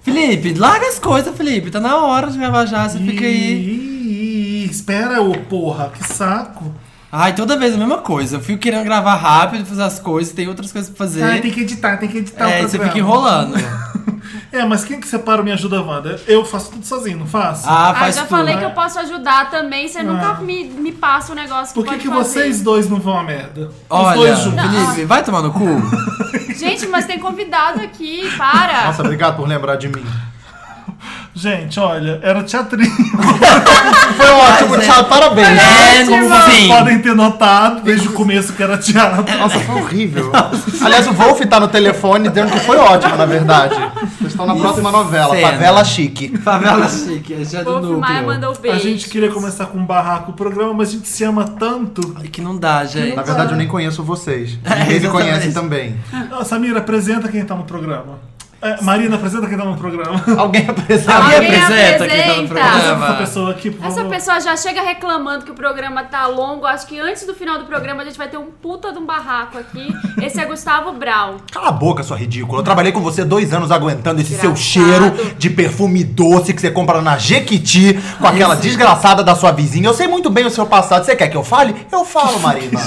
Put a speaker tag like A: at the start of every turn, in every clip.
A: Felipe, larga as coisas, Felipe. Tá na hora de gravar já, você fica aí.
B: Ih, espera, ô porra, que saco.
A: Ai, toda vez a mesma coisa. Eu fico querendo gravar rápido, fazer as coisas, tem outras coisas pra fazer.
B: Ai, tem que editar, tem que editar o
A: é, você
B: programa.
A: fica enrolando.
B: É, mas quem que separa o Me Ajuda Wanda? Eu faço tudo sozinho, não faço?
A: Ah,
C: Ah,
A: faz
C: já
A: tudo. É.
C: falei que eu posso ajudar também, você nunca me, me passa um negócio que
B: Por que,
C: pode
B: que
C: fazer.
B: vocês dois não vão à merda? Os
A: Olha,
B: dois juntos.
A: Felipe, vai tomar no cu?
C: Gente, mas tem convidado aqui, para.
D: Nossa, obrigado por lembrar de mim.
B: Gente, olha, era teatrinho.
D: Foi ótimo,
A: Mas é-
D: Thiago, parabéns.
A: É, no
B: Como vocês
A: fim.
B: podem ter notado desde o começo que era teatro.
A: É.
D: Nossa, foi horrível. Aliás, o Wolf tá no telefone dizendo que foi ótimo, na verdade. Vocês estão na próxima novela,
A: cena.
D: Favela Chique.
A: Favela chique, é já
C: O
A: do núcleo.
C: Maia mandou
B: A
C: beijo.
B: gente queria começar com um barraco o programa, mas a gente se ama tanto.
C: um-
A: Ai, É Que não dá, gente.
D: Na verdade, eu nem conheço vocês. Eles me
A: É, exatamente.
D: conhecem também.
B: Ah, Samira, apresenta quem tá no programa. É, Marina, apresenta quem tá no programa.
D: Alguém apresenta.
A: Alguém
C: Alguém
A: apresenta quem tá no
C: apresenta.
A: programa.
B: Essa pessoa aqui, por
C: Essa
B: favor.
C: pessoa já chega reclamando que o programa tá longo. Acho que antes do final do programa a gente vai ter um puta de um barraco aqui. Esse é Gustavo Brau.
D: Cala a boca, sua ridícula. Eu trabalhei com você dois anos aguentando esse seu
C: Desgraçado.
D: cheiro de perfume doce que você compra na Jequiti com aquela desgraçada da sua vizinha. Eu sei muito bem o seu passado. Você quer que eu fale? Eu falo, Marina.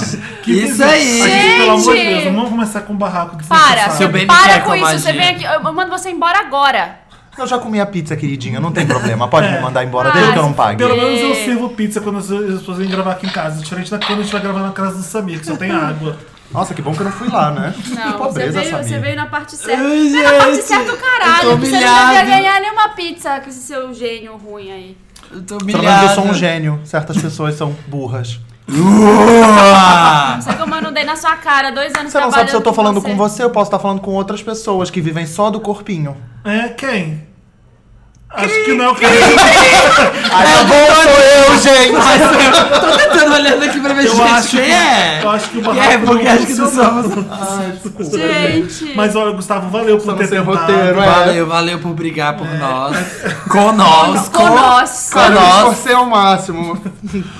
A: Isso aí.
B: Aqui, pelo amor de Deus,
C: Gente!
B: não vamos começar com um barraco
C: Para,
B: desnecessário.
A: Seu baby
C: para
A: quer
C: com isso.
A: comadinha.
C: Você vem aqui, eu eu mando você embora agora.
D: Eu já comi a pizza, queridinha. Não tem problema. Pode
C: É.
D: me mandar embora desde que eu não pague.
B: Pelo menos eu sirvo pizza quando as as pessoas vêm gravar aqui em casa. Diferente da quando a gente vai gravar na casa do Samir, que só tem água.
D: Nossa, que bom que eu não fui lá, né?
C: Não, você
D: Pobreza,
C: veio, você
D: Samir.
C: veio na parte certa.
A: Ai,
C: Veio na parte
A: gente,
C: certa do
A: eu tô
C: caralho. Você não
A: humilhado.
C: devia ganhar nenhuma pizza com esse seu gênio ruim aí.
A: Eu tô
D: Pelo menos
A: humilhado.
D: eu sou um gênio. Certas pessoas são burras.
A: Uá!
C: Só que eu mandei na sua cara, dois anos
D: Você não sabe se eu tô falando
C: trabalhando
D: com você, eu posso estar falando com outras pessoas que vivem só do corpinho.
B: É, quem? Acho que não, cara.
D: Ai, bom sou eu, gente!
A: Mas eu tô tentando olhando aqui pra ver
B: Eu
A: gente,
B: acho que-
A: quem é.
B: eu acho que o
A: Quem
B: barraco
A: é, porque
B: não
A: acho que não
B: funcionou.
A: somos.
C: Gente.
B: Mas olha, Gustavo, valeu
D: Só
B: por
D: não
B: ter
D: sei
B: tentado.
D: roteiro. É.
A: Valeu, valeu por brigar por nós. É, Com nós.
C: Com nós.
A: Com nós.
D: Você é o máximo.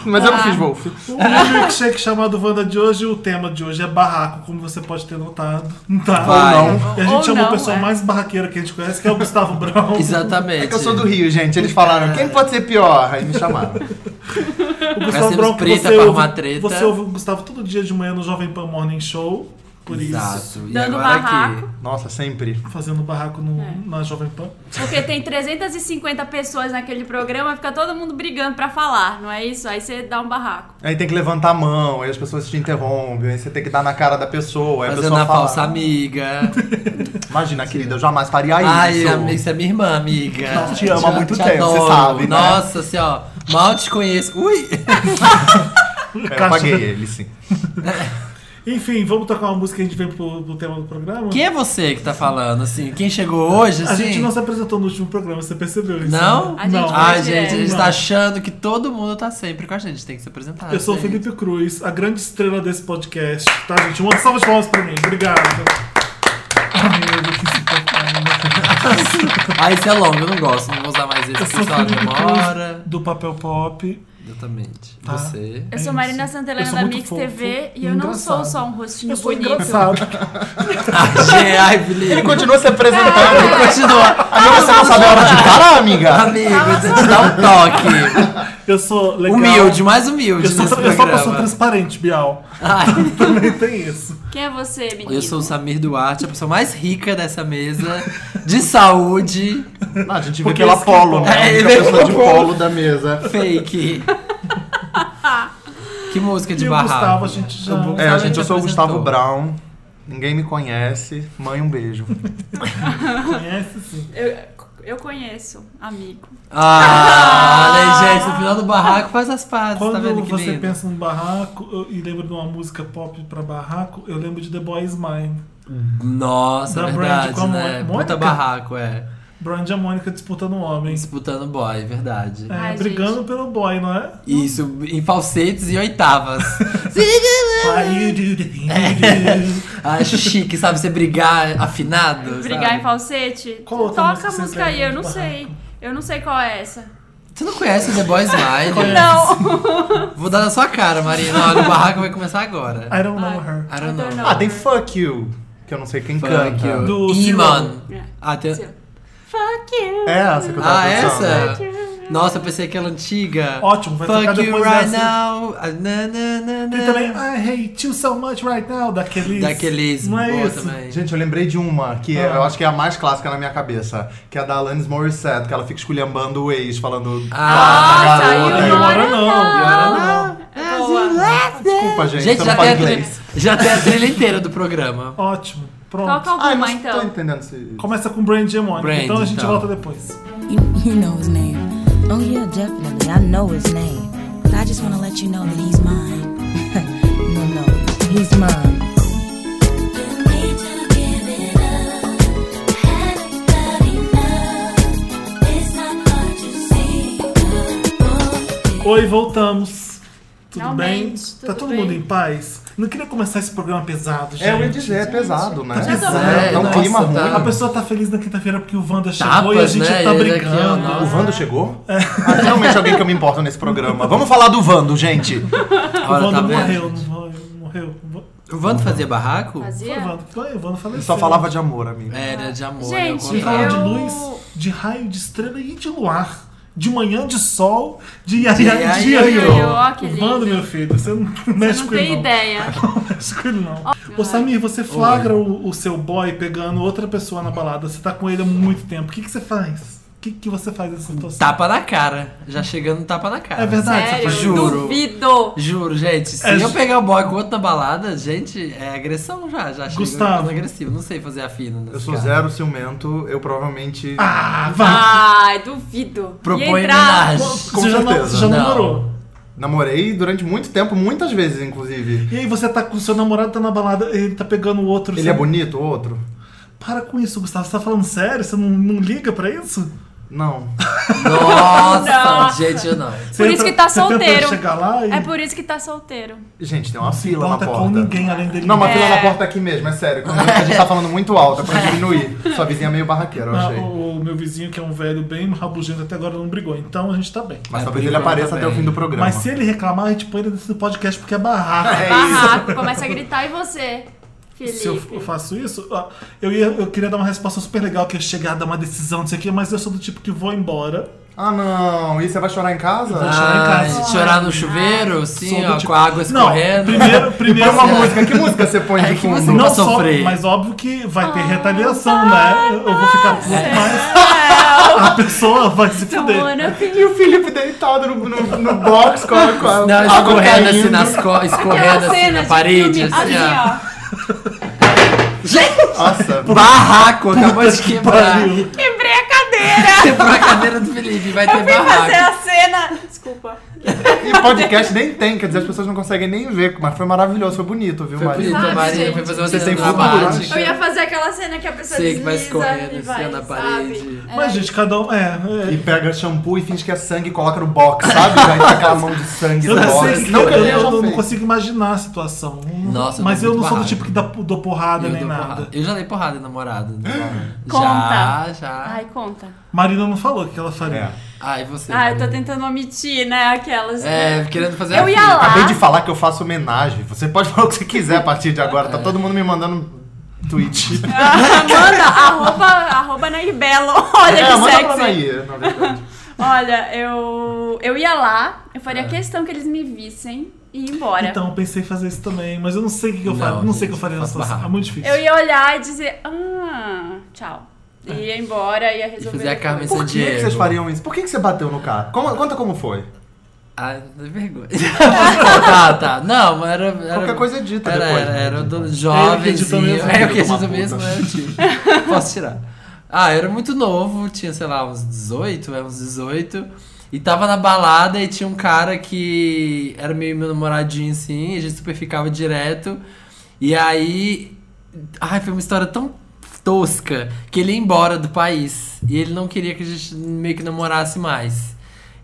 D: Mas eu
C: Ah.
D: não fiz Wolf.
B: O milkshake chamado Wanda de hoje, o tema de hoje é barraco, como você pode ter notado. Tá?
A: Vai.
D: Ou não.
B: E a gente
C: Ou
B: chamou
C: não,
B: o pessoal
C: é.
B: mais barraqueiro que a gente conhece, que é o Gustavo Brown.
A: Exatamente.
D: É que eu sou do Rio, gente. Eles falaram, quem pode ser pior? Aí me chamaram.
B: O
A: Nós temos
B: Gustavo Brown, que
A: preta
B: um você
A: pra arrumar
B: ouve,
A: treta.
B: você ouve o Gustavo todo dia de manhã no Jovem Pan Morning Show, por isso.
A: Exato. E
C: Dando
A: agora
C: barraco.
A: aqui.
D: Nossa, sempre.
B: Fazendo barraco no,
C: É.
B: na Jovem Pan.
C: Porque tem 350 pessoas naquele programa, fica todo mundo brigando pra falar, não é isso? Aí você dá um barraco.
D: Aí tem que levantar a mão, aí as pessoas te interrompem, aí você tem que dar na cara da pessoa, aí a
A: Fazendo
D: pessoa
A: a
D: fala.
A: falsa amiga.
D: Imagina, querida, eu jamais faria
A: Ai,
D: isso.
A: amiga, isso é minha irmã, amiga.
D: Nossa, te amo há muito
A: te
D: tempo, você
A: adoro.
D: sabe, né?
A: Nossa, assim, ó. Mal te conheço. Ui!
D: Eu É, paguei ele, sim.
B: Enfim, vamos tocar uma música que a gente vem pro, pro tema do programa?
A: Quem é você que tá falando, assim? Quem chegou hoje,
B: A
A: assim?
B: gente não se apresentou no último programa, você percebeu isso?
A: Não?
B: né?
C: A gente
B: não.
A: Ai,
C: Hoje
A: gente,
C: é.
A: a gente
B: Não.
A: tá achando que todo mundo tá sempre com a gente. Tem que se apresentar.
B: Eu sou o
A: gente.
B: Felipe Cruz, a grande estrela desse podcast, tá, gente? Uma salva de palmas pra mim, obrigado. Ai, eu vou que se tocar, né?
A: Ah, esse é longo, eu não gosto. Não vou usar mais esse,
B: Eu
A: porque
B: sou o
A: só
B: Felipe
A: demora.
B: Cruz, do Papel Pop.
A: Exatamente.
B: Tá.
A: Você.
B: É
C: Eu sou Marina Santelena
B: Eu sou
C: da
B: muito
C: Mix
B: fofo
C: TV
B: e
C: e eu não sou
B: engraçado.
C: só um rostinho
B: Eu sou
C: bonito.
B: engraçado.
A: Achei, Ah, ai, Felipe.
D: Ele continua se apresentando.
A: Ele continua.
D: Amiga, você não sabe a hora de parar, amiga?
A: Amigo, você te dá um toque.
B: Eu sou legal.
A: Humilde, mais humilde
B: Eu
A: nesse
B: sou, eu sou uma pessoa
A: programa.
B: transparente, Bial.
A: Ai,
B: Também tem isso.
C: Quem é você, menino?
A: eu sou o Samir Duarte, a pessoa mais rica dessa mesa. De saúde.
D: Ah, a gente vê
B: Porque
D: pela
B: esse que
D: polo,
B: é
D: né?
A: bom.
D: A
A: É,
D: única
A: ele é
D: pessoa de
A: polo.
D: polo da mesa.
A: Fake. Que música de
B: E o
A: barraco.
B: Gustavo, a gente já-
A: O Gustavo
D: É,
A: já
D: gente,
A: te
D: eu sou o
A: apresentou.
D: Gustavo Brown. Ninguém me conhece. Mãe, um beijo.
B: Conhece sim.
C: Eu, eu conheço, amigo.
A: Ah, né, gente, no final do barraco faz as pazes, tá
B: Quando
A: vendo que
B: você
A: lindo?
B: pensa num barraco eu- e lembra de uma música pop pra barraco, eu lembro de The Boy Is Mine.
A: Nossa,
B: Da
A: é
B: Brand
A: verdade,
B: com a Mo-
A: né?
B: Mônica?
A: Puta barraco, é.
B: Brand e a Mônica disputando homens.
A: Disputando boy, é verdade.
B: É,
C: Ai,
B: brigando pelo boy, não é?
A: Isso, em falsetes e oitavas.
B: Why you do the thing
A: É.
B: you do?
A: Acho chique, sabe? Você brigar afinado.
C: Brigar
A: sabe?
C: em falsete?
B: Qual outra
C: Toca
B: música
C: a
B: você
C: música aí,
B: lembra
C: eu não
B: do
C: sei. Eu não sei qual é essa.
A: Você não conhece o The Boys Mind?
C: Não.
A: Vou dar na sua cara, Marina. Olha, o barraco vai começar agora.
B: I don't know her.
A: I don't
C: I don't
A: know.
C: know.
D: Ah, tem Fuck You, que eu não sei quem
A: Fuck
D: canta.
A: you.
B: Do
A: Iman.
C: É.
A: Ah, tem...
C: Fuck you.
D: É essa que eu tava
A: Ah,
D: pensando.
A: essa? Nossa, eu pensei que era antiga.
B: né? Ótimo, vai tocar
A: Fuck you
B: depois
A: right
B: dessa.
A: now. Ah, na, na, na, na.
B: Tem também I hate you so much right now, daqueles.
A: Daqueles,
B: Não é
A: boa
B: isso.
A: também.
D: Gente, eu lembrei de uma que é-
B: Ah.
D: eu acho que é a mais clássica na minha cabeça, que é a da Alanis Morissette, que ela fica esculhambando o ex, falando.
A: Ah,
D: "Nossa,
C: saiu
D: garota".
B: E
C: agora.
B: agora não.
C: Boa.
D: Desculpa, gente,
A: Gente,
D: eu não
A: já é
D: falo
A: tem, a trilha,
D: inglês.
A: já tem a trilha inteira do programa.
B: Ótimo. Pronto.
C: Toca
D: Ai,
C: alguma,
D: mas não tô
C: então.
D: entendendo se.
B: Começa com Brand Gemônico,
A: Brand,
B: então a gente
A: então.
B: volta depois.
E: You, you know his name. Oh, yeah, definitely. I know his name. But I just want to let you know that he's mine. no, no, he's mine.
B: Oi, voltamos. Tudo bem?
C: Finalmente,
B: tá
C: tudo
B: todo
C: bem.
B: mundo em paz? Não queria começar esse programa pesado, gente.
D: É, eu ia dizer, é pesado, né?
B: Tá pesado.
D: É, tá um
A: Nossa,
D: clima ruim.
A: tá.
B: A pessoa tá feliz na quinta-feira porque o Wanda chegou
A: Tapas,
B: e a gente
A: né?
B: tá
A: Ele aqui, ó,
B: brigando.
A: nossa.
D: O Vando chegou? Ah, finalmente alguém que eu me importo nesse programa. Vamos falar do Vando, gente.
B: O
A: Olha,
B: Wanda
A: tá
B: morreu,
A: vendo?
B: não morreu, morreu. Foi
A: O Vando fazia barraco?
C: Fazia?
B: o Wanda, foi o Wanda faleceu.
D: Ele só falava de amor,
B: É,
D: amigo.
A: Era de amor, né? Ao
C: Gente,
B: Ele falava de
A: contrário.
C: eu-
B: luz, de raio, de estrela e de luar. De manhã, de sol, de iaiá, de
A: iaiá,
B: iaiô.
C: ó, que lindo.
B: Wanda, meu filho, você não mexe
C: Não
B: com ele
C: tem
B: não.
C: ideia.
B: Acho que não. Ô Samir, você flagra o, o seu boy pegando outra pessoa na balada. Você tá com ele há muito tempo. O que, que você faz? O que, que você faz nessa situação?
D: Tá
A: Tapa na cara. Já chegando tapa na cara.
B: É verdade, você
C: Sério,
B: faz
A: Ah, tá, Juro.
C: duvido.
A: Juro, gente. Se
B: É,
A: eu
B: ju-
A: pegar o boy com outro na balada, gente, é agressão já. Já chega
B: Gustavo.
A: ficando agressivo. Não sei fazer a fina. nesse
D: Eu sou
A: caso.
D: zero ciumento, eu provavelmente.
B: Ah, vá!
C: Ai, duvido.
A: Propõe
C: e entrar...
A: homenagem.
D: com
B: você já,
D: certeza.
B: não, você já
A: Não.
B: namorou.
D: Namorei durante muito tempo, muitas vezes, inclusive.
B: E aí você tá com o seu namorado, tá na balada, ele tá pegando o outro.
D: Ele
B: você-
D: é bonito, o outro?
B: Para com isso, Gustavo. Você tá falando sério? Você não, não liga pra isso?
D: Não.
A: Nossa,
C: Nossa.
A: gente, eu não.
B: Você
C: isso que tá
B: você tenta
C: solteiro.
B: chegar lá e...
C: É por isso que tá solteiro.
D: Gente, tem uma fila na
B: Não tá
D: porta.
B: com ninguém além dele.
D: Não, uma
C: É.
D: fila na porta aqui mesmo, é sério. A gente tá falando muito alto, é pra diminuir. Sua vizinha é meio barraqueira, eu
B: Ah,
D: achei.
B: o, o meu vizinho, que é um velho bem rabugento, até agora não brigou. Então a gente tá bem.
D: Mas
A: É,
D: talvez
A: por
D: ele
A: enquanto
D: apareça
A: tá
D: até o
A: bem.
D: fim do programa.
B: Mas se ele reclamar, a gente põe ele nesse podcast porque é barraco.
D: É isso.
C: Barraco, Tá começa a gritar. E você, Felipe?
B: Se eu f- eu faço isso, ó, eu, ia, eu queria dar uma resposta super legal, que é chegar, dar uma decisão, não sei o quê, mas eu sou do tipo que vou embora.
D: Ah, não. E você vai chorar em casa?
B: Vou chorar.
A: Ah,
B: em casa.
A: chorar no chuveiro, assim,
B: Sou do
A: ó,
B: tipo-
A: com a água
B: Não,
A: escorrendo.
B: primeiro,
D: E põe
B: primeiro
D: É
B: assim,
D: uma música. Que música você põe
A: É
D: de
A: que você
D: fundo?
A: não-
B: Não
A: pra
B: só,
A: sofrer.
B: mas óbvio que vai ter retaliação, né? Eu eu vou ficar puto, mas
A: É.
B: a pessoa vai se fuder.
C: é Mano,
D: E o Felipe deitado no, no, no box com a, com a
A: Não,
D: água
A: escorrendo assim
D: caindo.
A: nas co... escorrendo
C: aquela
A: assim
C: cena
A: na
C: de
A: parede,
C: filme,
A: assim, ó.
C: ó.
A: Gente!
D: Nossa.
A: Barraco, acabou de quebrar.
B: Pariu.
C: Quebrei a cadeira.
A: Quebrou a cadeira do Felipe, vai ter
C: Vim fazer
A: barraco.
C: a cena. Desculpa.
D: E podcast nem tem, quer dizer, as pessoas não conseguem nem ver. Mas foi maravilhoso, foi bonito, viu,
A: Foi bonito,
D: Maria?
A: a Maria
C: gente.
A: foi fazer uma
D: Vocês
A: cena
D: têm futuro,
A: dramática.
C: Eu ia fazer aquela cena que a pessoa
A: é. Sei que
C: desliza
A: vai escorrendo
C: e
A: assim
C: vai,
A: na
C: sabe?
A: parede.
B: Mas, gente, cada um. É,
D: E
B: é.
D: pega shampoo e finge que é sangue e coloca no box, sabe? Vai ficar aquela mão de sangue.
B: Eu não sei o
D: box.
B: que
D: Não que
B: eu,
D: ele já
B: não
D: fez.
B: consigo imaginar a situação.
A: Nossa, eu
B: mas
A: dou
B: eu não
A: muito
B: sou do
A: barraco.
B: tipo que dá, dou porrada
A: Eu
B: nem
A: dou
B: nada.
A: porrada. Eu já dei porrada em namorado. né? Já,
C: Conta.
A: já. Ai,
C: Ai, conta.
B: Marina não falou o que ela faria.
D: É.
A: você.
C: Ah, eu tô
A: Maria?
C: tentando omitir, né? Aquelas.
A: É, querendo fazer
C: Eu
A: a
C: ia
A: fila.
C: lá.
D: Acabei de falar que eu faço homenagem. Você pode falar o que você quiser a partir de agora.
B: É.
D: Tá todo mundo me mandando tweet.
C: Ah, manda arroba, arroba Nair Belo. Olha
D: é,
C: que
D: manda pra
C: sexy.
D: Nair, na verdade.
C: Olha, eu, eu ia lá, eu faria questão que eles me vissem e ir embora.
B: Então, eu pensei em fazer isso também, mas eu não sei o que, que eu
A: Não,
B: faria. Não sei o que eu
A: gente,
B: faria na
A: faz
B: situação. É
A: barraco.
B: muito difícil.
C: eu ia olhar e dizer, ah, tchau. E ia embora, ia
A: E
C: resolver.
A: fazer a
C: depois.
A: Carmen
D: Por que, que
A: Sandiego.
D: vocês fariam isso? Por que, que você bateu no cara? Como- conta como foi.
A: Ah, não é vergonha. tá, tá. Não, mas era. era
D: Qualquer coisa é dita
A: era,
D: depois.
A: Era,
D: né,
A: era
D: gente?
A: do
B: edito
A: jovenzinho.
B: mesmo.
A: É, o que
D: Filho de uma
A: edito mesmo,
D: puta.
A: é o tio. Posso tirar. Ah, eu era muito novo, tinha, sei lá, uns 18, é, uns 18. E tava na balada e tinha um cara que era meio meu namoradinho, assim, e a gente super ficava direto. E aí. Ai, foi uma história tão tosca que ele ia embora do país. E ele não queria que a gente meio que namorasse mais.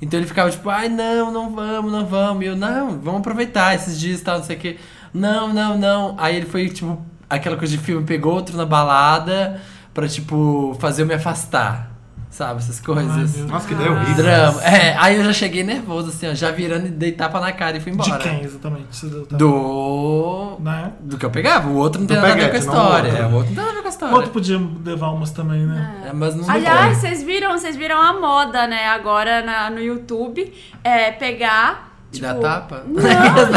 A: Então ele ficava tipo, ai não, não vamos, não vamos. E eu, não, vamos aproveitar esses dias e tal, não sei o quê. Não, não, não. Aí ele foi, tipo, aquela coisa de filme, pegou outro na balada pra, tipo, fazer eu me afastar. sabe? Essas coisas.
B: Ai, meu
D: Nossa, que ideia horrível.
A: Drama. É, aí eu já cheguei nervoso, assim, ó, já virando e dei tapa na cara e fui embora.
B: De quem, exatamente? Você deu, tá?
A: Do.
B: Né?
A: Do que eu pegava. O outro não tem
D: Do
A: nada a ver com a
D: peguete, não o
A: história.
D: outro.
A: É, O outro não tem nada a ver com a
B: O
A: história.
B: outro podia levar umas também, né?
A: É, mas não
C: Aliás, vocês viram, vocês viram a moda, né? Agora na- no YouTube, é pegar.
A: E
C: tipo,
A: dar tapa?
C: Não,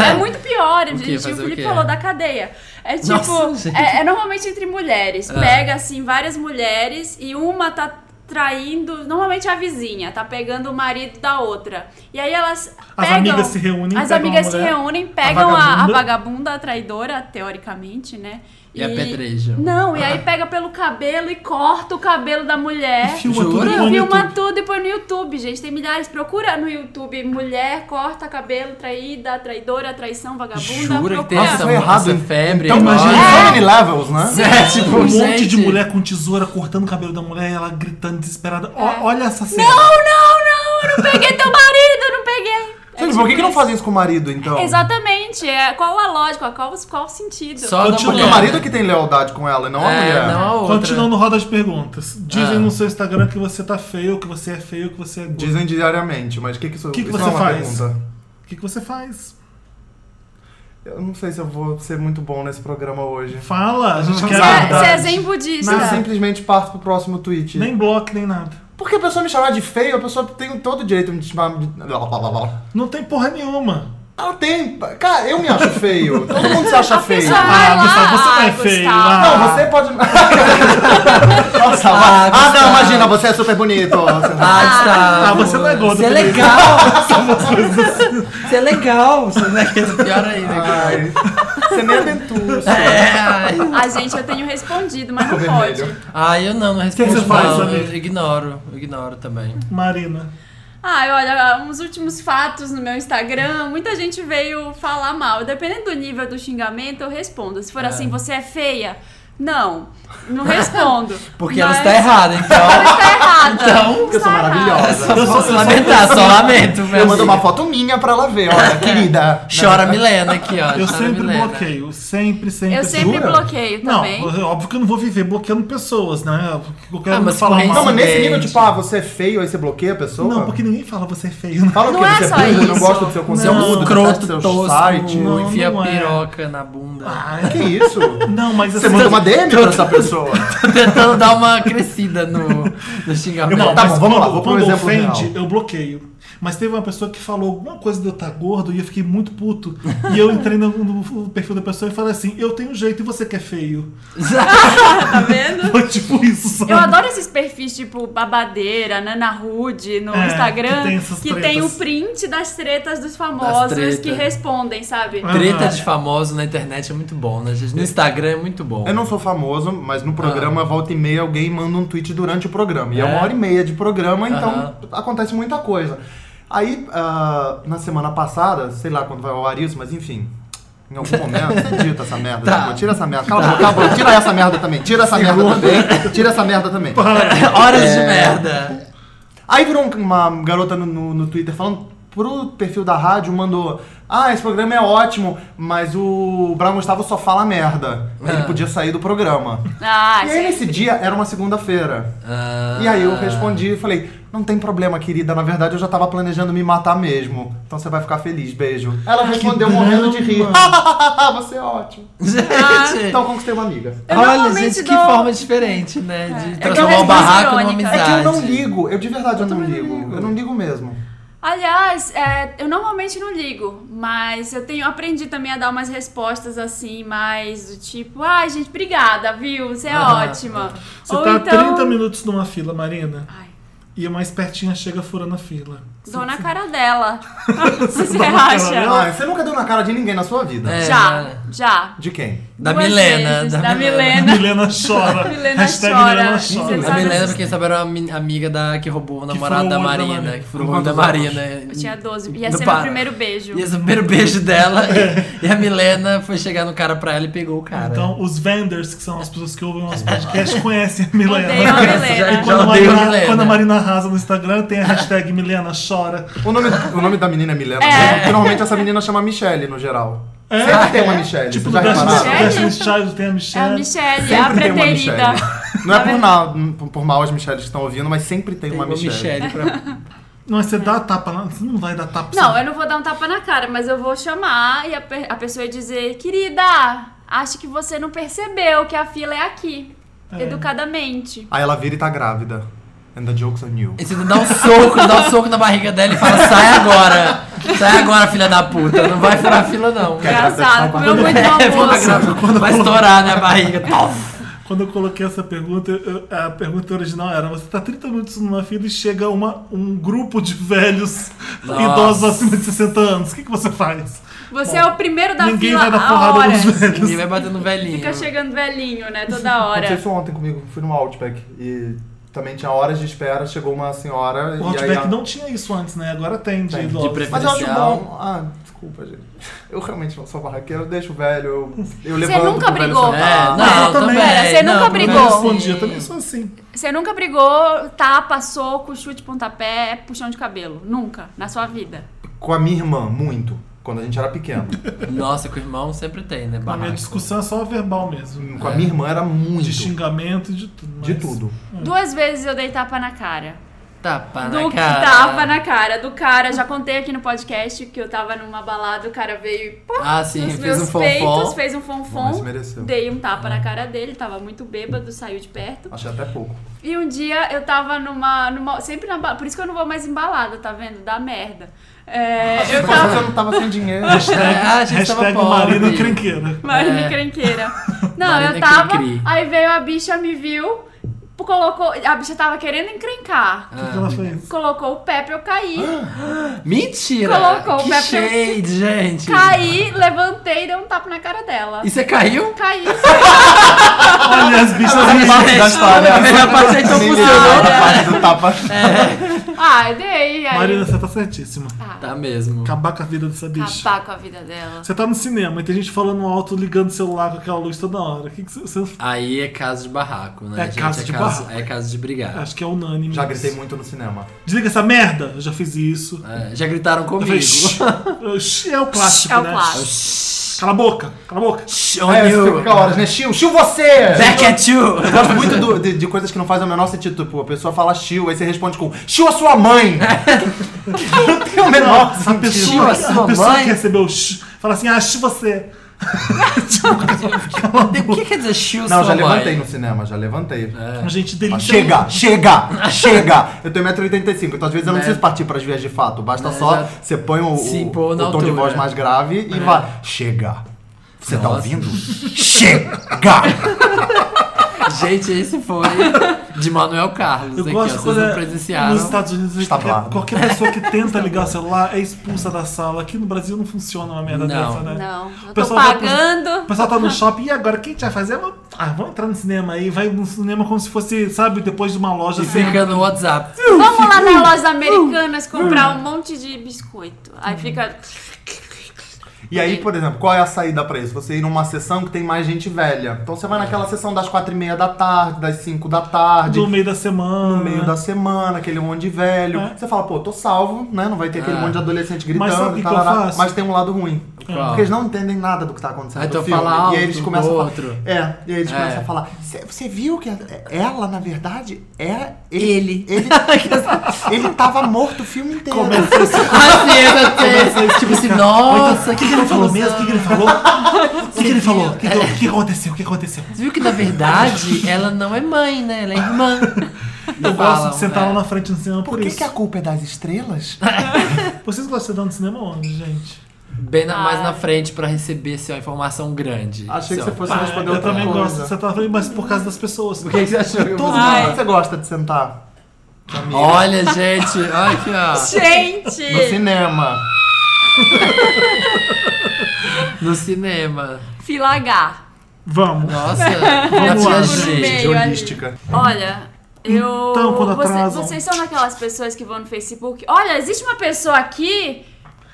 C: é muito pior.
A: O quê?
C: gente, tipo, o
A: Fazer o
C: Felipe
A: quê?
C: falou da cadeia. É tipo,
A: Nossa, gente.
C: é, é normalmente entre mulheres.
A: Ah.
C: Pega, assim, várias mulheres e uma tá traindo, normalmente a vizinha, tá pegando o marido da outra. E aí elas
B: As
C: pegam-
B: amigas se reúnem,
C: As
B: pegam
C: amigas
B: a
C: se
B: mulher,
C: reúnem, pegam a a vagabunda,
B: vagabunda.
C: a, traidora, teoricamente, né?
A: E apedrejam.
C: Não, e aí pega pelo cabelo e corta o cabelo da mulher.
B: Filma
A: Jura?
B: tudo tipo, e põe no
C: Filma
B: YouTube.
C: tudo e põe no YouTube, gente. Tem milhares. Procura no YouTube. Mulher, corta cabelo, traída, traidora, traição, vagabunda.
A: Jura que tem
C: procura.
D: Nossa,
A: essa,
D: foi errado,
A: essa
D: hein?
A: febre?
D: Então
A: agora?
D: imagina
B: É.
D: só N levels, né?
A: É, tipo,
B: Um monte de
A: gente.
B: mulher com tesoura cortando o cabelo da mulher e ela gritando desesperada. Ó,
C: É.
B: olha essa cena.
C: Não, não, não! Eu não peguei teu marido, eu não peguei. É
D: Gente,
C: tipo
D: por que, que não
C: isso.
D: fazem isso com o marido, então?
C: Exatamente. É, qual a lógica? Qual, qual o sentido?
A: Só da
B: Continua.
D: Porque
A: mulher.
D: o marido é que tem lealdade com ela e não a mulher.
A: É, não a outra.
B: Continuando roda de perguntas. Dizem
A: Ah.
B: no seu Instagram que você tá feio, que você é feio, que você é gordo.
D: Dizem diariamente, mas o que, que isso
B: O que que
D: isso
B: você
D: é uma
B: faz?
D: pergunta.
B: O que, que você faz?
D: Eu não sei se eu vou ser muito bom nesse programa hoje.
B: Fala, a gente
D: Não
B: quer
D: sabe.
B: a
C: Você é
B: verdade.
C: zen
D: Mas assim,
C: budista.
D: eu simplesmente parto pro próximo tweet.
B: Nem bloco, nem nada.
D: Porque a pessoa me chamar de feio, a pessoa tem todo o direito de me chamar de...
B: Não tem porra nenhuma.
D: Ela tem... Cara, eu me acho feio. Todo mundo se acha feio.
C: pessoa vai
B: Ah,
C: lá,
B: Gustavo, você não é
C: ah,
B: feio,
C: Gustavo.
B: ah.
D: Não, você pode... Nossa,
A: Ah,
D: ah, ah,
A: Gustavo.
D: não, imagina, você é super bonito.
A: Ah, Gustavo.
B: Ah, você não é gordo,
A: Você é
B: Felipe.
A: legal. Você é legal. Você não é pior ainda.
D: Ai, você nem aventura.
A: É, ai.
C: A gente, eu tenho respondido, mas não pode.
D: vermelho.
A: Ai, eu não, não respondo.
B: você faz,
A: não.
B: amigo?
A: Eu ignoro, eu ignoro também.
B: Marina.
C: Ai, olha, uns últimos fatos no meu Instagram, muita gente veio falar mal. Dependendo do nível do xingamento, eu respondo. Se for assim, você é feia? Não, não respondo.
A: Porque
C: Mas-
A: ela está errada, então.
C: Ela está errada.
A: Então,
D: Porque eu sou
C: Está errada.
D: maravilhosa.
A: Só posso lamentar, só lamento, meu
D: um- Eu mando
A: amigo.
D: uma foto minha pra ela ver, olha, querida.
A: Chora Milena aqui, ó.
B: Eu
A: Chora
B: sempre
A: Milena.
B: bloqueio. Sempre, sempre.
C: Eu sempre
D: Jura?
C: bloqueio também.
B: Não, óbvio que eu não vou viver bloqueando pessoas, né? Eu quero
A: Ah, mas
B: falar
A: com
B: mal.
D: Não, mas nesse
A: Gente.
D: nível, tipo, ah, você é feio, aí você bloqueia a pessoa?
B: Não, porque ninguém fala você é feio. Né?
D: Fala
C: Não
D: o quê?
C: é
D: você
C: só
D: é burro,
C: isso.
D: não gosta do seu
A: Você é
D: conteúdo,
A: um
B: Não.
A: escroto
D: seu
A: tosco,
D: site.
B: Não,
A: enfia
B: não é.
A: piroca na bunda.
B: Ah,
D: Que isso?
B: não, mas
D: Você
B: assim,
D: manda uma DM pra essa pessoa.
A: Tô tentando dar uma crescida no, no xingamento.
D: Não, tá bom, vamos lá, vou pro
B: quando
D: exemplo
B: ofende,
D: real.
B: eu bloqueio. Mas teve uma pessoa que falou alguma coisa de eu estar gordo e eu fiquei muito puto. e eu entrei no, no perfil da pessoa e falei assim: eu tenho jeito e você que é feio.
C: Tá vendo?
B: Foi tipo isso, sabe?
C: Eu adoro esses perfis tipo Babadeira, Nana Rude no
B: É,
C: Instagram,
B: que tem essas
C: que tem o
B: tretas.
C: print das tretas dos
A: Das
C: famosos
A: tretas.
C: que respondem, sabe?
A: Treta
B: Ah.
A: de famoso na internet é muito bom, né, gente? No Instagram é muito bom.
D: Eu não sou famoso, mas no programa, volta e meia, alguém manda um tweet durante o programa. E é,
A: Ah. É?
D: uma hora e meia de programa, então
A: Aham.
D: acontece muita coisa. Aí, ah, na semana passada, sei lá quando vai ao ar isso, mas enfim. Em algum momento, você edita essa merda.
A: Tá.
D: Tipo, tira essa merda. Cala a boca, cala a boca. Tira essa merda também. Tira essa merda também. Tira essa merda também.
A: Horas de
C: É.
A: merda.
D: Aí virou um- uma garota no, no, no Twitter falando pro perfil da rádio, mandou Ah, esse programa é ótimo, mas o Brau Gustavo só fala merda. Ele
A: Ah.
D: podia sair do programa.
C: Ah,
D: e
C: isso
D: aí
C: é
D: nesse dia, era uma segunda-feira.
A: Ah.
D: E aí eu respondi e falei, não tem problema, querida. Na verdade, eu já tava planejando me matar mesmo. Então você vai ficar feliz, beijo. Ela respondeu
B: drama.
D: morrendo de rir. você é ótimo.
A: Gente,
D: Então eu conquistei uma amiga.
C: Eu
A: olha,
C: normalmente
A: gente, que
C: dou- É.
A: forma diferente, né? De
C: eu
A: transformar
C: respondo
A: o barraco numa
C: irônica.
A: amizade.
D: É que eu não ligo, eu de verdade eu, não também ligo. não ligo. Eu não ligo mesmo.
C: Aliás, é, eu normalmente não ligo, mas eu tenho aprendi também a dar umas respostas assim, mais do tipo, ai gente, obrigada, viu? Você é
A: Ah,
C: ótima. então,
B: Você tá há 30 minutos numa fila, Marina,
C: Ai,
B: e a mais pertinha chega furando a fila.
C: dou na cara dela. O que você
B: dá na cara
C: acha?
B: dela?
D: Ah, você nunca deu na cara de ninguém na sua vida.
A: É.
C: Já, já.
D: De quem?
A: Da
C: Duas
A: Milena.
C: vezes,
A: da,
C: da
A: Milena.
C: Milena.
B: Milena chora.
C: Milena
B: Hashtag
C: chora. assim.
B: Milena
C: Vocês
A: Da
B: chora.
C: sabem-
A: Milena, pra quem sabe, era uma ami- amiga da, que roubou o namorado
B: furou
A: da
B: o olho da
A: Marina. né?
B: Marina.
A: Que furou o
D: Com
A: olho da
D: quantos anos?
A: Marina.
C: Eu tinha 12. Ia
A: Do
C: ser
A: pa-
C: meu primeiro beijo.
A: E esse é o primeiro beijo dela. e a Milena foi chegar no cara pra ela e pegou o cara.
B: Então, os vendors, que são as pessoas que ouvem o nosso podcast, conhecem a
C: Odeio a
B: Milena.
A: Já-
C: Milena.
B: Quando a,
A: Eu odeio
B: Marina,
A: Milena.
B: quando a Marina arrasa no Instagram, tem a hashtag Milena chora.
D: O nome, o nome da menina é Milena.
C: É.
D: Porque normalmente essa menina chama Michelle, no geral.
B: É?
D: Sempre tem uma Michelle.
B: Tipo, no
D: vocês já
B: Destiny's
D: repararam?
C: Michelle?
B: Destiny's Child tem a
C: É a
B: Michelle.
C: Michelle,
D: Sempre
C: a
D: tem uma
C: preterida.
D: Michelle. Não é por, mal, por mal as Michelles que estão ouvindo, mas sempre tem,
A: Tem
D: uma
A: uma
D: Michelle.
A: Michelle pra.
B: Não, mas você dá tapa na. Você não vai dar tapa.
C: Não,
B: você-
C: eu não vou dar um tapa na cara, mas eu vou chamar e a, pe- a pessoa ia dizer, querida, acho que você não percebeu que a fila é aqui. Educadamente.
D: Aí ela vira e tá grávida. And the jokes on you.
A: E você dá um soco, dá um soco na barriga dela e fala: sai agora! Sai agora, filha da puta! Não vai furar a fila, não.
D: Quer grávida de
B: tá
C: Engraçado,
D: São
C: comeu muito
A: É, vou na
C: almoço.
A: grávida. vai estourar, né, a barriga. Tof!
B: Quando eu coloquei essa pergunta, eu- a pergunta original era: você tá 30 minutos numa fila e chega uma, um grupo de velhos
A: Nossa.
B: idosos acima de 60 anos. O que, que você faz?
C: Você é o primeiro da
B: Ninguém
C: fila
B: vai dar
C: a
B: porrada nos
C: horas.
A: Ninguém
B: velhos.
A: vai batendo velhinho.
C: Fica chegando velhinho, né? Toda
D: Aconteceu
C: hora.
D: isso ontem comigo, fui no Outback e também tinha horas de espera, chegou uma senhora
B: O
D: e aí...
B: Outback
D: a-
B: não tinha isso antes, né? Agora tem de
D: Tem, de
B: idosos.
A: preferência.
D: Mas eu acho
A: Preferencial.
D: bom... Ah, desculpa, gente. Eu realmente não sou barraqueiro, eu deixo o velho, eu, eu
C: Você
D: levanto
C: nunca
D: pro velho
C: brigou.
A: É,
D: sentar.
A: não,
B: eu também.
A: também.
C: Pera, você
A: não, também
B: Eu
C: nunca tá brigou.
B: respondi, eu também sou assim.
C: Você nunca brigou, tapa, soco, chute, pontapé, puxão de cabelo. Nunca, na sua vida.
D: Com a minha irmã, muito. Quando a gente era pequeno.
A: Nossa, com o irmão sempre tem, né?
B: A minha
A: Barraco.
B: discussão é só verbal mesmo.
D: Hum,
B: É,
D: Com a minha irmã era muito.
B: De xingamento e de tudo. mas-
D: De tudo.
B: Hum.
C: Duas vezes eu dei tapa na cara.
A: Tapa na
C: Do que
A: cara.
C: tapa na cara. Do cara, já contei aqui no podcast que eu tava numa balada, o cara veio e pô,
A: Ah, sim,
C: nos
A: fez
C: meus
A: um
C: peitos,
A: fofó.
C: fez um
D: Bom, mas
C: fonfon.
D: mereceu.
C: Dei um tapa na cara dele, tava muito bêbado, saiu de perto.
D: Achei até pouco.
C: E um dia eu tava numa. numa sempre na balada. Por isso que eu não vou mais em balada, tá vendo? Dá merda. É, eu tava.
D: Mas eu Tipo, não tava sem dinheiro.
C: um
A: É, a gente tava
B: Hashtag
A: pobre.
B: marido encrenqueira.
C: Marina
A: É.
C: Crenqueira. Não,
A: Marina
C: eu tava.
A: Cri-cri.
C: Aí veio a bicha, me viu, colocou. A bicha tava querendo encrencar.
D: Ah,
B: O que ela fez?
C: Colocou o pé pra eu cair.
A: Mentira!
C: Colocou o
A: que
C: pé pra-
A: shade, gente!
C: caí, levantei e dei um tapa na cara dela.
A: E você caiu?
C: Caí.
B: Olha as bichas.
D: parte da história.
A: A melhor parte é então
D: Ninguém
A: funcionou.
D: olha a parte do tapa.
C: É. Ah, eu dei. Aí.
B: Marina, você tá certíssima.
C: Ah,
A: Tá mesmo.
B: Acabar com a vida dessa bicha.
C: acabar com a vida dela.
B: Você tá no cinema e tem gente falando alto, ligando o celular com aquela luz toda hora. O que que você. você-
A: Aí é caso de barraco, né?
B: É
A: gente?
B: caso
A: é
B: de
A: caso,
B: barraco.
A: É caso de brigar.
B: Acho que é unânime.
D: Já gritei muito no cinema.
B: Desliga essa merda! Eu já fiz isso.
A: É, já gritaram
B: Eu
A: comigo.
B: falei, "Shh". Eu, "Shh", é o clássico,
C: É o
B: né?
C: clássico.
B: Cala a boca, cala a boca.
A: Shh on
D: É, eu
A: you.
D: fico com horas, né? Chiu, chiu você!
A: Back at you!
D: Eu gosto muito do- de, de coisas que não fazem o menor sentido. Tipo, a pessoa fala chiu, aí você responde com chiu a sua mãe! não tem o menor
B: A
A: Tio,
D: sentido.
B: pessoa,
A: a sua
B: a pessoa
A: mãe?
B: que recebeu o "Shh", fala assim, ah, "Shh, você.
A: O que quer dizer chill
D: Não,
A: sua
D: já
A: mãe? É.
D: levantei no cinema, já levantei.
B: Gente, delícia.
D: Mas É. Chega, chega, chega! Eu tenho 1,85m, então às vezes eu não
A: Né?
D: preciso partir pras vias de fato. Basta
A: Né,
D: só
A: já-
D: você põe o, o-
A: Se impor na
D: o tom de
A: altura. É.
D: voz mais grave e vai. Chega! Você tá
A: Nossa.
D: ouvindo? Chega!
A: Gente, esse foi de Manuel Carlos.
B: Eu
A: aqui, ó,
B: gosto
A: vocês
B: quando
A: não
B: é-
A: presenciaram.
B: nos Estados Unidos
D: Está
B: qualquer-
D: blado.
B: qualquer pessoa que tenta ligar o celular é expulsa da sala. Aqui no Brasil não funciona uma merda
A: Não.
B: dessa, né?
C: Não, eu
B: O
C: tô
B: pessoal vai pro-
C: pagando.
B: O pessoal tá no shopping e agora o que a gente vai fazer? Vamos- Ah, vamos entrar no cinema aí. Vai no cinema como se fosse, sabe, depois de uma loja
A: E
D: é
B: assim.
A: fica no WhatsApp.
C: Vamos lá na loja americanas comprar um monte de biscoito. Aí fica.
D: E aí, por exemplo, qual é a saída pra isso? Você ir numa sessão que tem mais gente velha. Então você vai naquela sessão das 4h30 da tarde, das 5 da tarde.
B: No meio da semana.
D: No meio da semana, aquele monte de velho.
B: É.
D: Você fala, pô, tô salvo, né? Não vai ter aquele
A: É.
D: monte de adolescente
B: Mas sabe
D: gritando
B: o
D: e
B: que eu
D: tal.
B: faço? É.
D: Mas tem um lado ruim.
A: Qual?
D: Porque eles não entendem nada do que tá acontecendo.
A: Aí
D: no
A: tu
D: filme.
A: fala alto
D: e aí eles começam
A: pro
D: a
A: outro.
D: falar. É, e aí eles
A: É.
D: começam a falar. "Cê- Você viu que a- ela, na verdade, é
A: Ele.
D: ele. Ele, ele tava morto o filme inteiro.
A: Ah, sim, eu sei. Tipo assim, nossa,
B: O que, que ele falou mesmo? O que, que ele falou? O que, que ele falou? O que, que- o que aconteceu? O que aconteceu?
A: Você viu que na verdade ela não é mãe, né? Ela é irmã.
B: Eu gosto de sentar lá
A: no
B: na frente no cinema por,
D: Por que,
B: isso.
D: que a culpa é das estrelas?
B: Vocês gostam de sentar no cinema onde, gente?
A: Bem na- mais
C: Ah.
A: na frente pra receber assim, uma informação grande.
D: Achei que
A: Assim,
D: você
A: ó.
D: fosse
B: Ah,
D: responder
B: eu
D: outra
B: também
D: coisa.
B: gosto Ah. de sentar na frente, mas por causa das pessoas.
D: O que que você achou? Todo
C: Ai.
D: mundo você gosta de sentar? Camila?
A: Olha, gente, olha aqui, ó.
D: No
C: Gente!
D: cinema.
A: No cinema.
C: Fila H.
B: Vamos.
A: Nossa,
B: Vamos
A: na tia
B: lá.
A: G.
C: Meio ali.
D: Holística.
C: Olha, eu.
B: Então, quando
C: você-
B: atrasam.
C: vocês são daquelas pessoas que vão no Facebook. Olha, existe uma pessoa aqui,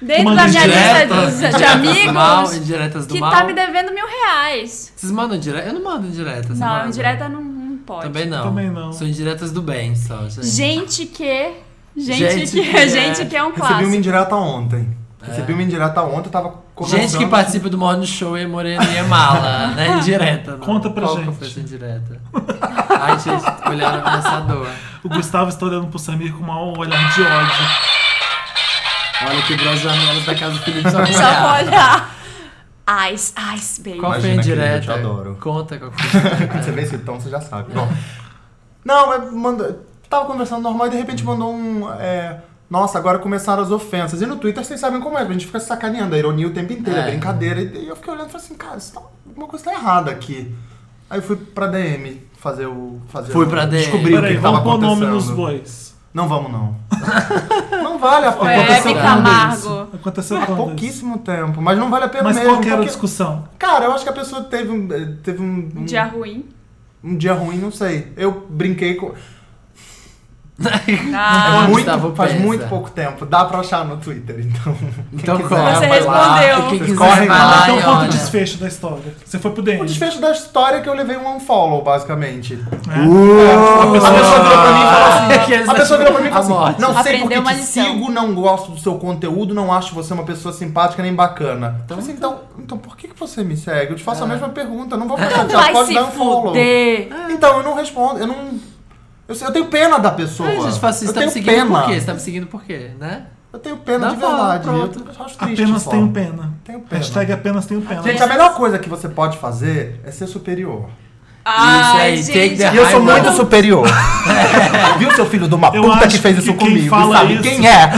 C: dentro
B: Uma
C: da minha lista
A: Indiretas,
C: dos- de,
A: indiretas do mal,
C: amigos,
A: indiretas do
C: que
A: mal.
C: tá me devendo mil reais.
A: Vocês mandam direta? Eu não mando indireta. vocês
C: Não, é
A: mandam?
C: indireta não, não pode.
A: Também não.
B: Também não.
A: São indiretas do bem só, gente.
C: Gente que. Gente,
A: Gente
C: que.
A: que é.
C: Gente que é um
D: Recebi uma
C: clássico.
B: É.
D: indireta ontem. Recebi uma indireta ontem, eu tava
B: Começando
A: Gente que participa do Morning Show é morena e é mala, né? Indireta. não.
B: Conta pra
A: Qual
B: gente.
A: que foi essa indireta? Ai, gente, olhar ameaçador.
B: O Gustavo está olhando pro Samir com um olhar de ódio.
A: Olha, quebrou as janelas da casa do Felipe só com
C: Só pra
A: olhar.
C: olhar. Ice, ice, baby.
A: Qual foi a
D: Imagina, querida,
A: indireta?
D: eu te adoro.
A: Conta qual foi.
D: Quando você vê esse tom, você já sabe. Bom. Não, mas mandou. Tava conversando normal e de repente mandou um. é, Nossa, agora começaram as ofensas. E no Twitter vocês sabem como é, a gente fica sacaneando a ironia o tempo inteiro,
A: É.
D: é brincadeira. E eu fiquei olhando e falei assim, cara, isso tá, alguma coisa tá errada aqui. Aí eu fui pra DM fazer o. Fazer
A: Fui
D: o-
A: pra DM.
D: Descobrir o
B: Peraí,
D: que tava
B: vamos pôr
D: acontecendo.
B: nome nos bois.
D: Não vamos, não. não vale a
C: Foi
D: pena.
B: Aconteceu
C: Hebe
B: quando
C: Camargo.
B: isso? Aconteceu
D: Há
B: quando isso?
D: Ah, pouquíssimo tempo, mas não vale a pena
B: Mas
D: mesmo.
B: qual que era a
D: porque-
B: discussão?
D: Cara, eu acho que a pessoa teve um. eh, Teve um,
C: Um dia ruim.
D: um dia ruim, não sei. Eu brinquei com.
C: Ah,
A: Ah,
D: muito,
A: Gustavo
D: faz
A: pensa.
D: muito pouco tempo. Dá pra achar no Twitter, então.
A: Então
D: Quem quiser,
A: corre.
C: Você
D: vai lá.
C: respondeu.
A: Quem quiser, vai
D: Corre lá. um
A: lá um
B: então
A: e
B: conta
A: olha.
B: o desfecho da história. Você foi pro DM.
D: O um desfecho da história é que eu levei um unfollow, basicamente.
B: né?
D: a pessoa virou pra mim e falou assim.
A: Aqueles
D: A pessoa virou pra mim e
A: a
D: falou assim:
A: morte.
D: Não sei
C: Aprendeu
D: porque
C: uma
D: te
C: lição.
D: sigo, não gosto do seu conteúdo, não acho você uma pessoa simpática nem bacana. Então, assim, então, então por que, que você me segue? Eu te
A: É.
D: faço a mesma pergunta, não vou fazer, já
C: vai
D: pode
C: se
D: dar um follow.
C: fuder.
D: Então, eu não respondo, eu não. Eu, sei- eu tenho pena da pessoa.
A: Ai, gente, fala assim, você tá
D: eu
A: me
D: tenho
A: seguindo por
D: pena.
A: quê? Você tá me seguindo por quê, né?
D: Eu tenho
A: Dá
D: pena de
A: follow,
D: verdade.
A: pronto.
D: Eu acho triste.
B: Apenas
D: só.
B: tenho pena.
D: Tenho pena.
B: Hashtag apenas tenho pena.
D: Gente, a melhor coisa que você pode fazer é ser superior.
C: Ai,
A: aí, take
C: gente.
A: the-
D: E eu sou
A: Ai,
D: muito
A: não.
D: superior. Viu, seu filho de uma
B: Eu
D: puta
B: acho
D: que fez isso
B: que quem
D: comigo?
B: fala
D: E sabe
B: isso-
D: quem é?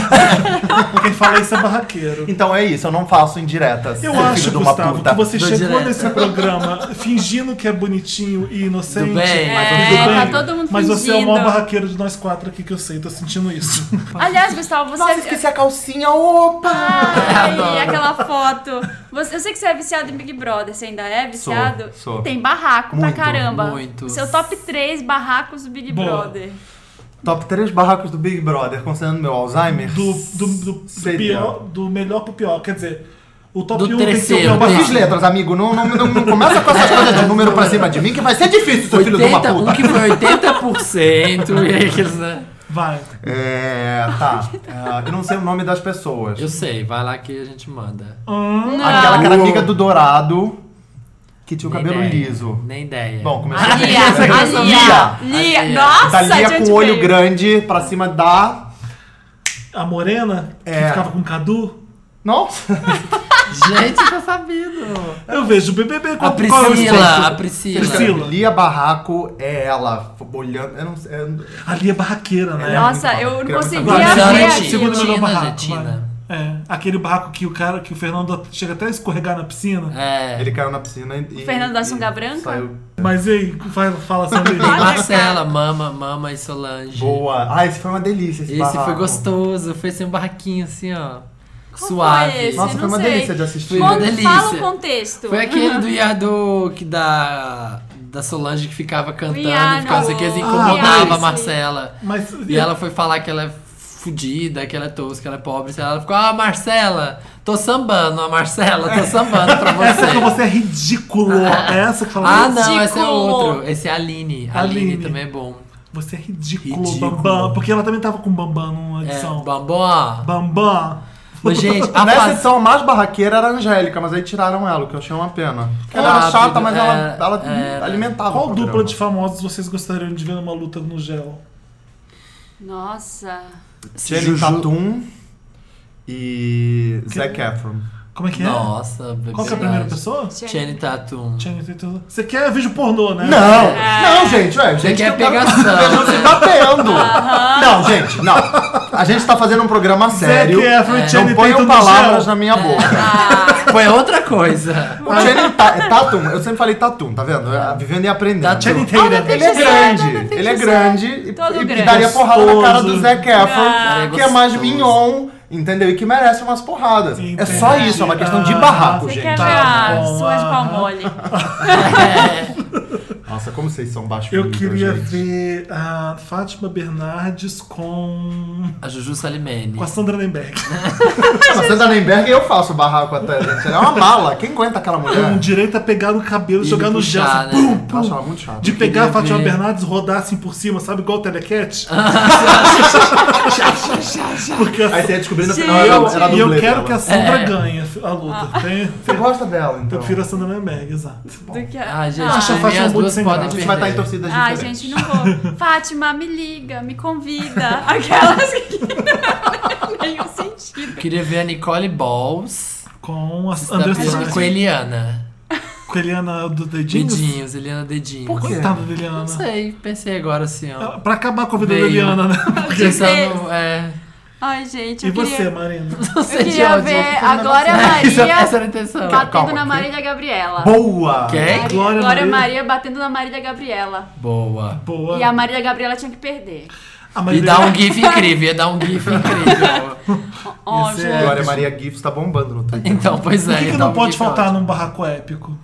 B: Quem fala isso é barraqueiro.
D: Então é isso, eu não faço indiretas.
B: Eu
D: seu
B: acho,
D: é filho de uma
B: Gustavo,
D: puta.
B: que você
A: Do
B: chegou
A: direto.
B: nesse programa fingindo que é bonitinho e inocente.
A: Do bem.
B: mas
A: É,
B: tudo bem.
C: tá todo mundo
B: Mas você é o
C: fingindo.
B: maior barraqueiro de nós quatro aqui que eu sei, tô sentindo isso.
C: Aliás, Gustavo, você. é
D: Nossa, esqueci a calcinha, opa!
C: Ai, aquela foto. Você- eu sei que você é viciado em Big Brother, você ainda é viciado?
D: sou.
C: Tem barraco
D: Muito,
C: pra caramba.
A: muito.
C: Seu top 3 barracos do Big
B: Boa.
C: Brother.
D: Top 3 barracos do Big Brother, considerando meu Alzheimer.
B: Do, do, do, do
D: Seria.
B: pior, do melhor pro pior. Quer dizer, o top
A: Do
B: 1 tem que ser
A: terceiro,
B: o
A: tá.
B: pior
D: Eu fiz
B: barraqueiro.
D: letras, amigo. Não, não, não, não começa com essas coisas de um número pra cima de mim, que vai ser difícil, seu filho de uma
A: 80, um
D: puta.
A: que foi 80% e aí aqueles, né?
B: Vai.
D: É, tá. Ah, eu não sei o nome das pessoas.
A: Eu sei, vai lá que a gente manda.
B: Hum,
D: Aquela
A: Ah.
D: que era amiga do Dourado, que tinha o cabelo
A: ideia.
D: liso.
A: Nem ideia. Ah,
D: Bom, começou
C: A Lia,
D: Essa é
C: a
D: criança
C: Lia, Lia.
A: Lia.
C: Nossa,
D: Dalia
C: de
D: com
C: onde
D: o olho
C: veio?
D: grande pra cima da.
B: a morena, que
D: É.
B: ficava com o Cadu.
D: Nossa!
A: Gente, tá sabido.
B: Eu vejo o BBB com
A: A
B: qual é o
A: Priscila,
B: sexo?
A: a Priscila.
B: Priscila.
D: Lia Barraco é ela, f- olhando. Eu não sei. eu-
B: Ali é barraqueira, né?
D: Ela é
C: Nossa,
D: muito
C: eu
D: boa.
C: não conseguia
A: Vai,
C: ver
A: Tina,
C: aquilo.
A: segundo
B: melhor
A: Tina,
B: barraco.
A: Tina.
B: vai. É, aquele barraco que o cara, que o Fernando chega até a escorregar na piscina.
A: É.
D: Ele caiu na piscina e.
C: O Fernando da
D: e-
C: Sunga
D: e
C: Branca?
D: Saiu.
B: Mas e aí, vai, fala sobre
A: Tem
B: ele.
C: Olha,
A: Marcela, Mama, Mama e Solange.
D: Boa! Ah, esse foi uma delícia. Esse,
A: Esse
D: barraco.
A: foi gostoso, foi sem um barraquinho assim, ó.
C: foi
A: suave.
C: esse?
D: Nossa,
C: Não
D: foi uma
C: sei.
D: delícia de assistir.
A: Foi uma
C: Conta-
A: delícia.
C: Fala o contexto.
A: Foi aquele do Yardo que da. Da Solange que ficava cantando,
C: Rihanna.
A: ficava não sei o que, assim,
C: Ah,
A: incomodava
C: esse.
A: a Marcela.
B: Mas
A: E ela foi falar que ela é fudida, que ela é tosca, que ela é pobre. sei lá. Ela ficou, ah, Marcela, tô sambando, a Marcela, tô sambando pra
B: essa que
A: você.
B: você é ridículo. É essa que fala
A: ah, não, esse é
C: Ridículo.
A: outro. Esse é a Aline. A Aline,
B: Aline.
A: também é bom.
B: Você é ridículo,
A: Ridículo.
B: Bambam. Porque ela também tava com Bambam numa
A: É,
B: edição.
A: Bambam.
B: Bambam.
A: Mas, gente, a
D: Nessa
A: fase-
D: edição, a mais barraqueira era a Angélica, mas aí tiraram ela, o que eu achei uma pena. Porque ela era
A: Rápido,
D: chata, mas
A: é,
D: ela, ela
A: é.
D: alimentava. o
B: Qual dupla
D: programa.
B: de famosos vocês gostariam de ver numa luta no gel?
C: Nossa.
D: Channing Tatum e Zac Efron.
B: Como é que
A: Nossa,
B: é? Qual que é a primeira pessoa?
A: Channing Tatum.
B: Channing Tatum. Você quer vídeo pornô, né?
D: Não! Não, gente, ué,
A: Você
D: gente.
A: quer
D: que eu quero-
A: pegação.
D: Eu não se batendo! Não, gente, não. A gente tá fazendo um programa sério. É,
B: Zac Efron e Channing
D: não ponham
B: Tatum no
D: palavras
B: gel.
D: na minha boca.
C: Ah,
A: Foi outra coisa.
D: O Channing Ta- é Tatum, eu sempre falei Tatum, tá vendo? É, Vivendo e aprendendo.
A: Tatum.
B: Channing
C: Olha,
B: Tatum.
D: Ele é grande,
C: Feiticeiro,
D: ele é
C: feiticeiro.
D: grande e,
C: Todo
D: e
C: grande.
D: daria porrada na cara do
B: Gostoso.
D: Zac Efron,
A: Ah.
D: que é mais
A: Gostoso.
D: mignon, entendeu? E que merece umas porradas. É
B: Entendi.
D: só isso, é uma questão de
B: Ah.
D: barraco,
C: Você
D: gente.
C: quer ver
B: tá
C: a
B: bom,
C: sua de
B: aham.
C: palmole?
A: É.
D: Nossa, como vocês são baixos
B: Eu
D: nível,
B: queria
D: gente.
B: ver a Fátima Bernardes com.
A: A Juju Salimene.
B: com a Sandra Lemberg.
D: A Sandra Nemberg eu faço barraco até, gente. Ela é uma mala. Quem aguenta aquela
B: Com
D: mulher?
B: direito a pegar no cabelo,
A: E
B: jogar no gel.
A: puxar,
B: assim,
A: né?
B: pum,
D: Eu acho ela
B: pum.
D: muito chata.
B: De pegar a
A: queria
B: Fátima
A: ver.
B: Bernardes, rodar assim por cima, sabe? Igual o Telecat. Porque a
D: Aí você ia descobrir no
C: Gente,
D: final era, era
B: E
D: dublê
B: eu quero
D: dela.
B: que a Sandra
A: É.
B: ganhe a luta.
C: Ah.
B: Tem-
D: Você gosta dela, então?
B: Eu prefiro a Sandra Lemberg, exato.
C: Do que a...
A: Ah, gente,
C: Ah,
B: Acho a
A: as
B: faixa
A: minhas
B: muito
A: duas
B: um sem tá,
A: podem
D: A gente
A: perder.
D: vai estar em torcidas
C: Ai,
D: diferentes.
C: gente, não vou. Fátima, me liga, me convida. Aquelas que não tem nenhum
B: então.
C: sentido.
A: Queria ver a Nicole Balls
B: Com a
A: da
B: Andressa
A: Priscila
B: Price.
A: com a Eliana.
B: Com a Eliana do Dedinhos.
A: Dedinhos, Eliana Dedinhos.
D: Por quê?
B: Coitada da
A: Não
B: Eliana.
A: sei, pensei agora assim, ó.
B: Pra acabar com a vida
A: Veio.
B: da Eliana, né? Porque-
A: Pensando, é.
C: Ai, gente,
B: E
C: eu
B: você,
C: queria,
B: Marina?
A: Não
C: eu
A: sei de
C: queria
A: onde.
C: ver
D: foi um
C: a Glória
A: É, isso- essa
C: Maria
A: era a intenção.
C: batendo
D: Calma,
C: na
D: que-
C: Marília Gabriela.
D: Boa!
A: Quem?
B: Glória
C: Glória,
B: Maria.
C: Maria. batendo na Marília Gabriela.
A: Boa.
B: Boa.
C: E a Marília Gabriela tinha que perder.
B: A
A: E
B: Marília-
A: dá um gif incrível, ia dar um gif incrível.
C: Ó,
B: Isso é-
C: gente.
D: Agora a Maria Gibbs tá bombando no Twitter.
A: Então, pois é.
B: O que,
A: ia
B: que
A: dar
B: não
A: um
B: pode
A: gif
B: faltar
A: ótimo.
B: num barraco épico?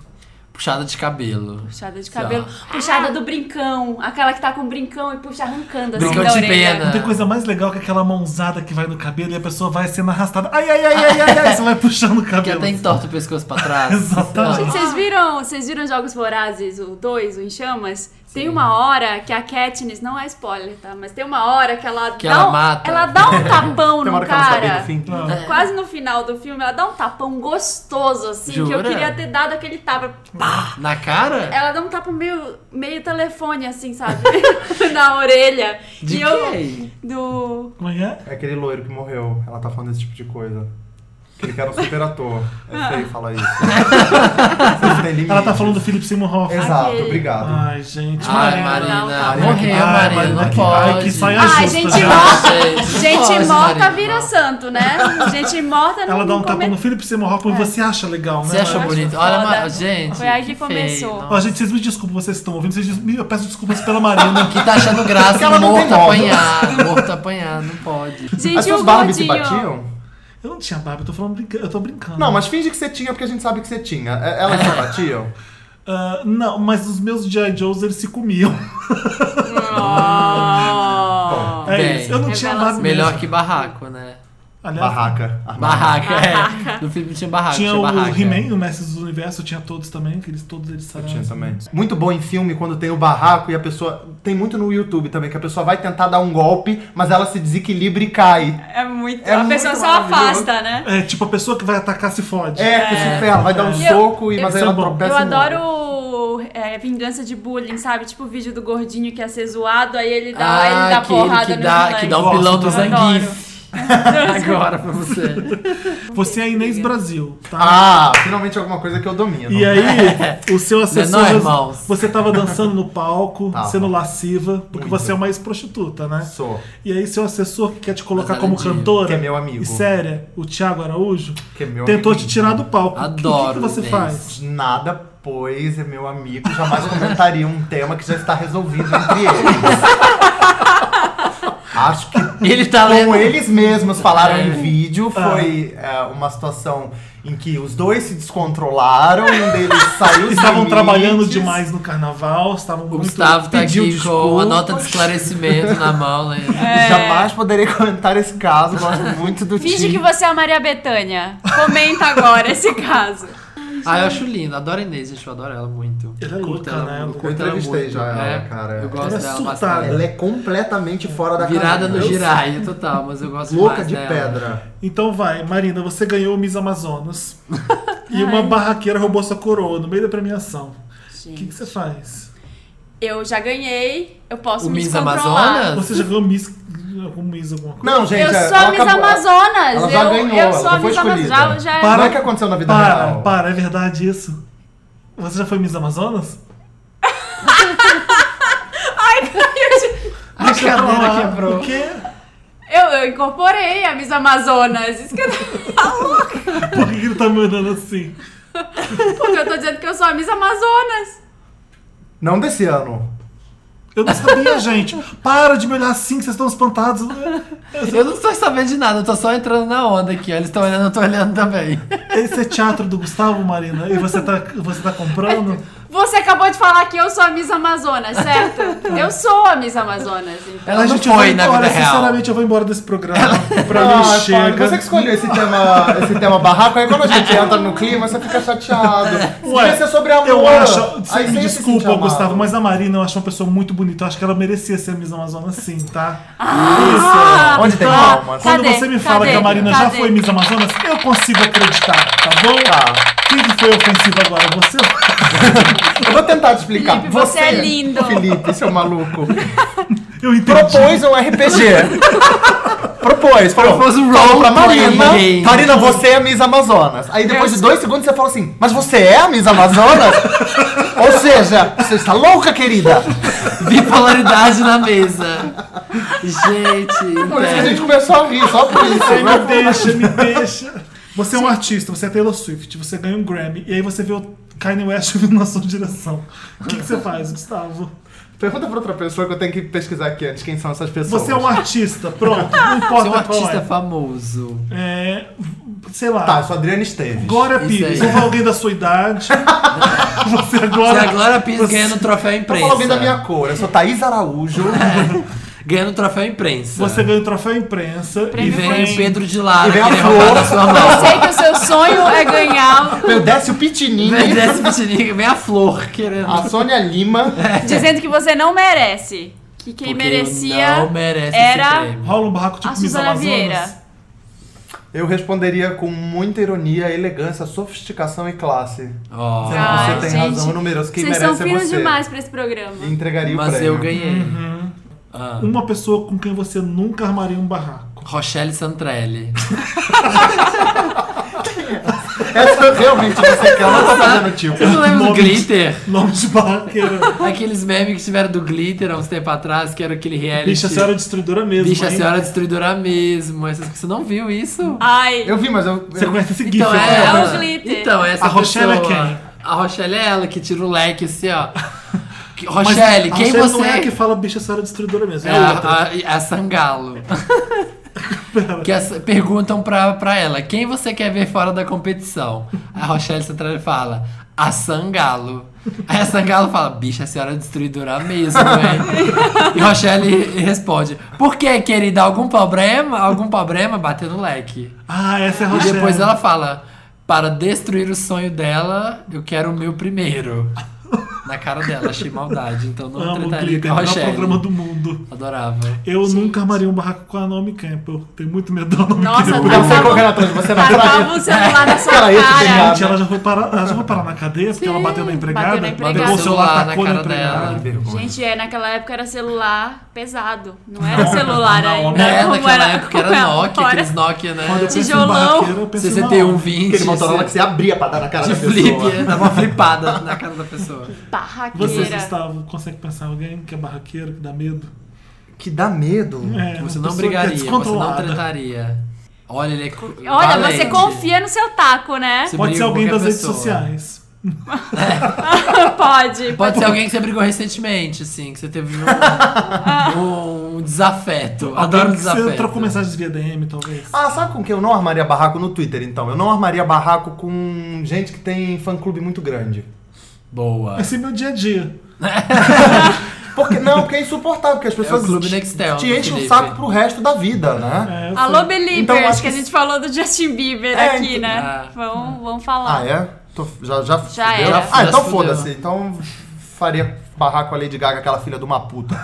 A: Puxada de cabelo.
C: Puxada de cabelo. Puxada do brincão. Aquela que tá com brincão e puxa arrancando assim
A: Brincão
C: da
A: de
C: orelha.
A: pena.
B: Não tem coisa mais legal que aquela mãozada que vai no cabelo e a pessoa vai sendo arrastada. Ai, ai, ai, ai, ai, ai. Você vai puxando o
A: Que
B: cabelo.
A: até entorta o pescoço pra trás.
B: Exatamente.
C: Gente, vocês viram, vocês viram Jogos Vorazes, o 2, o Em Chamas? Tem uma hora que a Katniss, não é spoiler, tá? Mas tem uma hora que ela
A: Que
C: dá
A: ela
C: um,
A: mata.
C: ela dá um tapão
D: Tem uma
C: no
D: hora que ela não sabe
C: cara. É.
D: no fim.
B: Ah,
C: Quase no final do filme, ela dá um tapão gostoso, assim, que eu
A: Jura?
C: queria ter dado aquele tapa.
A: Na cara?
C: Ela dá um tapa meio, meio telefone, assim, sabe? Na orelha.
A: De
C: e eu.
A: quem?
C: Do.
B: Como é que é?
D: É aquele loiro que morreu. Ela tá falando desse tipo de coisa. Que ele que era um super ator.
C: Ah.
D: É feio falar isso. Vocês têm
B: Ela tá
D: limites.
B: falando do Ah. Philip Seymour Hoffman.
D: Exato,
C: Aquele.
D: obrigado.
B: Ai, gente,
A: Ai,
B: Marina.
A: Marina, morreu,
C: Marina.
B: Ai,
A: Marina,
B: Marina,
A: não
B: que-
A: pode.
B: ai, que saia
A: Ai,
C: Ai,
B: justa,
C: gente
B: né?
C: morta!
A: não
C: Gente
A: pode,
C: morta
A: Marina.
C: vira santo, né? Gente morta não
B: Ela dá um
C: não
B: tapa
C: come-
B: no Philip Seymour Hoffman e você acha legal, né?
A: Você achou
B: Eu acho-
A: bonito? Olha,
C: foda.
A: Mar... gente.
C: Foi aí que
A: feio,
C: começou.
A: não.
B: Ó, gente, vocês me desculpem, vocês que estão ouvindo. Vocês des- Eu peço desculpas pela Marina.
A: Que tá achando graça
D: Porque ela não tem
A: morto
D: moda.
A: apanhar. Morto apanhar, não pode.
C: Gente,
D: As
C: e
D: suas
C: o
D: Barbie se
C: gordinho.
D: batiam?
B: Eu não tinha barba, eu tô falando brincando. Eu tô brincando.
D: Não, mas finge que você tinha, porque a gente sabe que você tinha. É- Elas se batiam?
B: Ah, não, mas os meus G.I. Joes, eles se comiam.
C: Oh.
B: É
A: Tá Bem,
B: isso. Eu não tinha
C: revelação.
B: barba
A: Melhor
B: mesmo.
A: que barraco, né?
B: Aliás,
D: Barraca. armário.
A: Barraca, é. No filme tinha barraco.
B: Tinha o
A: barraca.
B: He-Man, o Mestre do Universo, eu tinha todos também, que eles todos eles
D: Eu
B: saíram.
D: tinha também. Muito bom em filme quando tem o barraco e a pessoa. Tem muito no YouTube também, que a pessoa vai tentar dar um golpe, mas ela se desequilibra e cai.
C: É muito.
D: É
C: a
D: muito
C: pessoa só
D: maravilhoso.
C: afasta, né?
B: É, tipo, a pessoa que vai atacar se fode.
D: É, que se ferra, vai dar um
C: E eu-
D: soco, e, mas
B: eu-
D: aí ela
B: isso é bom.
D: tropeça
C: Eu
D: e morre.
C: adoro é, vingança de bullying, sabe? Tipo o vídeo do gordinho que ia ser zoado, aí ele dá,
A: Ah,
C: aí ele dá
A: que ele
C: porrada
A: que
C: no
A: dá-
C: moleque.
A: que dá o
D: um
B: Gosto,
A: pilão do
B: eu
C: adoro.
A: Zangief. Agora pra você.
B: Você é a Inês Brasil, tá?
D: Ah, finalmente alguma coisa que eu domino.
B: E aí, o seu
A: Não é não,
B: assessor.
A: irmãos?
B: você tava dançando no palco,
D: Tava.
B: sendo lasciva, porque
D: Muito.
B: você é uma ex-prostituta, né?
D: Sou.
B: E aí, seu assessor que quer te colocar
A: Mas
B: como
A: ela é diva.
B: cantora.
D: Que é meu amigo.
B: E séria, o Thiago Araújo,
D: Que é meu
B: tentou
D: amigo.
B: te tirar do palco.
A: Adoro,
B: O que, que você
A: Inês.
B: faz?
D: Nada, pois é meu amigo, jamais comentaria um tema que já está resolvido entre eles. Acho que
A: Ele tá
D: como
A: lendo.
D: eles mesmos falaram em
A: É.
D: vídeo,
B: Ah.
D: foi é, uma situação em que os dois se descontrolaram, um deles saiu dos
B: Estavam
D: limites.
B: trabalhando demais no carnaval, estavam
A: O
B: muito.
A: Gustavo tá
D: pediu
A: aqui com a
D: desculpas.
A: nota de esclarecimento na mão, né?
D: Jamais poderei comentar esse caso, gosto muito do
C: Finge
D: Tim.
C: que você é a Maria Bethânia. Comenta agora esse caso.
A: Ah, eu acho lindo. Adoro a Inês, gente. Eu adoro ela muito.
B: Ela é
A: Curto
B: louca,
A: ela
B: né?
A: muito,
B: Eu
A: curto ela
D: entrevistei
A: muito.
D: já ela,
A: É,
D: cara.
A: Eu
B: Ela
A: gosto
B: é
A: dela
B: surtada.
A: bastante.
D: né? Ela é completamente fora da
A: Virada
D: casinha.
A: no giraia total, mas eu gosto
D: Louca
A: demais
D: de
A: dela.
D: pedra.
B: Então vai, Marina, você ganhou o Miss Amazonas e uma barraqueira roubou sua coroa no meio da premiação. O que, que você faz?
C: Eu já ganhei, eu posso
A: O
C: me
A: Miss
C: descontrolar.
A: Amazonas?
B: Você já ganhou Miss, algum Miss alguma coisa?
D: Não, gente,
C: Eu
D: é-
C: sou
D: ela
C: a Miss
D: acabou-
C: Amazonas.
D: Ela já
C: eu,
D: ganhou,
C: eu
D: ela
C: sou
D: já
C: a
D: foi
C: Miss
D: escolhida.
C: Amazonas. Já, já
D: Não é
B: Para.
D: que aconteceu na vida
B: Para,
D: real.
B: para, é verdade isso? Você já foi Miss Amazonas?
D: Ah,
A: A cadeira
B: O
A: quebrou.
B: quê?
C: Eu, eu incorporei a Miss Amazonas. Isso que eu tô falando.
B: Por que que ele tá me olhando assim?
C: Porque eu tô dizendo que eu sou a Miss Amazonas.
D: Não desse ano.
B: Eu não sabia, gente. Para de me olhar assim, que vocês estão espantados.
A: Eu não tô sabendo de nada, eu tô só entrando na onda aqui. ó. Eles estão olhando, eu tô olhando também.
B: Esse é teatro do Gustavo, Marina. E você tá, você tá comprando?
C: Você acabou de falar que eu sou a Miss Amazonas, certo? Eu sou a Miss Amazonas, então.
A: Ela
B: Mas,
A: não
B: eu vou
A: foi na
B: embora,
A: vida real.
B: Sinceramente, eu vou embora desse programa. pra
D: Ah,
B: mim,
D: Fábio,
B: chega.
D: Você que escolheu esse tema, esse tema barraco, aí quando a gente entra no clima, você fica chateado.
B: Ué,
D: Ué, ser sobre amor.
B: Eu acho.
D: aí
B: Você me
D: você se sente
B: desculpa,
D: amado.
B: Gustavo, mas a Marina eu acho uma pessoa muito bonita. Eu acho que ela merecia ser Miss Amazonas, sim, tá?
C: Ah,
D: Onde tem
B: Então,
D: palmas?
B: Quando
C: Cadê?
B: você me fala
C: Cadê?
B: que a Marina já
C: Cadê?
B: foi Miss Amazonas, eu consigo acreditar, tá bom?
D: Tá.
B: Quem que foi ofensivo agora? Você?
D: Eu vou tentar te explicar.
C: Felipe, você é lindo.
D: Felipe, seu maluco.
B: Eu entendi.
D: Propôs um RPG. Propôs, falou.
A: Propôs um
D: falou pra
A: role-playing
D: Marina.
A: game.
D: Marina, você é a Miss Amazonas. Aí depois
C: Eu
D: de dois segundos você fala assim, mas você é a Miss Amazonas? Ou seja, você está louca, querida?
C: É.
A: Bipolaridade na mesa. Gente.
D: Por isso que a
A: é.
D: gente começou a rir, só por isso. né?
B: Ai, me deixa, me deixa. Você é um artista, você é Taylor Swift, você ganha um Grammy, e aí você vê o Kanye West vindo na sua direção. O que, que você faz, Gustavo?
D: Pergunta pra outra pessoa que eu tenho que pesquisar aqui antes quem são essas pessoas.
B: Você é um artista, pronto, não importa
A: Você é um
B: qual
A: artista
B: é.
A: famoso.
B: É, sei lá.
D: Tá, eu sou Adriana Esteves.
B: Glória
A: Isso
B: Pires,
A: aí.
B: ou alguém da sua idade.
A: Você
B: você
A: é
B: agora.
A: agora Pires ganhando o troféu
D: Eu falo alguém tá
A: imprensa.
D: da minha cor, eu sou Thaís Araújo.
A: Ganhando o troféu imprensa.
B: Você ganha o troféu imprensa
A: E
C: Prêmio
A: vem o Pedro de
D: E
A: Lara
D: vem a
A: querer
D: Flor.
A: roubar da sua mão.
C: Eu sei que o seu sonho é ganhar,
D: Meu Décio Pitininho.
A: Vem desse pitininho, é vem a flor querendo.
D: A Sônia Lima.
C: dizendo que você não merece. Que quem
A: Porque
C: merecia
A: não merece
C: era-
A: esse prêmio.
B: Rola um barraco tipo
C: a
B: Miss
C: Suzana
B: Amazonas.
C: Vieira.
D: Eu responderia com muita ironia, elegância, sofisticação e classe.
A: Ó,
D: Você
C: Ai,
D: tem
C: gente,
D: razão, eu não mereço. Quem
C: Vocês
D: merece
C: são
D: é
C: finos
D: você. Então,
C: demais pra esse programa.
D: E entregaria o
A: mas
D: prêmio.
A: eu ganhei. Ah,
B: Uma pessoa com quem você nunca armaria um barraco.
A: Rochelle Santrelli.
D: Essa realmente você quer, eu não tô fazendo tipo.
A: Vocês não lembram do
B: Nome de-
A: Glitter?
B: Nome de barraqueira.
A: Aqueles memes que tiveram do Glitter há uns tempos atrás, que era aquele reality.
B: Bicha, a senhora é destruidora mesmo.
A: Bicha, a
B: hein?
A: senhora é destruidora mesmo. Essas... Você não viu isso?
B: Uhum.
C: Ai,
D: Eu vi, mas eu.
B: Você
D: eu-
B: conhece esse
A: Então,
B: gif,
A: é,
B: né?
C: É o glitter.
A: Então, essa
B: A Rochelle é
A: pessoa-
B: quem?
A: A Rochelle é ela que tira o leque assim, ó. Que-
B: Mas
A: Rochelle,
B: a
A: quem
B: Rochelle
A: você
B: não é a que fala bicha, a senhora é destruidora mesmo. É,
A: É a,
B: outra.
A: a- a Sangalo. que as- perguntam pra, pra ela, quem você quer ver fora da competição? A Rochelle Central fala, a Sangalo. Aí a Sangalo fala, bicha, a senhora é destruidora mesmo, hein? e Rochelle responde, por que, querida? Algum problema? Algum problema? Bater no leque.
B: Ah, essa é a
A: E
B: Rochelle.
A: depois ela fala, para destruir o sonho dela, eu quero o meu primeiro. Na cara dela, achei maldade, então não
B: Amo o
A: trataria com a
B: glitter, é o melhor
A: Rochelle.
B: programa do mundo.
A: Adorava.
B: Eu nunca armaria um barraco com a Naomi Campbell. Tenho muito medo da Naomi
C: Nossa,
B: Campbell.
C: tá
D: Eu sei
C: bom.
D: correndo atrás de você na
C: tacava o
D: praia.
C: celular na sua
D: Cara, esse
C: cara.
D: obrigado.
B: Gente, ela já foi parar, ela já foi parar na cadeia porque
C: Sim,
B: ela bateu na empregada.
C: bateu na empregada.
B: Pegou o celular,
A: Celular
B: tacou
A: na
B: na,
A: cara
B: empregada.
A: dela.
C: Gente, é, naquela época era celular pesado. Não era celular
B: não,
C: ainda.
B: não.
A: É,
C: como
A: naquela época
C: como
A: era Nokia,
C: agora.
A: aqueles Nokia, né?
B: Quando eu penso em
C: Tijolão.
B: barraqueira, eu penso em Naomi.
A: 6120.
D: Aquele Motorola que você abria pra dar na cara
A: de
D: da
A: flip,
D: pessoa.
A: é, dava uma flipada na cara da pessoa.
B: Vocês,
C: Barraqueira.
B: Gustavo, consegue pensar em alguém que é barraqueiro, que dá medo?
D: Que dá medo.
B: É,
A: Você
B: uma pessoa
A: não
B: que é
A: brigaria, você não
B: descontrolada.
A: trataria. Olha, ele é co-
C: Olha,
A: valente.
C: você confia no seu taco, né?
A: Você
B: Pode
A: briga
B: ser
A: com
B: alguém das
A: qualquer
B: redes
A: pessoa.
B: sociais.
C: Pode.
A: Pode ser alguém que você brigou recentemente, assim, que você teve um, um- um desafeto. Adoro
B: Alguém que
A: desafeto. né?
B: Você trocou mensagens via DM, talvez.
D: Ah, sabe com quem eu não armaria barraco no Twitter, então? Eu não armaria barraco com gente que tem fã-clube muito grande.
A: Boa.
B: Esse é meu dia a dia.
D: Porque, não, porque é insuportável, porque as pessoas
A: clube
D: te-
A: Nextel,
D: te enchem
A: Felipe.
D: o saco pro resto da vida, né?
B: É, eu
C: Alô,
B: sei.
C: Believers,
D: Então, acho
C: que a
D: que-
C: gente falou do Justin Bieber
D: É,
C: aqui,
D: então-
C: né?
A: Ah.
C: vamos, vamos
D: Ah,
C: falar.
D: é? Tô- já, já,
C: Já
D: fudeu?
C: era.
D: Ah,
A: Já
D: então
A: se fudeu.
D: foda-se. Então faria barraco com a Lady Gaga, aquela filha de uma puta.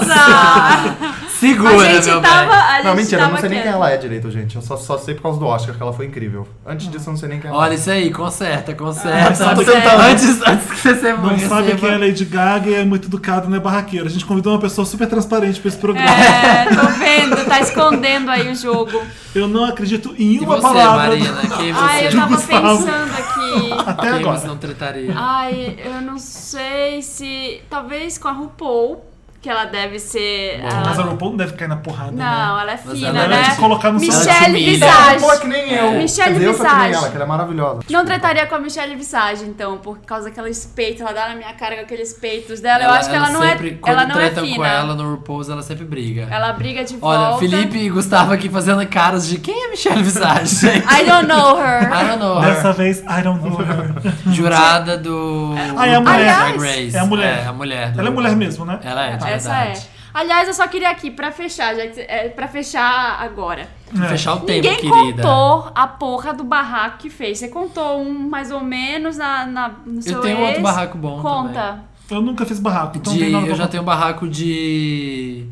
A: Nossa! Segura,
C: a gente
A: meu
C: tava.
A: bem.
C: A gente
D: é? não, mentira, eu
C: tava
D: não sei nem quem
C: quieto.
D: ela é direito, gente. Eu só, só sei por causa do Oscar, que ela foi incrível. Antes disso, eu não sei nem quem ela
A: Olha
D: é.
A: isso aí, conserta, conserta.
D: sabe
A: Antes,
D: quem tá-
A: antes, antes que você se
B: Não
A: receba-
B: sabe quem é Lady Gaga e é muito educado, não é barraqueiro. A gente convidou uma pessoa super transparente pra esse programa.
C: É, tô vendo, tá escondendo aí o jogo.
B: Eu não acredito em
A: E
B: uma
A: você,
B: palavra.
A: Marina? Quem você,
C: Ai, eu tava Ah,
B: Gustavo.
C: pensando aqui.
B: Até
A: quem
B: agora.
A: você não trataria?
C: Ai, eu não sei se. Talvez com a RuPaul, que ela deve ser. ela-
B: Mas a RuPaul não deve cair na porrada. né?
C: Não, ela é
A: Mas
C: fina,
A: ela
B: Ela
A: é
B: deve
A: né?
B: te colocar no seu
A: Ela te
C: Michelle
A: humilha.
D: Ela é
C: Visage.
D: boa que nem eu.
C: Michelle
D: Quer dizer, eu sou que nem
C: Visage.
D: ela, que ela é maravilhosa.
C: Não trataria com a Michelle Visage, então, por causa daqueles peitos, ela dá na minha cara com aqueles peitos dela. eu acho que ela não é.
A: sempre, Quando
C: Ela não é
A: tretam com
C: fina.
A: ela no RuPaul's, ela sempre briga.
C: Ela briga de
A: Olha,
C: volta.
A: Felipe e Gustavo aqui fazendo caras de quem é Michelle Visage, gente?
C: I don't know her.
A: I don't know.
B: Deve dessa vez, I don't know her.
A: Jurada do.
B: Ah, é a mulher.
A: Drag Race.
B: É a mulher.
A: É a mulher. do-
B: Ela é mulher mesmo, né?
A: Ela é, de
C: Essa
A: verdade.
C: é. Aliás, eu só queria aqui, pra fechar, já que, é, pra fechar agora.
B: É.
A: Pra Fechar o tempo,
C: Ninguém
A: querida.
C: contou a porra do barraco que fez. Você contou um mais ou menos na, na, no seu
A: tenho outro
C: ex.
A: barraco bom
C: Conta.
B: Eu nunca fiz barraco, então não tem
A: De,
B: nada pra
A: eu já
B: contar.
A: tenho um barraco de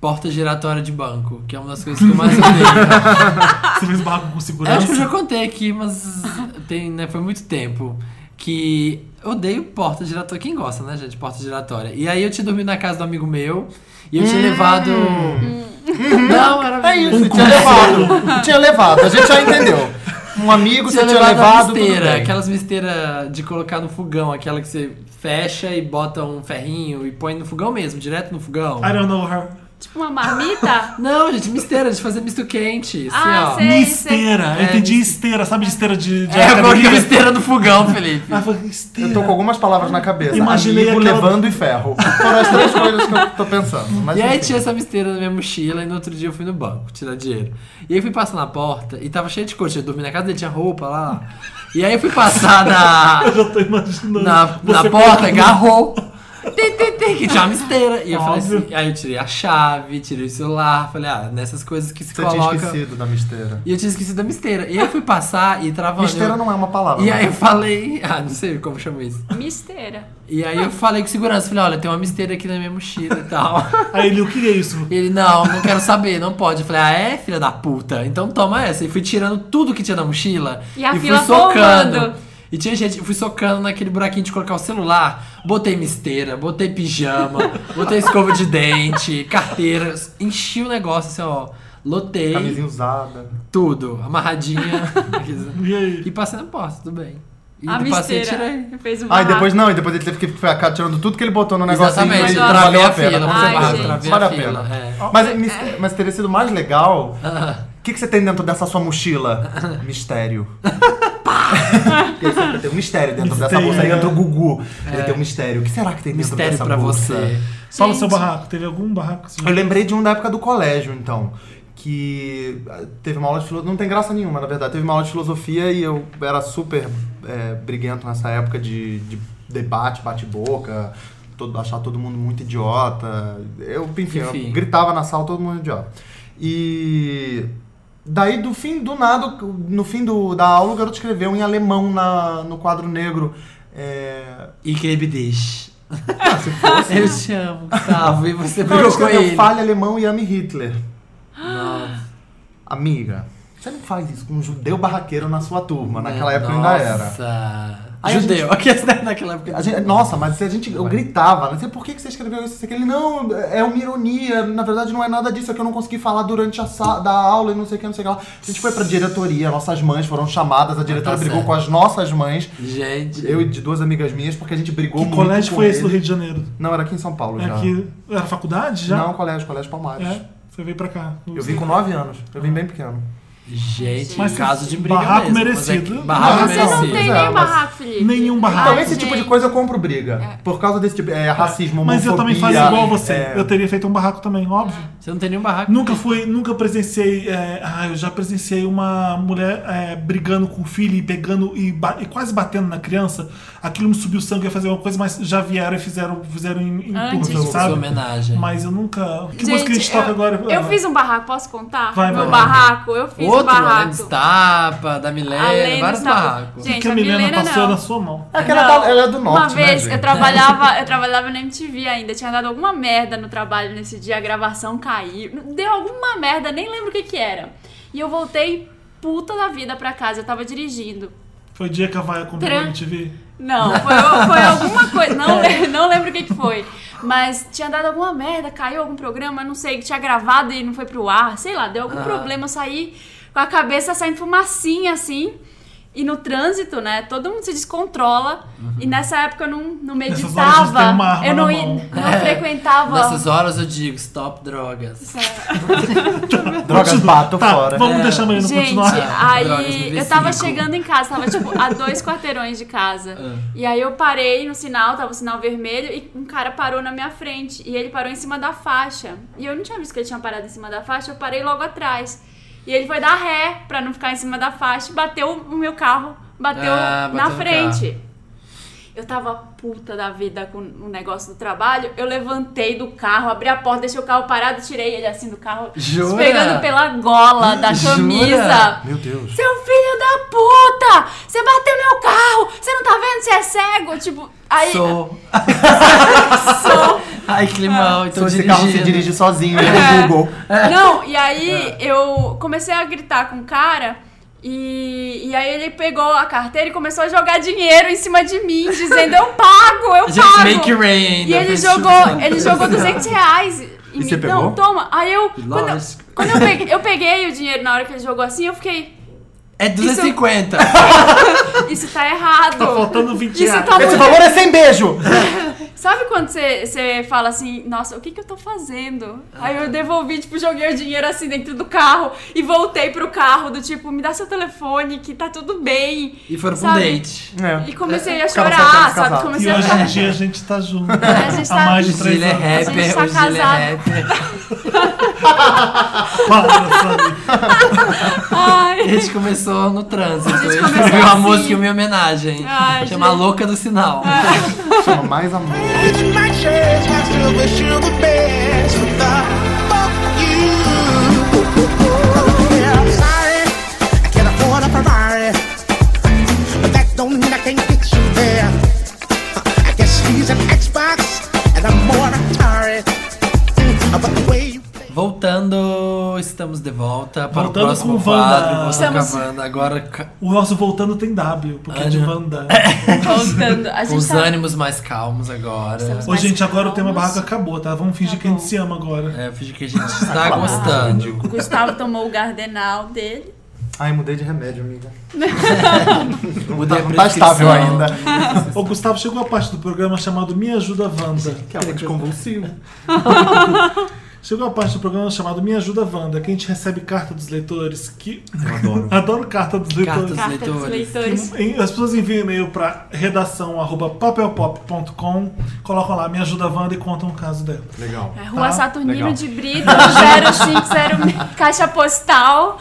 A: porta giratória de banco, que é uma das coisas que eu mais odeio.
B: Você fez barraco com
A: Eu acho que eu já
B: segurança?
A: contei aqui, mas tem, né, foi muito tempo. Que eu odeio porta giratória. Quem gosta, né, gente? de Porta giratória. E aí eu tinha dormido na casa do amigo meu e eu tinha levado. Não, era
D: Hum. É isso,
B: Um
D: tinha
B: consolo.
D: levado. Tinha levado, a gente já entendeu. Um amigo você
A: Tinha
D: tinha
A: levado a
D: levado. tudo
A: misteira,
D: bem.
A: aquelas misteiras de colocar no fogão, aquela que você fecha e bota um ferrinho e põe no fogão mesmo, direto no fogão.
B: I don't know her.
C: Tipo uma marmita?
A: Não, gente, misteira de fazer misto quente. Assim,
C: Ah,
A: ó.
C: sei. É, isso é-
B: Misteira. Eu
A: É,
B: entendi
A: mis-
B: esteira, sabe de esteira de, de
A: É, eu coloquei
B: academia?
A: misteira no fogão, Felipe.
B: Ah, eu falei, esteira.
D: Eu tô com algumas palavras na cabeça.
B: Imaginei
D: Amigo,
B: aquela-
D: levando e ferro. Foram as três coisas que eu tô pensando. Mas
A: E aí
D: enfim.
A: tinha essa misteira na minha mochila e no outro dia eu fui no banco tirar dinheiro. E aí fui passar na porta e tava cheio de coisa. Eu dormi na casa dele, tinha roupa lá. E aí eu fui passar na,
B: Eu tô imaginando.
A: na,
B: Você
A: na porta, agarrou. Tem, tem, tem, que tinha uma misteira. E eu falei
B: Óbvio.
A: assim, aí eu tirei a chave, tirei o celular, falei, ah, nessas coisas que se
D: Você tinha
A: coloca.
D: esquecido da misteira.
A: E eu tinha esquecido da misteira. E aí eu fui passar e travando.
D: Misteira não é uma palavra.
A: E
D: né?
A: aí eu falei, ah, não sei como chama isso.
C: Misteira.
A: E aí eu falei com segurança, falei, olha, tem uma misteira aqui na minha mochila e tal.
B: Aí ele, o que é isso?
A: Ele, não, não quero saber, não pode. Eu falei, ah, é, filha da puta? Então toma essa. E fui tirando tudo que tinha na mochila.
C: E a
A: fui
C: fila
A: socando.
C: formando.
A: E tinha gente, fui socando naquele buraquinho de colocar o celular. Botei misteira, botei pijama, botei escova de dente, carteira. Enchi o negócio assim, ó. Lotei
D: Camisinha usada.
A: tudo, amarradinha.
B: E aí?
A: e passei na porta, tudo bem. E
C: a
A: passei e
C: misteira.
A: tirei.
C: Fez um
D: Ah, e
C: barraco.
D: depois não, e depois ele teve que ficar tirando tudo que ele botou no negócio
A: Exatamente,
D: e
C: mas
A: travei
D: valeu
A: a fila,
D: pena.
A: como
C: Ai,
A: você fala,
C: gente.
A: travei
D: Vale
A: a
D: a
A: fila.
D: pena.
A: é.
D: Mas, mis- mas teria sido mais legal.
A: Ah,
D: O que, que você tem dentro dessa sua mochila? Mistério. Porque você tem um mistério dentro dessa
B: Mistério.
D: bolsa. Aí entra o Gugu. Ele tem um mistério. O que será que tem dentro
A: Mistério
D: dessa
A: pra
D: bolsa?
A: você.
B: Fala o
C: Gente.
B: seu barraco. Teve algum barraco? assim?
D: Eu lembrei de um da época do colégio, então. Que ah, teve uma aula de filosofia. Não tem graça nenhuma, na verdade. Teve uma aula de filosofia e eu era super é, briguento nessa época de, de debate, bate-boca, todo- achar todo mundo muito idiota. Eu, enfim, eu
A: Enfim.
D: gritava na sala todo mundo idiota. E. Daí, do fim do nada, no fim do, da aula, o garoto escreveu em alemão na, no quadro negro. É,
A: Ich liebe dich. Eu te amo, Gustavo. E você
D: não, ele
A: brigou com
D: escreveu
A: ele.
D: fale alemão e ame Hitler.
A: Nossa.
D: Amiga, você não faz isso com um judeu barraqueiro na sua
A: É,
D: turma. Naquela época ainda era.
A: Nossa.
D: Aí a
A: Judeu. Aqui é naquela época.
D: A gente- nossa, mas se a gente, eu gritava, né? Você, Por que, que você escreveu isso? Isso, Aquele, não, é uma ironia. Na verdade, não é nada disso. É que eu não consegui falar durante a sa- da aula e não sei o que, não sei o que lá. A gente foi pra diretoria, nossas mães foram chamadas. A diretora
A: tá
D: brigou
A: certo.
D: com as nossas mães.
A: Gente.
D: Eu e de duas amigas minhas, porque a gente brigou
B: Que
D: muito
B: colégio
D: com
B: foi esse do
D: ele.
B: Rio de Janeiro?
D: Não, era aqui em São Paulo
B: É
D: já.
B: aqui. Era faculdade já?
D: Não, colégio, colégio Palmares.
B: É, você veio pra cá.
D: Eu vim com nove anos. Eu vim bem pequeno.
A: Gente,
B: Mas
A: caso de briga
B: barraco
A: mesmo,
B: merecido.
A: mas é que- barraco
C: Ah, Você não
A: merecido.
C: tem
D: Pois é,
C: nenhum
D: mas-
C: barraco, Felipe.
B: Nenhum barraco.
D: Então,
C: Ai,
D: esse tipo de
C: Ah, gente.
D: coisa eu compro briga. Por causa desse tipo. É racismo, homofobia.
B: Mas eu também fazia igual você.
D: é,
B: Eu teria feito um barraco também, óbvio.
A: Você não tem nenhum barraco.
B: Nunca fui, nunca presenciei. é, ah, eu já presenciei uma mulher é, brigando com o filho e pegando e, ba- e quase batendo na criança. Aquilo me subiu o sangue, ia fazer uma coisa, mas já vieram e fizeram, fizeram em, em
C: Antes.
B: turno,
A: Sua
B: sabe?
A: homenagem.
B: Mas eu nunca. Que música a gente
C: eu,
B: toca agora? é
C: Eu fiz um barraco, posso contar?
B: Vai,
A: vai.
C: Meu barraco, eu fiz um
A: Outro, além de
C: barraco.
A: tapa, da
C: Além
A: Milena,
C: do
A: vários
C: tapa.
A: barracos.
B: Ah, que
C: Gente,
B: a
C: a
B: Milena,
C: Milena
B: passou
C: não.
B: na sua mão.
D: É que ela,
C: Não.
D: tá- ela é do norte,
C: Uma vez
D: né,
C: eu
D: gente?
C: trabalhava, eu trabalhava na MTV ainda, tinha dado alguma merda no trabalho nesse dia, a gravação caiu. Deu alguma merda, nem lembro o que que era. E eu voltei puta da vida pra casa, eu tava dirigindo.
B: Foi o dia que a Vaia comprou
C: Tran-
B: a MTV?
C: Não, foi, foi alguma coisa, não, le- não lembro o que que foi. Mas tinha dado alguma merda, caiu algum programa, não sei, que tinha gravado e não foi pro ar, sei lá, deu algum problema, eu saí com a cabeça saindo fumacinha assim. E no trânsito, né, todo mundo se descontrola.
B: Uhum.
C: E nessa época eu não, não
B: Nessas horas a gente
C: meditava.
B: tem uma arma
C: eu não,
B: na
C: i-
B: mão.
A: É.
C: não frequentava.
A: Nessas horas eu digo, stop drogas.
D: Drogas bato
B: Tá,
D: fora.
B: vamos
A: É.
B: deixar a Milena
C: Gente,
B: continuar. Tá
A: Drogas no
C: aí
A: versículo.
C: eu tava chegando em casa, tava tipo a dois quarteirões de casa.
A: Ah.
C: E aí eu parei no sinal, tava o sinal vermelho, e um cara parou na minha frente. E ele parou em cima da faixa. E eu não tinha visto que ele tinha parado em cima da faixa, eu parei logo atrás. E ele foi dar ré pra não ficar em cima da faixa, e bateu o meu carro bateu
A: Ah, bateu
C: na
A: no
C: frente. Eu tava puta da vida com o negócio do trabalho. Eu levantei do carro, abri a porta, deixei o carro parado, tirei ele assim do carro,
A: Jura?
C: pegando pela gola da
A: Jura?
C: camisa.
D: Meu Deus.
C: Seu filho da puta! Você bateu meu carro! Você não tá vendo? Você é cego! Tipo, aí.
A: Sou.
C: Sou.
A: Ai, que limão.
D: Então
A: Então
D: esse carro se
A: dirigindo.
D: dirige sozinho né,
C: É.
D: no Google.
C: Não, e aí eu comecei a gritar com o cara. E, e aí ele pegou a carteira e começou a jogar dinheiro em cima de mim, dizendo eu pago, eu
A: Just
C: pago.
A: make it rain. né?
C: e
A: da
C: ele
A: Pet
C: jogou,
A: Shop.
C: ele jogou 200 reais. em
D: E você
C: mim.
D: pegou?
C: Não, toma. Aí eu quando, eu.
A: Lógico.
C: quando eu peguei, eu peguei o dinheiro na hora que ele jogou assim, eu fiquei.
A: É 250.
C: Isso tá errado.
B: Tá faltando 20
C: Isso
B: reais.
C: tá
D: Esse
C: muito
D: valor é sem beijo!
C: Sabe quando você- você fala assim, nossa, o que que eu tô fazendo? Aí eu devolvi, tipo, joguei o dinheiro assim dentro do carro e voltei pro carro do tipo, me dá seu telefone que tá tudo bem.
A: E foram pra um
C: Sabe?
A: date.
D: É.
C: E comecei a
D: Ficava
C: chorar,
D: solteiro,
C: sabe?
D: casado.
B: E
C: Comecei a
B: hoje em
C: chorar.
B: dia a gente tá junto.
C: A gente
B: Há
C: tá-
B: mais de
A: O Gil
B: três
A: é
B: anos.
C: A gente
A: rapper,
C: tá
A: o Gil é
C: casado.
A: rapper.
B: Para, sabe?
A: A
C: Ai,
A: gente começou no trânsito. A gente,
C: começou
A: escreveu uma
C: assim.
A: música em minha homenagem.
C: Ai,
A: chama
C: gente. Ah.
A: Louca do Sinal.
D: Chama é mais amor.
F: Oh, Mm,
A: Voltando, estamos de volta para
B: Voltando
A: o próximo
B: com Wanda.
A: quadro. Voltando
C: Estamos-
A: com a Wanda. Agora ca-
B: O nosso voltando tem W, porque é de
A: Olha.
B: Wanda.
C: voltando. A
A: com
C: gente
A: os
C: tá...
A: ânimos mais calmos agora.
C: Estamos-
B: Ô, gente, agora o tema
C: Vamos.
B: barraca acabou, tá? Vamos fingir que a gente se ama agora.
A: É, finge que a gente
C: Tá
A: está gostando.
C: O Gustavo tomou o gardenal dele.
D: Ai, mudei de remédio, amiga.
A: Mudei a
D: Não tá estável
A: prescrição.
D: ainda.
B: Ô, Gustavo, chegou a parte do programa chamado Me Ajuda Wanda.
D: Que é anticonvulsivo.
B: Chegou a parte do programa chamado Me Ajuda Wanda, que a gente recebe carta dos leitores que.
D: Eu adoro.
B: Adoro carta dos leitores.
A: Cartas.
C: Carta dos
A: leitores.
C: leitores.
B: Em- As pessoas enviam e-mail para redação arroba papelpop.com, colocam lá Me Ajuda Wanda e contam o caso dela.
D: Legal.
C: É Rua
B: Tá,
C: Saturnino
D: legal.
C: de Brito, 0506, caixa postal.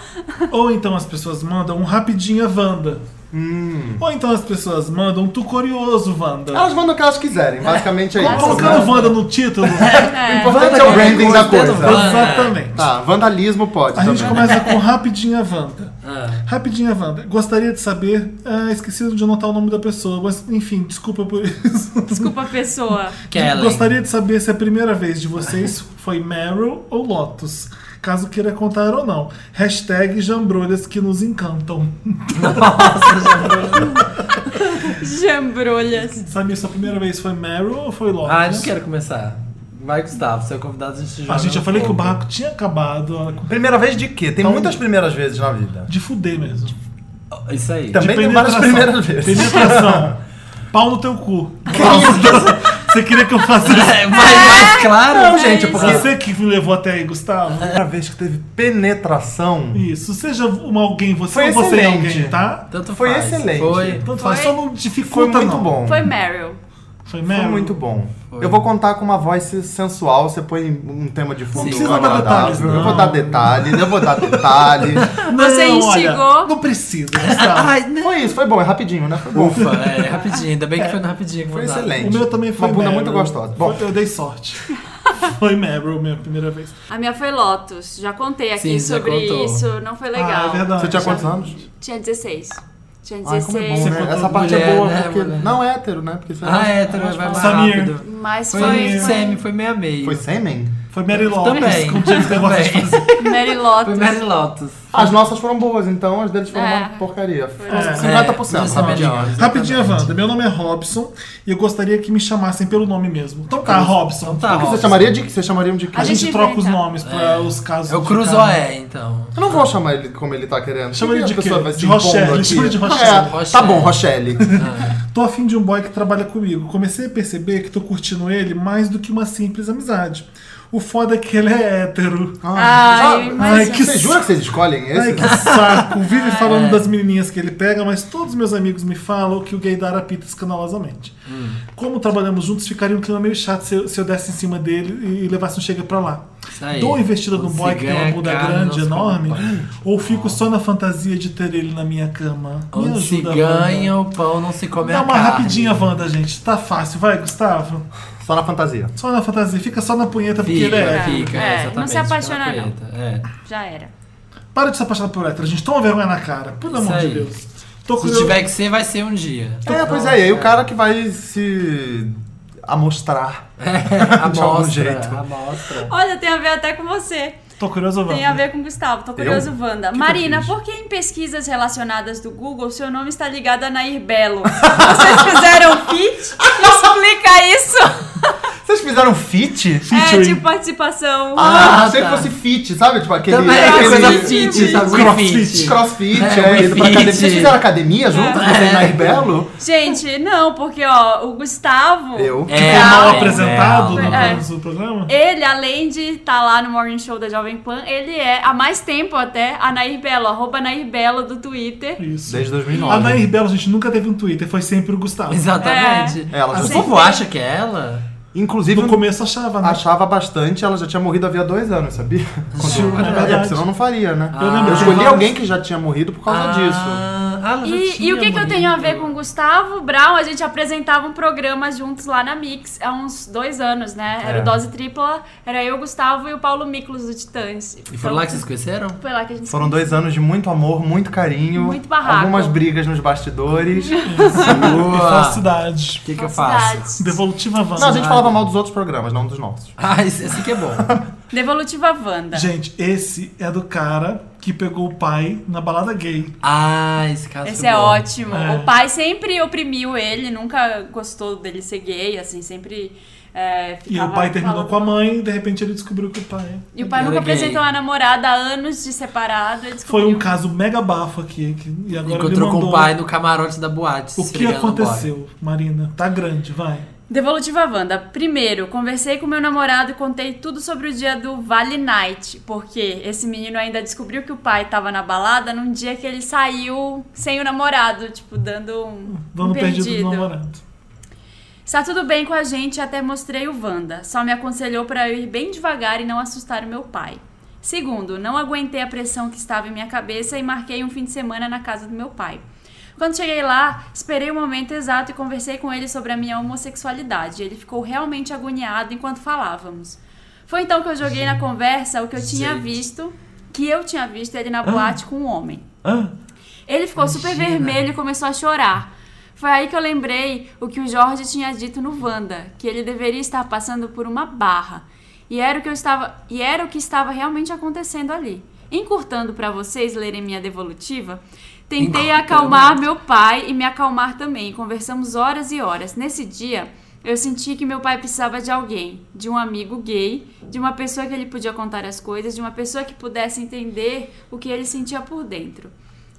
B: Ou então as pessoas mandam um rapidinho a Wanda.
D: Hum.
B: Ou então as pessoas mandam um Tu Curioso Wanda.
D: Elas mandam o que elas quiserem, basicamente é isso.
B: Colocando Wanda no título.
C: É.
D: Importante é o branding da
A: Gostando,
D: coisa.
A: Wanda.
B: Exatamente.
D: Tá, vandalismo pode
B: A gente
D: também.
B: começa com Rapidinha Wanda.
A: Ah,
B: Rapidinha Wanda. Gostaria de saber. Ah, esqueci de anotar o nome da pessoa, mas enfim, desculpa por isso.
C: Desculpa, pessoa.
A: Kellen.
B: Gostaria de saber se a primeira vez de vocês foi Meryl ou Lotus. Caso queira contar ou não. Hashtag jambrolhas que nos encantam.
C: Jambrolhas.
B: Sabe, sua primeira vez foi Meryl ou foi Lotus?
A: Ah, não quero começar. Vai, Gustavo, seu convidado a gente joga
B: A gente já
A: no
B: falei que o
A: fogo.
B: barraco tinha acabado. olha,
D: Primeira vez de quê?
B: Então-
D: Tem muitas primeiras vezes na vida.
B: De fuder mesmo.
A: Oh, Isso aí.
B: Tá
D: Também tem várias primeiras vezes.
B: Penetração. Pau no teu cu. Você queria que eu fizesse isso?
A: É, Vai mais claro.
D: Não, gente,
C: é
D: porque a
B: Você que me levou até aí, Gustavo.
D: primeira vez que teve penetração
B: Isso, seja uma alguém, você
D: Foi
B: ou você é
D: excelente.
B: alguém, tá?
A: Tanto
D: Foi
A: faz.
D: excelente.
A: Foi.
B: Tanto faz,
C: Foi-
B: só não
D: foi
B: dificulta
D: muito
B: não.
D: bom.
C: Foi Meryl.
B: Foi
D: Foi
B: mesmo?
D: muito bom.
A: Foi.
D: Eu vou contar com uma voz sensual, você põe um tema de
A: Não
D: fundo
A: precisa
B: dar
D: agradável.
B: detalhes, não.
D: Eu vou dar detalhes, eu vou dar detalhes.
C: Tá, Você
B: Não,
C: instigou.
B: Olha, não precisa, Gustavo.
A: Ai, não.
D: Foi isso, foi bom, é rapidinho, né? Foi bom.
A: Ufa, é rapidinho. Ainda bem que foi no rapidinho. que
D: Foi
A: mandaram.
D: excelente.
B: O meu também foi
D: Uma bunda
B: Meryl.
D: muito gostosa. Bom.
B: Foi- eu dei sorte. foi Meryl, minha primeira vez.
C: A minha foi Lotus. Já contei aqui
A: Sim, já
C: sobre
A: contou.
C: isso. Não foi
B: Ah,
C: legal.
B: é verdade.
D: Você tinha quantos anos?
C: Tinha 16. Tinha
D: Ai, como é bom,
C: 16.
D: né? Essa parte
A: Mulher,
D: é boa,
A: né,
D: porque
A: mulher?
D: não é hétero, né? Porque você
A: Ah, é, também vai mais
B: Samir.
A: rápido.
C: mas
A: Foi,
C: foi,
A: foi
C: foi,
A: semi, foi meia meia.
D: Foi sêmen?
B: Foi Mary Lopes.
A: Também.
B: Com James negócio de
A: Também.
B: fazer.
C: Mary Lotus.
A: Foi Mary Lotus.
D: As nossas foram boas, então as deles foram
C: É.
D: uma porcaria.
B: É.
D: 50%,
A: É,
D: tá rapidinho.
A: melhor.
B: Rapidinha, Wanda. Meu nome é Robson e eu gostaria que me chamassem pelo nome mesmo. Então tá, Robson.
A: Então tá,
D: O que
A: Robson.
D: você chamaria de que? Vocês chamariam de que?
B: A
C: A
B: gente, É.
C: gente
B: troca os
C: inventa.
B: nomes pra os casos.
A: Eu
B: de
A: cruzo
B: cada um.
A: OE, então.
D: Eu não vou chamar ele como ele tá querendo.
B: Chama ele
D: Por que
B: de
D: a pessoa
B: quê?
D: vai se
B: De
D: impondo
B: Rochelle,
D: aqui?
B: chama de Rochelle.
D: É, Tá
A: Rochelle.
D: bom, Rochelle.
B: Tô afim de um boy que trabalha comigo. Comecei a perceber que tô curtindo ele mais do que uma simples amizade. O foda é que ele é hétero.
C: Ai,
D: Sabe?
C: imagina.
B: Ai, que
D: Ah. Você jura que vocês escolhem esse?
B: Ai, é. que saco. Vive falando das menininhas que ele pega, mas todos meus amigos me falam que o gaydar apita escandalosamente. Como trabalhamos juntos, ficaria um clima meio chato se eu, se eu desse em cima dele e levasse um chega pra lá.
A: Isso aí.
B: Dou investida no
A: Quando
B: boy
A: se
B: que tem uma
A: ganha
B: bunda
A: carne, não
B: grande,
A: se
B: enorme,
A: compra.
B: ou fico só na fantasia de ter ele na minha cama. Me
A: Onde se
B: ajuda,
A: ganha o pão, não se come
B: Wanda. Dá
A: a
B: uma
A: carne.
B: rapidinha, Wanda, gente. Tá fácil, vai, Gustavo.
D: Só na fantasia.
B: Só na fantasia, fica só na punheta porque ele
A: Fica,
B: é. hétero.
A: fica,
C: É,
A: exatamente.
C: não se apaixona,
A: fica na
C: não.
A: punheta, É.
C: Já era.
B: Para de se apaixonar por hétero, gente. Toma vergonha na cara, pelo
A: Isso
B: amor de
A: aí.
B: Deus. Tô
A: Se tiver que ser, vai ser um dia.
D: É, pois é, e aí o cara que vai se amostrar. De algum jeito.
A: Amostra, amostra.
C: Olha, tem a ver até com você.
B: Tô curioso, Wanda.
C: Tem a ver com o Gustavo. Tô curioso, Wanda.
D: que eu
C: Marina,
D: fiz?
C: por que em pesquisas relacionadas do Google seu nome está ligado a Nair Belo? Vocês fizeram fit? Explica isso.
D: Vocês fizeram fit?
C: É,
B: Featuring.
C: de participação.
A: tipo,
D: Ah,
A: Ah,
D: achei
A: tá.
D: que fosse fit, sabe? Tipo aquele.
A: Também é
D: aquele
A: coisa fit, sabe?
B: Crossfit.
A: Fit.
D: Crossfit,
A: É,
D: é,
A: Wii
D: indo pra
A: Fit. É.
D: academia. Vocês fizeram academia juntos, você e Nair Belo?
C: Gente, não, porque ó, o Gustavo,
D: Eu.
A: É,
B: Ficou mal
A: é,
B: apresentado
A: é,
B: no
C: é.
B: no programa?
C: ele, além de estar lá no Morning Show da Jovem Pan, ele é, há mais tempo até, a Nair Belo, arroba Nair Belo do Twitter.
B: Isso.
D: Desde
B: A
D: 2009.
B: Nair Belo, gente, nunca teve um Twitter, foi sempre o Gustavo.
A: Ah, Exatamente. Ah,
D: É, ela
A: o
D: já-
A: povo acha que é ela?
D: Inclusive,
A: um
D: um
B: No começo achava, né?
D: achava bastante, ela já tinha morrido havia dois anos, sabia?
B: Sim,
D: Quando
B: é verdade.
D: é, porque senão não faria, né?
B: Eu lembro
D: eu
B: de
D: escolhi
B: vários-
D: alguém que já tinha morrido por causa
B: Ah.
D: disso.
A: Ah, ela já
C: E,
A: tinha
C: e o que, que eu tenho a ver
A: morrido.
C: com o Gustavo Brown? A gente apresentava um programa juntos lá na Mix há uns dois anos, né? Era
D: É.
C: o Dose Tripla, era eu, Gustavo e o Paulo Miklos do Titãs.
A: E foram lá que vocês se conheceram?
C: Foi lá que a gente
D: Foram dois anos de muito amor, muito carinho.
C: Muito barraco.
D: Algumas brigas nos bastidores.
B: E
A: Boa!
B: falsidade.
A: É O que, que eu faço?
C: Falsidades.
B: Devolutiva Wanda.
D: Não, a gente falava mal dos outros programas, não dos nossos.
A: Ah, esse, esse que é bom.
C: Devolutiva Wanda.
B: Gente, esse é do cara que pegou o pai na balada gay.
A: Ah, esse caso
C: Esse
A: foi
C: é
A: bom.
C: ótimo.
B: É.
C: O pai sempre oprimiu ele, nunca gostou dele ser gay, assim, sempre. é,
B: E
C: ficava
B: o pai terminou
C: falando-
B: com a mãe e de repente ele descobriu que o pai.
C: E o pai
A: Era
C: nunca
A: gay.
C: apresentou a namorada há anos de separado. Ele
B: é Foi
C: descobriu.
B: um caso mega bafo aqui. que- e agora
A: Encontrou
B: ele
A: com
B: mandou.
A: o pai né? no camarote da boate.
B: O que
A: esfregando boy.
B: aconteceu, Marina? Tá grande, vai.
C: Devolutiva Wanda. Primeiro, conversei com meu namorado e contei tudo sobre o dia do Vale Night, porque esse menino ainda descobriu que o pai tava na balada num dia que ele saiu sem o namorado, tipo, dando um, um
B: Dando perdido,
C: perdido.
B: do namorado.
C: Está tudo bem com a gente, até mostrei o Wanda. Só me aconselhou para eu ir bem devagar e não assustar o meu pai. Segundo, não aguentei a pressão que estava em minha cabeça e marquei um fim de semana na casa do meu pai. Quando cheguei lá, esperei o momento exato e conversei com ele sobre a minha homossexualidade. Ele ficou realmente agoniado enquanto falávamos. Foi então que eu joguei na conversa o que eu tinha
A: Gente.
C: visto, que eu tinha visto ele na boate com um homem.
B: Ah,
C: Ele ficou super vermelho e começou a chorar. Foi aí que eu lembrei o que o Jorge tinha dito no Wanda, que ele deveria estar passando por uma barra. E era o que eu estava, e era o que estava realmente acontecendo ali. Encurtando para vocês lerem minha devolutiva, tentei
A: Encurtando.
C: acalmar meu pai e me acalmar também. Conversamos horas e horas. Nesse dia, eu senti que meu pai precisava de alguém, de um amigo gay, de uma pessoa que ele podia contar as coisas, de uma pessoa que pudesse entender o que ele sentia por dentro.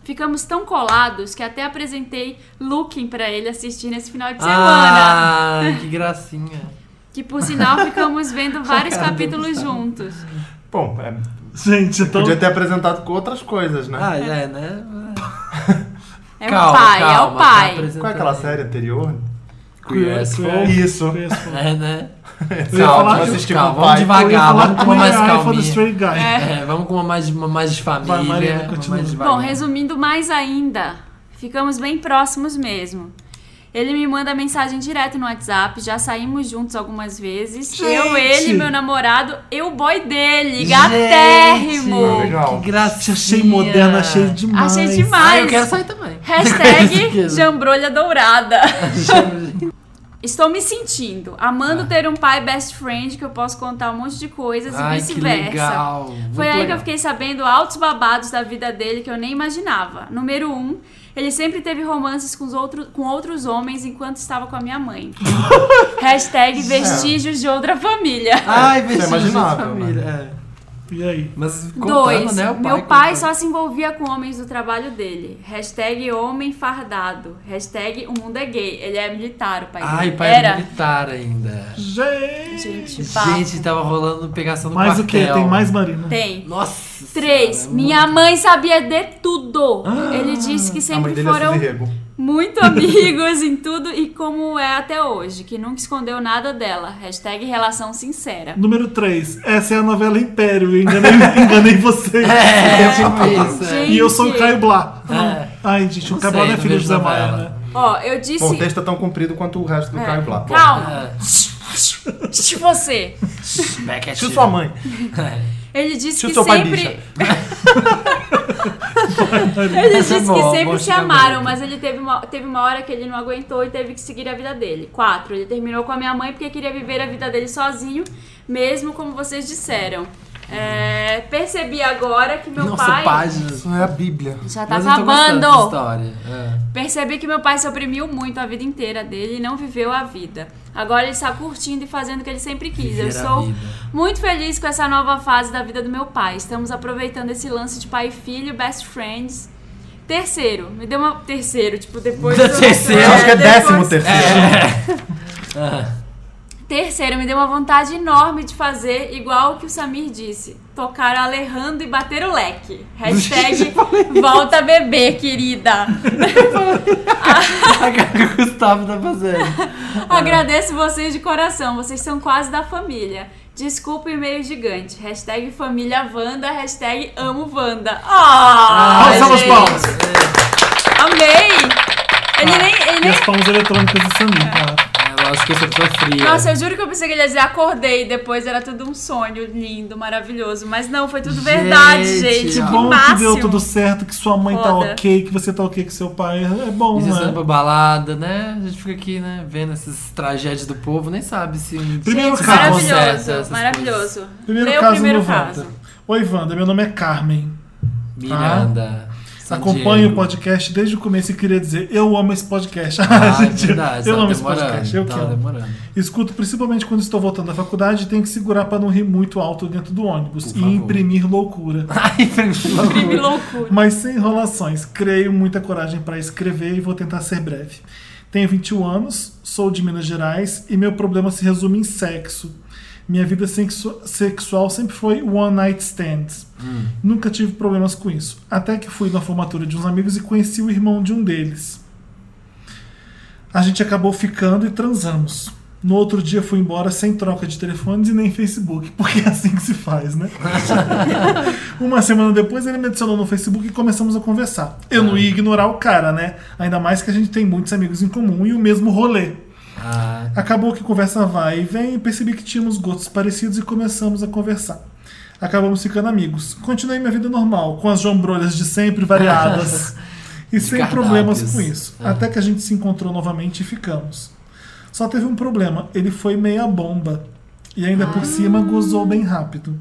C: Ficamos tão colados que até apresentei Looking pra ele assistir nesse final de semana.
A: Ah, que gracinha.
C: Que por sinal ficamos vendo vários capítulos juntos.
D: Bom, é,
B: gente, então.
D: podia ter apresentado com outras coisas, né?
A: Ah, já é, né?
C: É o pai,
A: tá
C: é o pai.
D: Qual é aquela série anterior? É
A: Queer as
B: Queer-
A: Folk.
D: Isso.
B: Queer as Folk.
A: É, né?
B: É, Eu ia falar-
D: Calma, assistir com
A: calma,
D: o pai.
A: vamos devagar,
B: Eu ia falar
A: vamos com uma mais
B: Queer Eye for the
A: calminha.
B: Straight Guy.
A: É, vamos com uma mais, uma mais de família.
B: Vai, Marina,
A: uma
B: continua.
A: mais
C: Bom,
A: devagar.
C: resumindo mais ainda, ficamos bem próximos mesmo. Ele me manda mensagem direto no WhatsApp, já saímos juntos algumas vezes. Eu, ele, meu namorado, eu, o boy dele,
A: Gente,
C: gatérrimo.
D: Legal.
A: Que gracinha.
B: Achei moderna, achei demais.
C: Achei
A: Ah,
C: demais.
A: eu quero sair também.
C: Hashtag jambrolha dourada. Estou me sentindo, amando
A: Ah.
C: ter um pai best friend que eu posso contar um monte de coisas
A: Ai,
C: e
A: que
C: vice-versa.
A: legal. Muito
C: Foi aí que eu
A: legal.
C: fiquei sabendo altos babados da vida dele que eu nem imaginava. Número um, ele sempre teve romances com, os outros, com outros homens enquanto estava com a minha mãe. Hashtag vestígios de outra família.
A: Ai,
D: Isso é
A: vestígios de
D: imaginável,
A: família. é.
B: E aí?
A: né? Mas contando,
C: Dois,
A: né? O pai
C: meu pai
A: contando.
C: só se envolvia com homens do trabalho dele. Hashtag homem fardado. Hashtag o mundo é gay. Ele é militar, o pai
A: Ai,
C: dele.
A: o pai
C: Era.
A: é militar ainda.
B: Gente!
C: Gente, papo.
A: Gente, tava rolando pegação no
B: Mais o que?
A: quartel.
B: Tem mais Marina?
C: Tem.
A: Nossa.
C: Três,
A: senhora,
C: minha mãe sabia de tudo. Ele disse que
D: A mãe
C: sempre
D: dele é
C: foram
D: Suzy Rego.
C: muito amigos em tudo e como é até hoje, que nunca escondeu nada dela. Hashtag relação sincera.
B: Número 3. Essa é a novela Império. Eu enganei, enganei vocês.
A: É, tipo isso. é.
B: E eu sou o Caio Blá.
A: É.
B: Ai, gente, o
A: Não
B: Caio Blá
A: sei,
B: não é
A: não
B: filho de
A: vejo
B: Zé
A: novela.
B: Maia, né?
C: Ó, eu disse.
D: Bom, O texto é tão comprido quanto o resto do Caio Blá. Bom,
C: É,
A: Ah,
C: Calma. Você.
A: Back at
D: Tio
A: you.
D: sua mãe.
C: Ele disse
D: Tio
C: que
D: seu pai
C: sempre.
D: bicha.
C: Ele
A: Essa é
C: disse
A: boa,
C: que sempre
A: bom
C: se
A: xingamento.
C: amaram, mas ele teve uma, teve uma hora que ele não aguentou e teve que seguir a vida dele. Quatro, ele terminou com a minha mãe porque queria viver a vida dele sozinho, mesmo como vocês disseram. É, percebi agora que meu
A: Nossa,
C: pai.
A: páginas.
D: Isso é a Bíblia.
C: Já tá
A: Mas eu tô gostando
C: acabando!
A: dessa história. É.
C: Percebi que meu pai se oprimiu muito a vida inteira dele e não viveu a vida. Agora ele está curtindo e fazendo o que ele sempre quis. Eu
A: Viver a
C: sou
A: vida.
C: muito feliz com essa nova fase da vida do meu pai. Estamos aproveitando esse lance de pai e filho, best friends. Terceiro, me deu uma. Terceiro, tipo, depois.
A: Da
C: do-
A: terceira.
D: Eu acho que é
C: depois-
D: décimo terceiro.
C: Terceiro, me deu uma vontade enorme de fazer igual o que o Samir disse: tocar Alejandro e bater o leque. Hashtag volta a beber, querida.
A: A cara que o Gustavo tá fazendo.
B: É.
C: Agradeço vocês de coração, vocês são quase da família. Desculpa o e-mail gigante. Hashtag família Wanda, hashtag amo Wanda. Ah,
A: Ai,
B: Salva as
C: gente,
B: palmas! Ah,
C: Amei! Ele nem, ele
B: E
C: nem...
B: as palmas eletrônicas do Samir, cara.
A: É, Eu acho que essa pessoa é fria.
C: Nossa, eu juro que eu pensei que ele ia dizer acordei, depois era tudo um sonho lindo, maravilhoso. Mas não, foi tudo verdade,
A: Gente,
C: gente.
A: que
C: Que
B: Bom
C: máximo.
B: que deu tudo certo, que sua mãe tá
C: Foda.
B: ok, que você tá ok com seu pai. É bom,
A: E vocês estão
B: né?
A: pra balada, né? A gente fica aqui, né? Vendo essas tragédias do povo, nem sabe se.
B: Primeiro
C: Gente,
B: caso.
A: Processo, essas
C: maravilhoso, maravilhoso.
B: Primeiro
C: Lê o
B: caso
C: primeiro
B: no
C: caso.
B: Wanda. Oi, Wanda, meu nome é Carmen.
A: Miranda. San
B: Acompanho Tá. o
A: Diego.
B: podcast desde o começo e queria dizer, eu amo esse podcast.
A: Ah, é
B: Gente,
A: verdade.
B: eu
A: tá
B: amo esse
A: demorando,
B: podcast, eu
A: tá
B: quero.
A: demorando.
B: Escuto principalmente quando estou voltando da faculdade e tenho que segurar para não rir muito alto dentro do ônibus
A: Por
B: e
A: favor.
B: imprimir loucura.
A: Ai,
C: Crime
A: primeiro.
C: loucura.
B: Mas sem enrolações, creio muita coragem para escrever e vou tentar ser breve. Tenho 21 anos, sou de Minas Gerais e meu problema se resume em sexo. Minha vida sexu- sexual sempre foi one night stands. Nunca tive problemas com isso. Até que fui na formatura de uns amigos e conheci o irmão de um deles. A gente acabou ficando e transamos. No outro dia fui embora sem troca de telefones e nem Facebook, porque é assim que se faz, né? Uma semana depois ele me adicionou no Facebook e começamos a conversar. Eu não ia ignorar o cara, né? Ainda mais que a gente tem muitos amigos em comum e o mesmo rolê.
A: Ah,
B: Acabou que a conversa vai e vem e percebi que tínhamos gostos parecidos e começamos a conversar. Acabamos ficando amigos. Continuei minha vida normal, com as jombrolhas de sempre variadas. e sem
A: cardápios.
B: problemas com isso.
A: Ah.
B: Até que a gente se encontrou novamente e ficamos. Só teve um problema, ele foi meia bomba. E ainda por cima gozou bem rápido.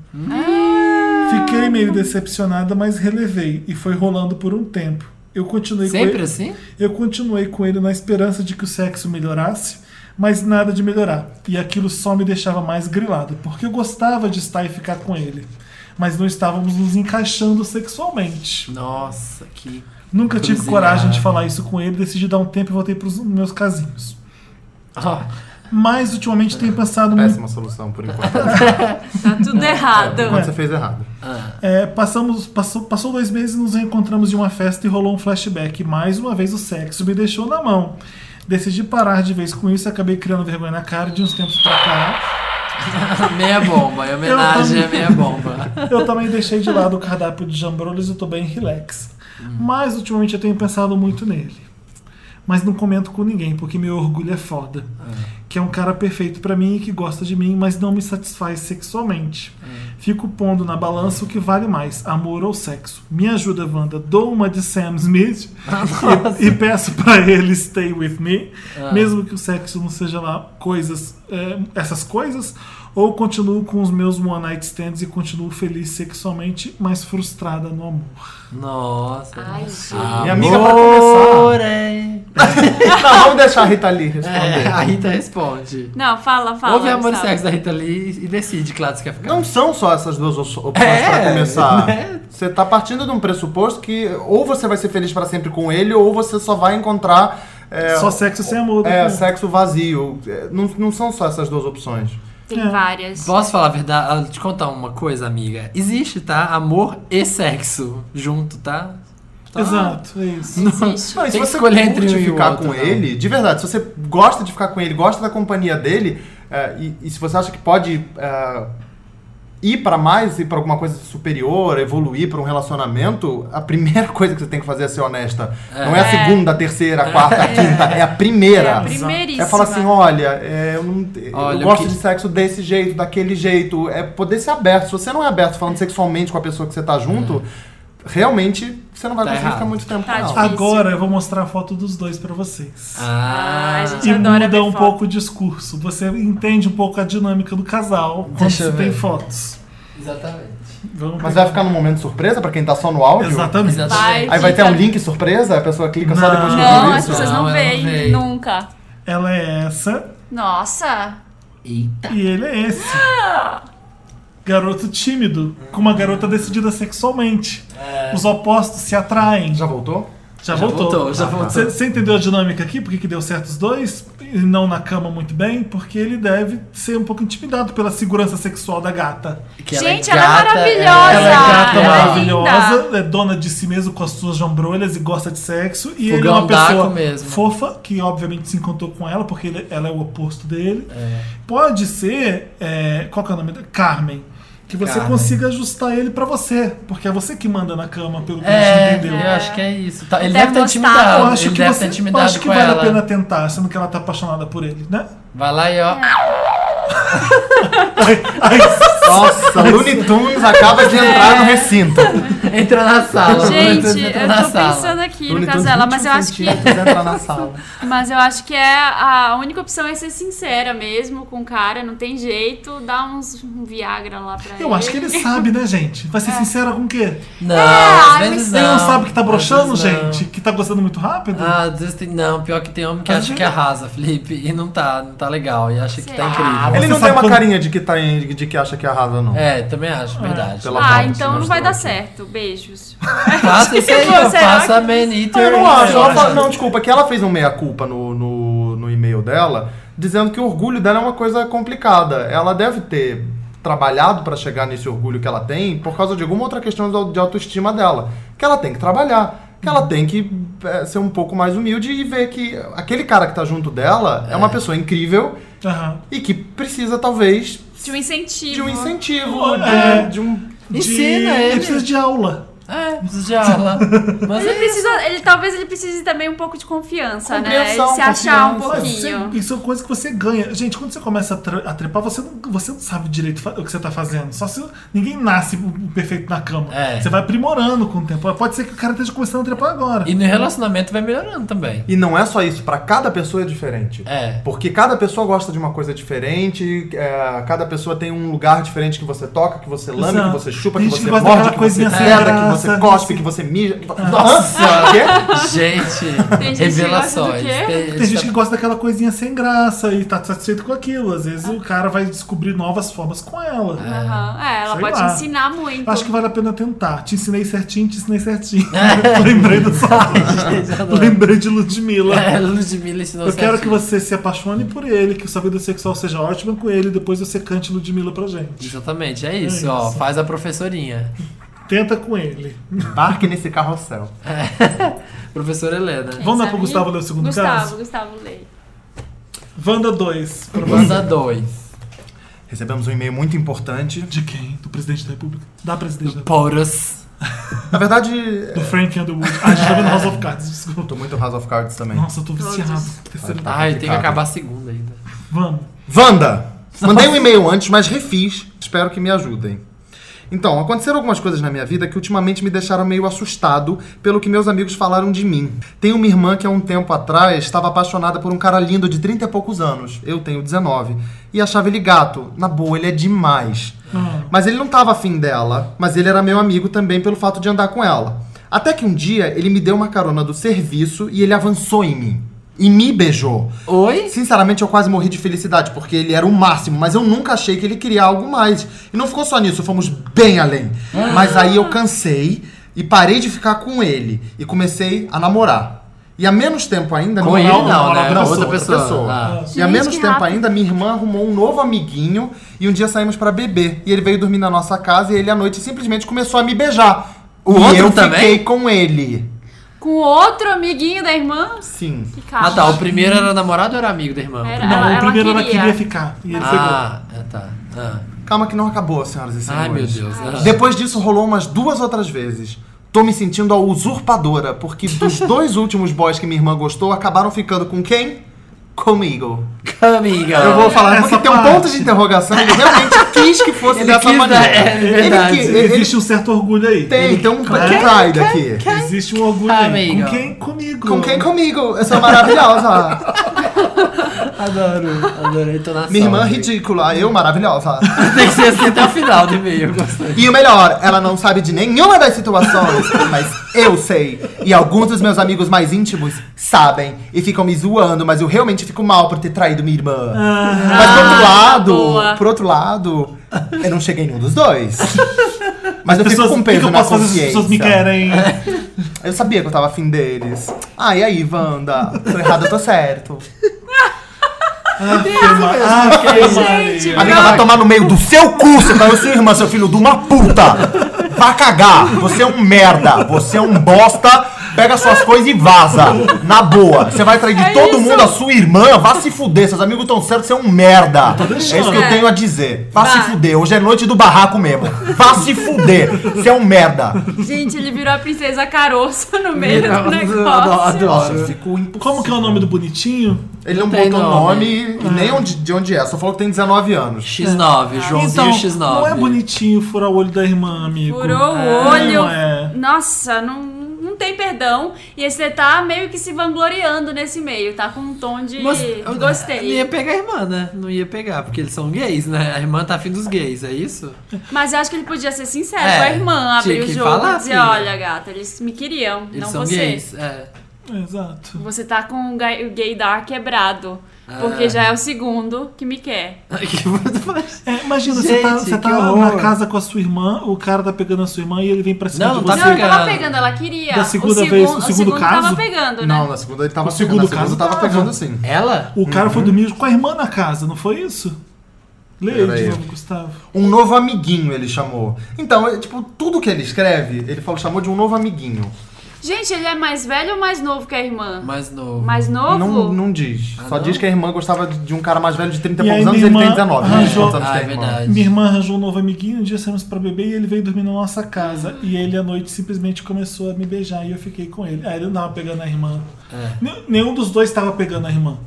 B: Fiquei meio decepcionada, mas relevei e foi rolando por um tempo. Eu continuei com ele-
A: sempre assim?
B: eu continuei com ele na esperança de que o sexo melhorasse, mas nada de melhorar. E aquilo só me deixava mais grilado, porque eu gostava de estar e ficar com ele. Mas não estávamos nos encaixando sexualmente.
A: Nossa, que.
B: Nunca tive
A: Cruzinhado.
B: coragem de falar isso com ele, decidi dar um tempo e voltei para os meus casinhos.
A: Ó,
B: Mas ultimamente tenho pensado muito
D: Péssima solução, por enquanto.
C: Tá tudo errado.
D: Quando você fez errado.
B: É, passamos, passou, passou dois meses e nos reencontramos em uma festa e rolou um flashback. Mais uma vez o sexo me deixou na mão. Decidi parar de vez com isso e acabei criando vergonha na cara de uns tempos pra cá.
A: meia bomba. Em homenagem
B: Eu
A: a meia bomba.
B: Eu também deixei de lado o cardápio de jambrolhos e tô bem relax. Mas ultimamente eu tenho pensado muito nele. Mas não comento com ninguém, porque meu orgulho é foda. Que é um cara perfeito pra mim e que gosta de mim, mas não me satisfaz sexualmente.
C: Hum.
B: Fico pondo na balança o que vale mais, amor ou sexo. Me ajuda, Wanda. Dou uma de Sam Smith e, e peço pra ele stay with me.
C: Ah.
B: Mesmo que o sexo não seja lá coisas, é, essas coisas. Ou continuo com os meus one night stands e continuo feliz sexualmente, mas frustrada no amor.
A: Nossa.
C: Ai, gente.
A: Amor,
D: Minha amiga, pra começar.
A: hein?
D: Não, vamos deixar a Rita Lee responder.
A: É, a Rita responde.
C: Não, fala, fala.
A: Ouve Amor e
C: Gustavo.
A: Sexo da Rita Lee e decide que lado você quer ficar.
D: Não são só essas duas op- opções
A: É,
D: pra começar.
A: né?
D: Você tá partindo de um pressuposto que ou você vai ser feliz pra sempre com ele, ou você só vai encontrar é,
B: Só sexo sem amor.
D: é,
B: né?
D: sexo vazio. É, Não, não são só essas duas opções.
C: Tem
B: É.
C: várias.
A: Posso falar a verdade? Ah, Te contar uma coisa, amiga. Existe, tá? Amor e sexo junto, tá? Tá?
B: Exato, é isso.
C: Existe.
D: Não, e se
A: Tem que
D: você
A: escolher entre
D: curte
A: um e o
D: ficar
A: outro,
D: com
A: não.
D: ele, de verdade, se você gosta de ficar com ele, gosta da companhia dele, é, e, e se você acha que pode é, ir pra mais, ir pra alguma coisa superior, evoluir pra um relacionamento, a primeira coisa que você tem que fazer é ser honesta. Não é a
C: É.
D: segunda, a terceira, a quarta, a quinta, é a
C: É a
D: primeira.
C: primeiríssima.
D: É falar assim, olha, é, eu, não, eu
A: Olha, o
D: gosto
A: que-
D: de sexo desse jeito, daquele jeito. É poder ser aberto. Se você não é aberto falando sexualmente com a pessoa que você tá junto, realmente você não vai
A: Hum. Tá
D: conseguir
A: errado.
D: ficar muito tempo
C: Tá
D: com ela.
C: difícil.
B: Agora eu vou mostrar a foto dos dois pra vocês.
A: Ah,
C: Ah, gente.
B: E
C: Eu adoro ver
B: muda um
C: foto.
B: pouco o discurso. Você entende um pouco a dinâmica do casal quando
A: Deixa
B: você
A: eu
B: tem
A: ver.
B: fotos.
A: exatamente.
B: Vamos
D: Mas
B: pegar.
D: vai ficar num momento surpresa pra quem tá só no áudio?
B: Exatamente.
A: Exatamente.
C: Vai,
D: Aí vai ter
C: fica-
D: um link surpresa, a pessoa clica
B: Não.
D: só depois que
C: Não,
D: viu
C: as
D: isso.
C: pessoas não,
A: Não, ela não
C: veem,
A: vê.
C: nunca.
B: Ela é essa
C: Nossa.
A: Eita.
B: e ele é esse. Garoto tímido, com uma garota decidida sexualmente. Os opostos se atraem.
D: Já voltou?
B: Já,
A: Já
B: voltou.
A: É. voltou, já
D: Ah, tá.
A: voltou.
B: Você você entendeu a dinâmica aqui? Por que que deu certo os dois? E não na cama muito bem? Porque ele deve ser um pouco intimidado pela segurança sexual da gata.
A: Que
C: Gente,
A: ela é
C: ela é
A: gata,
C: maravilhosa.
B: Ela é gata
C: ela é
B: maravilhosa, é dona de si mesmo com as suas jambrolhas e gosta de sexo. E ele é uma
A: Fogão daco
B: pessoa
A: mesmo.
B: fofa, que obviamente se encontrou com ela, porque ele- ela é o oposto dele.
A: É.
B: Pode ser. é, qual que é o nome dele? Carmen. Que você
A: Carmen.
B: consiga ajustar ele pra você. Porque é você que manda na cama, pelo que a
A: É,
B: gente entendeu.
A: eu acho que é isso. Tá, ele deve
C: Deve
A: estar
C: gostar.
A: intimidado.
B: Eu acho
A: ele
B: que,
A: deve
B: você,
A: estar
B: eu
A: intimidado
B: acho que
A: com
B: vale
A: ela.
B: a pena tentar, sendo que ela tá apaixonada por ele, né?
A: Vai lá e ó.
B: Ai,
D: Nossa, Looney Tunes acaba de entrar É. no recinto.
A: Entra na sala.
C: Gente,
A: entra
C: eu
A: na
C: tô
A: sala.
C: pensando aqui
D: Looney
C: no caso
D: Tunes,
C: dela,
D: 21
C: mas eu acho que.
D: centímetros, Entra na sala.
C: Mas eu acho que é a única opção é ser sincera mesmo com o cara, não tem jeito, dá uns um Viagra lá pra ele.
B: eu acho que ele sabe, né, gente? Vai ser sincera com o quê?
A: É. Não,
C: Ah,
A: às
C: mas
A: vezes
B: Ele não sabe que tá
A: às
B: broxando,
A: vezes não.
B: gente? Que tá gostando muito rápido?
A: Ah, às vezes tem- não, pior que tem homem que
B: Às
D: é
A: acha
B: vezes-
A: que arrasa, Felipe, e não tá, não tá legal, e acha que tá
C: Será?
A: incrível.
D: Ele
B: Você
D: não
B: sabe
D: tem uma
B: quando-
D: carinha de que, tá em- de que acha que arrasa, não.
A: É, também acho, verdade.
D: Pela
C: Ah,
D: foto,
C: então não
D: mostrou
C: vai dar
D: aqui.
C: certo. Beijos.
A: Faça isso aí,
C: Será
A: eu
C: que-
A: faço a Manita.
D: Então, Eu não acho. Ela fala- não, desculpa, que ela fez um meia-culpa no, no, no e-mail dela, dizendo que o orgulho dela é uma coisa complicada. Ela deve ter trabalhado pra chegar nesse orgulho que ela tem por causa de alguma outra questão de au- de autoestima dela. Que ela tem que trabalhar. Que ela tem que é, ser um pouco mais humilde e ver que aquele cara que tá junto dela é, uma pessoa incrível
B: Aham.
D: e que precisa, talvez,
C: De um incentivo.
D: de um incentivo,
B: É.
D: de, de um.
B: De-
A: Ensina ele.
B: Ele precisa de aula.
A: É, preciso de aula. Mas
C: Ele
A: é
C: precisa, ele talvez ele precise também um pouco de confiança, né? Ele
D: Compreensão,
C: se achar um
D: confiança.
B: Mas você-
C: pouquinho.
B: isso é coisa que você ganha. Gente, quando você começa a, tra- a trepar, você não, você não sabe direito fa- o que você tá fazendo. Só se ninguém nasce o- o perfeito na cama.
A: É.
B: Você vai aprimorando com o tempo. Ah, Pode ser que o cara esteja começando a trepar agora.
A: E no relacionamento vai melhorando também.
D: E não é só isso, pra cada pessoa é diferente.
A: É.
D: Porque cada pessoa gosta de uma coisa diferente, é, cada pessoa tem um lugar diferente que você toca, que você lame,
B: Exato.
D: que você chupa,
B: Tem
D: que
B: gente
D: você
B: que gosta
D: morde,
B: daquela
D: que você
B: coisinha sem
D: pega, que
B: graça,
D: você cospe,
B: assim.
D: que você mija. que- Nossa! o quê?
A: Gente,
C: Tem gente que gosta
A: revelações.
C: do quê?
A: Tem-
B: Tem gente que gosta daquela coisinha sem graça e tá satisfeito com aquilo. Às vezes o cara vai descobrir novas formas com ela.
C: Aham. É, ela
B: Sei
C: pode
B: lá.
C: ensinar muito.
B: Eu Acho que vale a pena tentar. Te ensinei certinho, te ensinei certinho. Lembrei do Lembrei de Ludmilla.
A: É, Ludmilla ensinou
B: Eu quero
A: certinho.
B: que você se apaixone por ele, que sua vida sexual seja ótima com ele, depois você cante Ludmilla pra gente.
A: Exatamente, é isso, ó.
B: isso.
A: Faz a professorinha.
B: Tenta com ele.
D: Embarque nesse carrossel.
A: Professora Helena.
B: Vamos dar
C: Sabe?
B: pro Gustavo ler o segundo
C: Gustavo,
B: caso?
C: Gustavo, lê.
B: Wanda 2.
C: É.
B: pra você.
A: Manda dois.
D: Recebemos um e-mail muito importante.
B: De quem? Do presidente da República? Da presidente da República.
A: Poros.
D: Na verdade,
B: Do Frank Underwood. Ah, a gente tá vendo House of Cards,
D: eu
B: desculpa.
D: tô muito House of Cards também.
B: Nossa, eu tô viciado.
C: Todos.
B: Terceiro.
D: Tá
A: Ai, tem que
D: complicado.
A: acabar a segunda ainda.
B: Vamos.
D: Wanda! Mandei um e-mail antes, mas refiz. Espero que me ajudem. Então, aconteceram algumas coisas na minha vida que ultimamente me deixaram meio assustado pelo que meus amigos falaram de mim. Tenho uma irmã que há um tempo atrás estava apaixonada por um cara lindo de 30 e poucos anos. Eu tenho 19. E achava ele gato. Na boa, ele é demais. Mas ele não estava afim dela, mas ele era meu amigo também pelo fato de andar com ela. Até que um dia ele me deu uma carona do serviço e ele avançou em mim. E me beijou.
A: Oi?
D: Sinceramente, eu quase morri de felicidade, porque ele era o máximo, mas eu nunca achei que ele queria algo mais. E não ficou só nisso, fomos bem além.
A: Ah.
D: Mas aí eu cansei e parei de ficar com ele. E comecei a namorar. E há menos tempo ainda,
A: Com
D: minha
A: ele
D: irmã-
A: não, né?
D: outra pessoa.
A: Outra pessoa. Ah.
D: E há
C: Gente,
D: menos
C: que
D: tempo
C: rápido.
D: ainda, minha irmã arrumou um novo amiguinho e um dia saímos pra beber. E ele veio dormir na nossa casa e ele à noite simplesmente começou a me beijar.
A: O
D: e
A: outro
D: eu
A: também?
D: fiquei com ele.
C: Com outro amiguinho da irmã?
D: Sim.
C: Que cara.
A: Ah, tá. O primeiro era namorado ou era amigo da irmã?
C: Era.
B: Não,
C: Ela-
B: o
C: ela
B: primeiro ela
C: queria.
B: queria ficar. E ele foi pegou.
A: Ah, é, tá. Ah.
D: Calma que não acabou, senhoras e senhores.
A: Ai, meu Deus. Ah.
D: Depois disso rolou umas duas outras vezes. Tô me sentindo a usurpadora, porque dos dois últimos boys que minha irmã gostou, acabaram ficando com quem? Comigo.
A: Amiga.
D: Eu vou falar,
B: Essa
D: porque tem um
B: parte.
D: ponto de interrogação, ele realmente quis que fosse
A: Ele
D: dessa
A: quis
D: maneira.
A: dar- é verdade.
D: Ele, que- ele-
B: Existe um certo orgulho aí.
D: tem, tem um
B: Claro.
D: pride aqui.
B: Existe um orgulho aí.
A: Amigo.
B: Com quem? Comigo.
D: Com quem comigo? Eu sou maravilhosa.
A: Adoro. Adorei tô na
D: Minha irmã é
A: sala.
D: ridícula, eu maravilhosa.
A: Tem que ser assim até o final do e-mail. gostei.
D: E o melhor, ela não sabe de nenhuma das situações, mas eu sei. E alguns dos meus amigos mais íntimos sabem e ficam me zoando, mas eu realmente fico mal por ter traído minha irmã. mas por outro
C: Ah,
D: lado,
C: boa.
D: por outro lado, eu não cheguei em nenhum dos dois. Mas eu
B: Pessoas,
D: fico com
B: o que que
D: peso
B: eu
D: na
B: posso fazer se as
D: consciência.
B: pessoas me querem?
D: Eu sabia que eu tava afim deles. Ah, e aí, Wanda? Tô errado, eu tô certo.
B: Ah,
A: é
B: que
C: Gente,
D: Amiga, vai tomar no meio do seu cu, você caiu sua irmã, seu filho de uma puta. Vai cagar. Você é um merda. Você é um bosta. Pega suas coisas e vaza. Na boa. Você vai trair de
C: É
D: todo
C: isso.
D: mundo a sua irmã. Vá se fuder. Seus amigos estão certos, você é um merda. É
B: deixando.
D: isso que eu
C: É.
D: tenho a dizer. Vá se
C: Vai.
D: fuder. Hoje é noite do barraco mesmo. Vá se fuder. Você é um merda.
C: Gente, ele virou a princesa caroço no meio do negócio.
A: Adoro, adoro.
D: Nossa, ficou impossível.
B: Como que é o nome do bonitinho?
D: Ele não,
A: Tem
D: botou o
A: nome.
D: nome e nem onde, de onde é. Só falou que tem 19 anos.
A: X9, Joãozinho
B: então,
A: X9.
B: não é bonitinho furar o olho da irmã, amigo.
C: Furou
B: É,
C: o olho.
B: não é.
C: Nossa, não, não tem perdão. E esse tá meio que se vangloriando nesse meio. Tá com um tom de
A: Mas- Não
C: gostei.
A: ia pegar a irmã, né? Não ia pegar, porque eles são gays, né? A irmã tá afim dos gays, é isso?
C: Mas eu acho que ele podia ser sincero
A: É,
C: com a irmã, abrir
A: tinha
C: o
A: que
C: jogo
A: falar,
C: e dizer,
A: filha.
C: olha, gata, eles me queriam,
A: Eles
C: não
A: são
C: você.
A: gays. É.
B: Exato.
C: Você tá com o ga- o gaydar quebrado. Porque já é o segundo que me quer.
A: Que muito fácil.
B: É, imagina,
A: Gente,
B: você tá, você
A: que
B: tá na
A: horror.
B: casa com a sua irmã, o cara tá pegando a sua irmã e ele vem pra cima
A: Não,
B: de
A: não tá
B: você.
C: não,
A: pegando.
C: tava pegando, ela queria.
B: Da
C: o
B: segunda
C: segun-
B: vez, o
C: o
B: segundo
C: segundo
B: caso?
C: tava pegando, né?
D: Não, na segunda ele tava
B: O segundo
D: na segunda
B: caso tá.
D: eu tava
B: tava.
D: pegando assim. sim.
A: Ela?
B: O cara foi dormir com a irmã na casa, não foi isso? Leia
D: Pera
B: de
D: aí.
B: novo, Gustavo.
D: Um novo amiguinho ele chamou. Então, é, tipo, tudo que ele escreve, ele falou, chamou de um novo amiguinho.
C: Gente, ele é mais velho ou mais novo que a irmã?
A: Mais novo.
C: Mais novo?
D: Não, não diz.
A: Ah,
D: Só
A: não?
D: diz que a irmã gostava de de um cara mais velho de 30 e
B: E aí
D: poucos anos e
B: minha
D: ele tem
B: irmã
D: 19.
B: arranjou-
D: Não diz quantos anos
A: Ah,
D: tem
A: é
D: a irmã.
A: verdade.
B: Minha irmã arranjou um novo amiguinho, um dia saímos pra beber e ele veio dormir na nossa casa. E ele à noite simplesmente começou a me beijar e eu fiquei com ele. Aí ele não tava pegando a irmã.
A: É.
B: Ne- Nenhum dos dois tava pegando a irmã.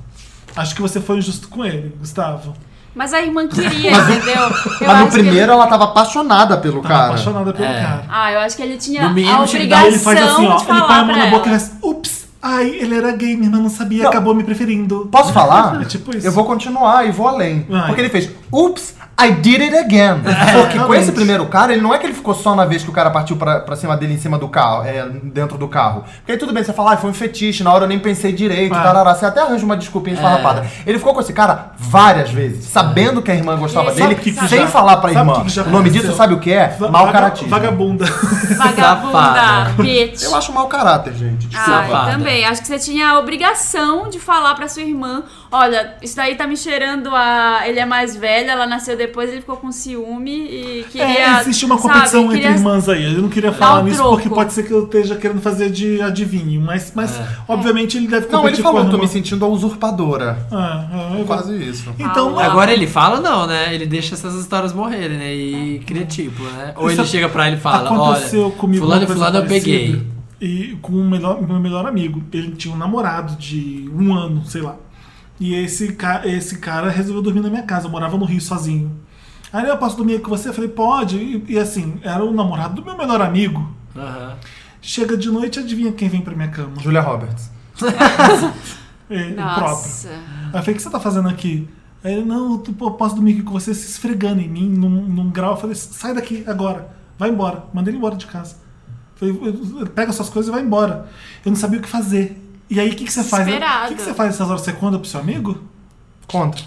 B: Acho que você foi injusto com ele, Gustavo.
C: Mas a irmã queria, entendeu? Eu
D: Mas
C: acho
D: no
C: que ele-
D: primeiro
B: tá-
D: ela tava apaixonada pelo
B: Tava
D: cara.
B: apaixonada pelo
A: É.
B: cara.
C: Ah, eu acho que ele tinha
A: No mínimo,
C: a
A: tinha que
C: obrigação
A: dar-
B: Aí ele faz assim, ó.
C: de
B: Ele põe
C: falar
B: a mão
C: pra
B: na boca e
C: ela.
B: faz, ups, ai, ele era gay, minha irmã não sabia,
D: Não.
B: acabou me preferindo.
D: Posso falar?
B: É tipo isso.
D: Eu vou continuar e vou além.
B: Vai. É,
D: Porque ele fez, oops, I did it again. Porque com
B: exatamente.
D: esse primeiro cara, ele não é que ele ficou só na vez que o cara partiu pra, pra cima dele em cima do carro, é, dentro do carro. Porque aí tudo bem, você fala, ah, foi um fetiche, na hora eu nem pensei direito,
B: Ah.
D: tarará, você até arranja uma desculpinha esfarrapada. Ele ficou com esse cara várias vezes, sabendo que a irmã gostava
C: Sabe
D: dele,
B: o que que
D: sem
B: já-
D: falar pra
B: sabe o
D: irmã.
B: que que já
D: o nome disso,
B: aconteceu?
D: sabe o que é?
B: Va-
D: Mau
B: vaga-
D: caratismo.
B: Vagabunda.
A: Safada.
C: Vagabunda, bitch.
D: Eu acho mau caráter, gente.
C: Ah,
A: Safada.
C: também. Acho que você tinha a obrigação de falar pra sua irmã: olha, isso daí tá me cheirando a. Ele é mais velho, ela nasceu depois, ele ficou com ciúme e queria.
B: é, existe uma
C: sabe,
B: competição entre
C: queria-
B: irmãs aí. Eu não queria falar
C: um
B: nisso
C: troco.
B: porque pode ser que eu esteja querendo fazer de adivinho, mas,
C: É.
B: mas obviamente ele deve
D: Não, ele
B: competir com a
D: falou, tô
B: irmã.
D: me sentindo a usurpadora.
B: Ah, ah, eu-
D: Quase isso.
B: Então,
C: Ah,
A: Agora ele fala não, né? Ele deixa essas histórias morrerem, né? E cria tipo, né? Ou
B: Isso
A: ele chega pra ele e fala,
B: aconteceu
A: olha,
B: comigo
A: fulano
B: uma
A: e
B: coisa
A: fulano é eu
B: parecida.
A: peguei.
B: E com o melhor, meu melhor amigo. Ele tinha um namorado de um ano, sei lá. E esse, ca- esse cara resolveu dormir na minha casa. Eu morava no Rio sozinho. Aí eu posso dormir aí com você? Eu falei, pode. E, e assim, era o namorado do meu melhor amigo.
A: Aham.
B: Chega de noite, adivinha quem vem pra minha cama?
D: Julia Roberts.
B: É, o próprio.
C: Nossa.
B: Aí eu falei, o que você tá fazendo aqui? Aí ele, não, eu tô- pô, posso dormir aqui com você se esfregando em mim, num, num grau. Eu falei, sai daqui agora, vai embora. Mandei ele embora de casa. Falei, "Eu- eu- pega suas coisas e vai embora. Eu não sabia o que fazer. E aí, o que, que você faz? O
C: Desesperado.
B: que, que você faz nessas horas? Você conta pro seu amigo?
D: Conta.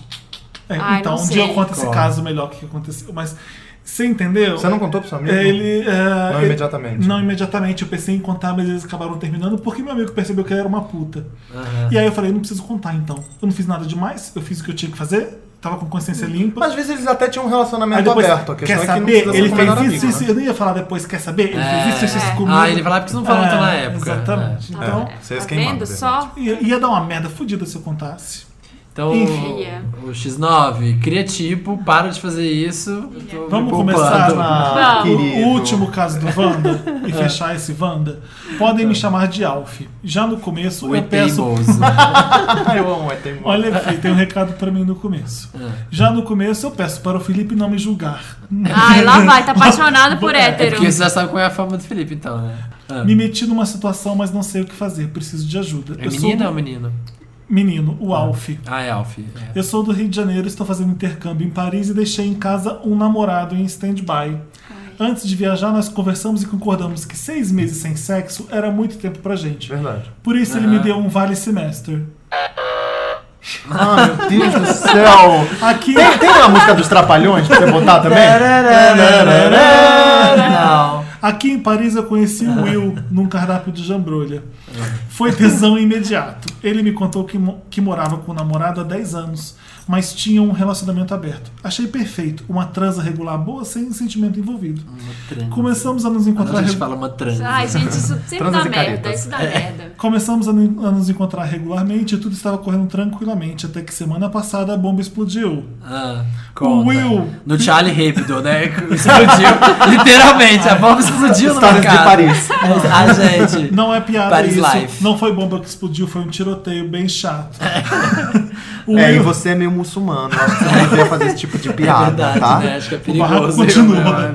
B: É,
C: Ai,
B: então,
C: não
B: um dia eu
C: sei.
B: conto esse
A: Claro.
B: caso melhor que aconteceu. Mas você entendeu?
D: Você não contou pro seu amigo?
B: Ele, é,
D: Não
B: ele-
D: imediatamente.
B: Não imediatamente. Eu pensei em contar, mas eles acabaram terminando porque meu amigo percebeu que ele era uma puta.
A: Aham.
B: E aí eu falei, não preciso contar então. Eu não fiz nada demais, eu fiz o que eu tinha que fazer, tava com consciência limpa.
D: Mas às vezes eles até tinham um relacionamento
B: Aí depois,
D: aberto. A questão
B: quer
D: é que não
B: saber?
D: precisa
B: ele
D: ser o
B: fez
D: melhor
B: isso,
D: amigo,
B: isso.
D: né?
B: Eu não ia falar depois, quer saber? Ele
A: É.
B: fez isso, isso, isso
C: Ah,
B: comigo.
A: Ah, ele vai lá porque você não falou tanto na
B: É,
A: época.
B: Exatamente.
C: Tá,
B: Então,
D: É, vocês
C: tá
D: quem
C: vendo
D: mandam,
C: só?
B: ia, ia dar uma merda fodida se eu contasse.
A: Então,
B: Enfim,
C: é.
A: o, o X9, cria tipo, para de fazer isso. eu tô me
B: Vamos
A: poupando.
B: começar na,
C: Vamos.
B: o
D: Querido.
B: último caso do Wanda e fechar esse Wanda. Podem me chamar de Alf. Já no começo
A: O
B: eu
A: ET
B: peço
A: Bolso.
D: Ah, eu amo, é tem
B: Olha aqui, tem um recado pra mim no começo.
A: Ah.
B: Já no começo eu peço para o Felipe não me julgar.
C: Ai, lá vai, tá apaixonado por hétero.
A: É, Porque você já sabe qual é a fama do Felipe, então, né? Ah.
B: Me meti numa situação, mas não sei o que fazer. Preciso de ajuda.
A: É
B: Eu sou um-
A: menina
B: do-
A: ou menino?
B: Menino, o Alf.
A: Ah, é Alf. É.
B: Eu sou do Rio de Janeiro, estou fazendo intercâmbio em Paris e deixei em casa um namorado em stand-by. Antes de viajar, nós conversamos e concordamos que seis meses sem sexo era muito tempo pra gente.
D: Verdade.
B: Por isso
A: Ah.
B: ele me deu um vale semestre.
D: Ah, meu Deus do céu!
B: Aqui. é
D: Tem, tem uma música dos Trapalhões pra você botar também?
A: Não.
B: Aqui em Paris eu conheci o Will num cardápio de jambrolha. Foi tesão imediato. Ele me contou que, mo- que morava com o namorado há 10 anos, mas tinha um relacionamento aberto. Achei perfeito, uma transa regular boa sem sentimento envolvido.
A: transa.
B: Começamos a nos
A: Quando
B: encontrar
A: a gente
B: regu-
A: fala uma trans.
C: Ai, gente, isso sempre
D: Transas
C: dá
D: e
C: merda.
D: caretas.
C: Isso dá
A: É.
C: merda.
B: Começamos a, nu- a nos encontrar regularmente e tudo estava correndo tranquilamente, até que semana passada a bomba explodiu.
A: Ah, conta.
B: Will.
A: No Charlie Hebdo, né? Explodiu. Literalmente, a bomba explodiu no
D: Histórias de
A: mercado.
D: Paris.
A: A gente.
B: Não é piada
A: Paris
B: isso.
A: Life.
B: Não foi bomba que explodiu, foi um tiroteio bem chato. O
D: É, e
B: Will-
D: você é meio muçulmano, acho que você não devia fazer esse tipo de piada,
A: é verdade,
D: tá?
A: né? Acho que é
B: barraco
A: perigoso.
B: continua.
A: né?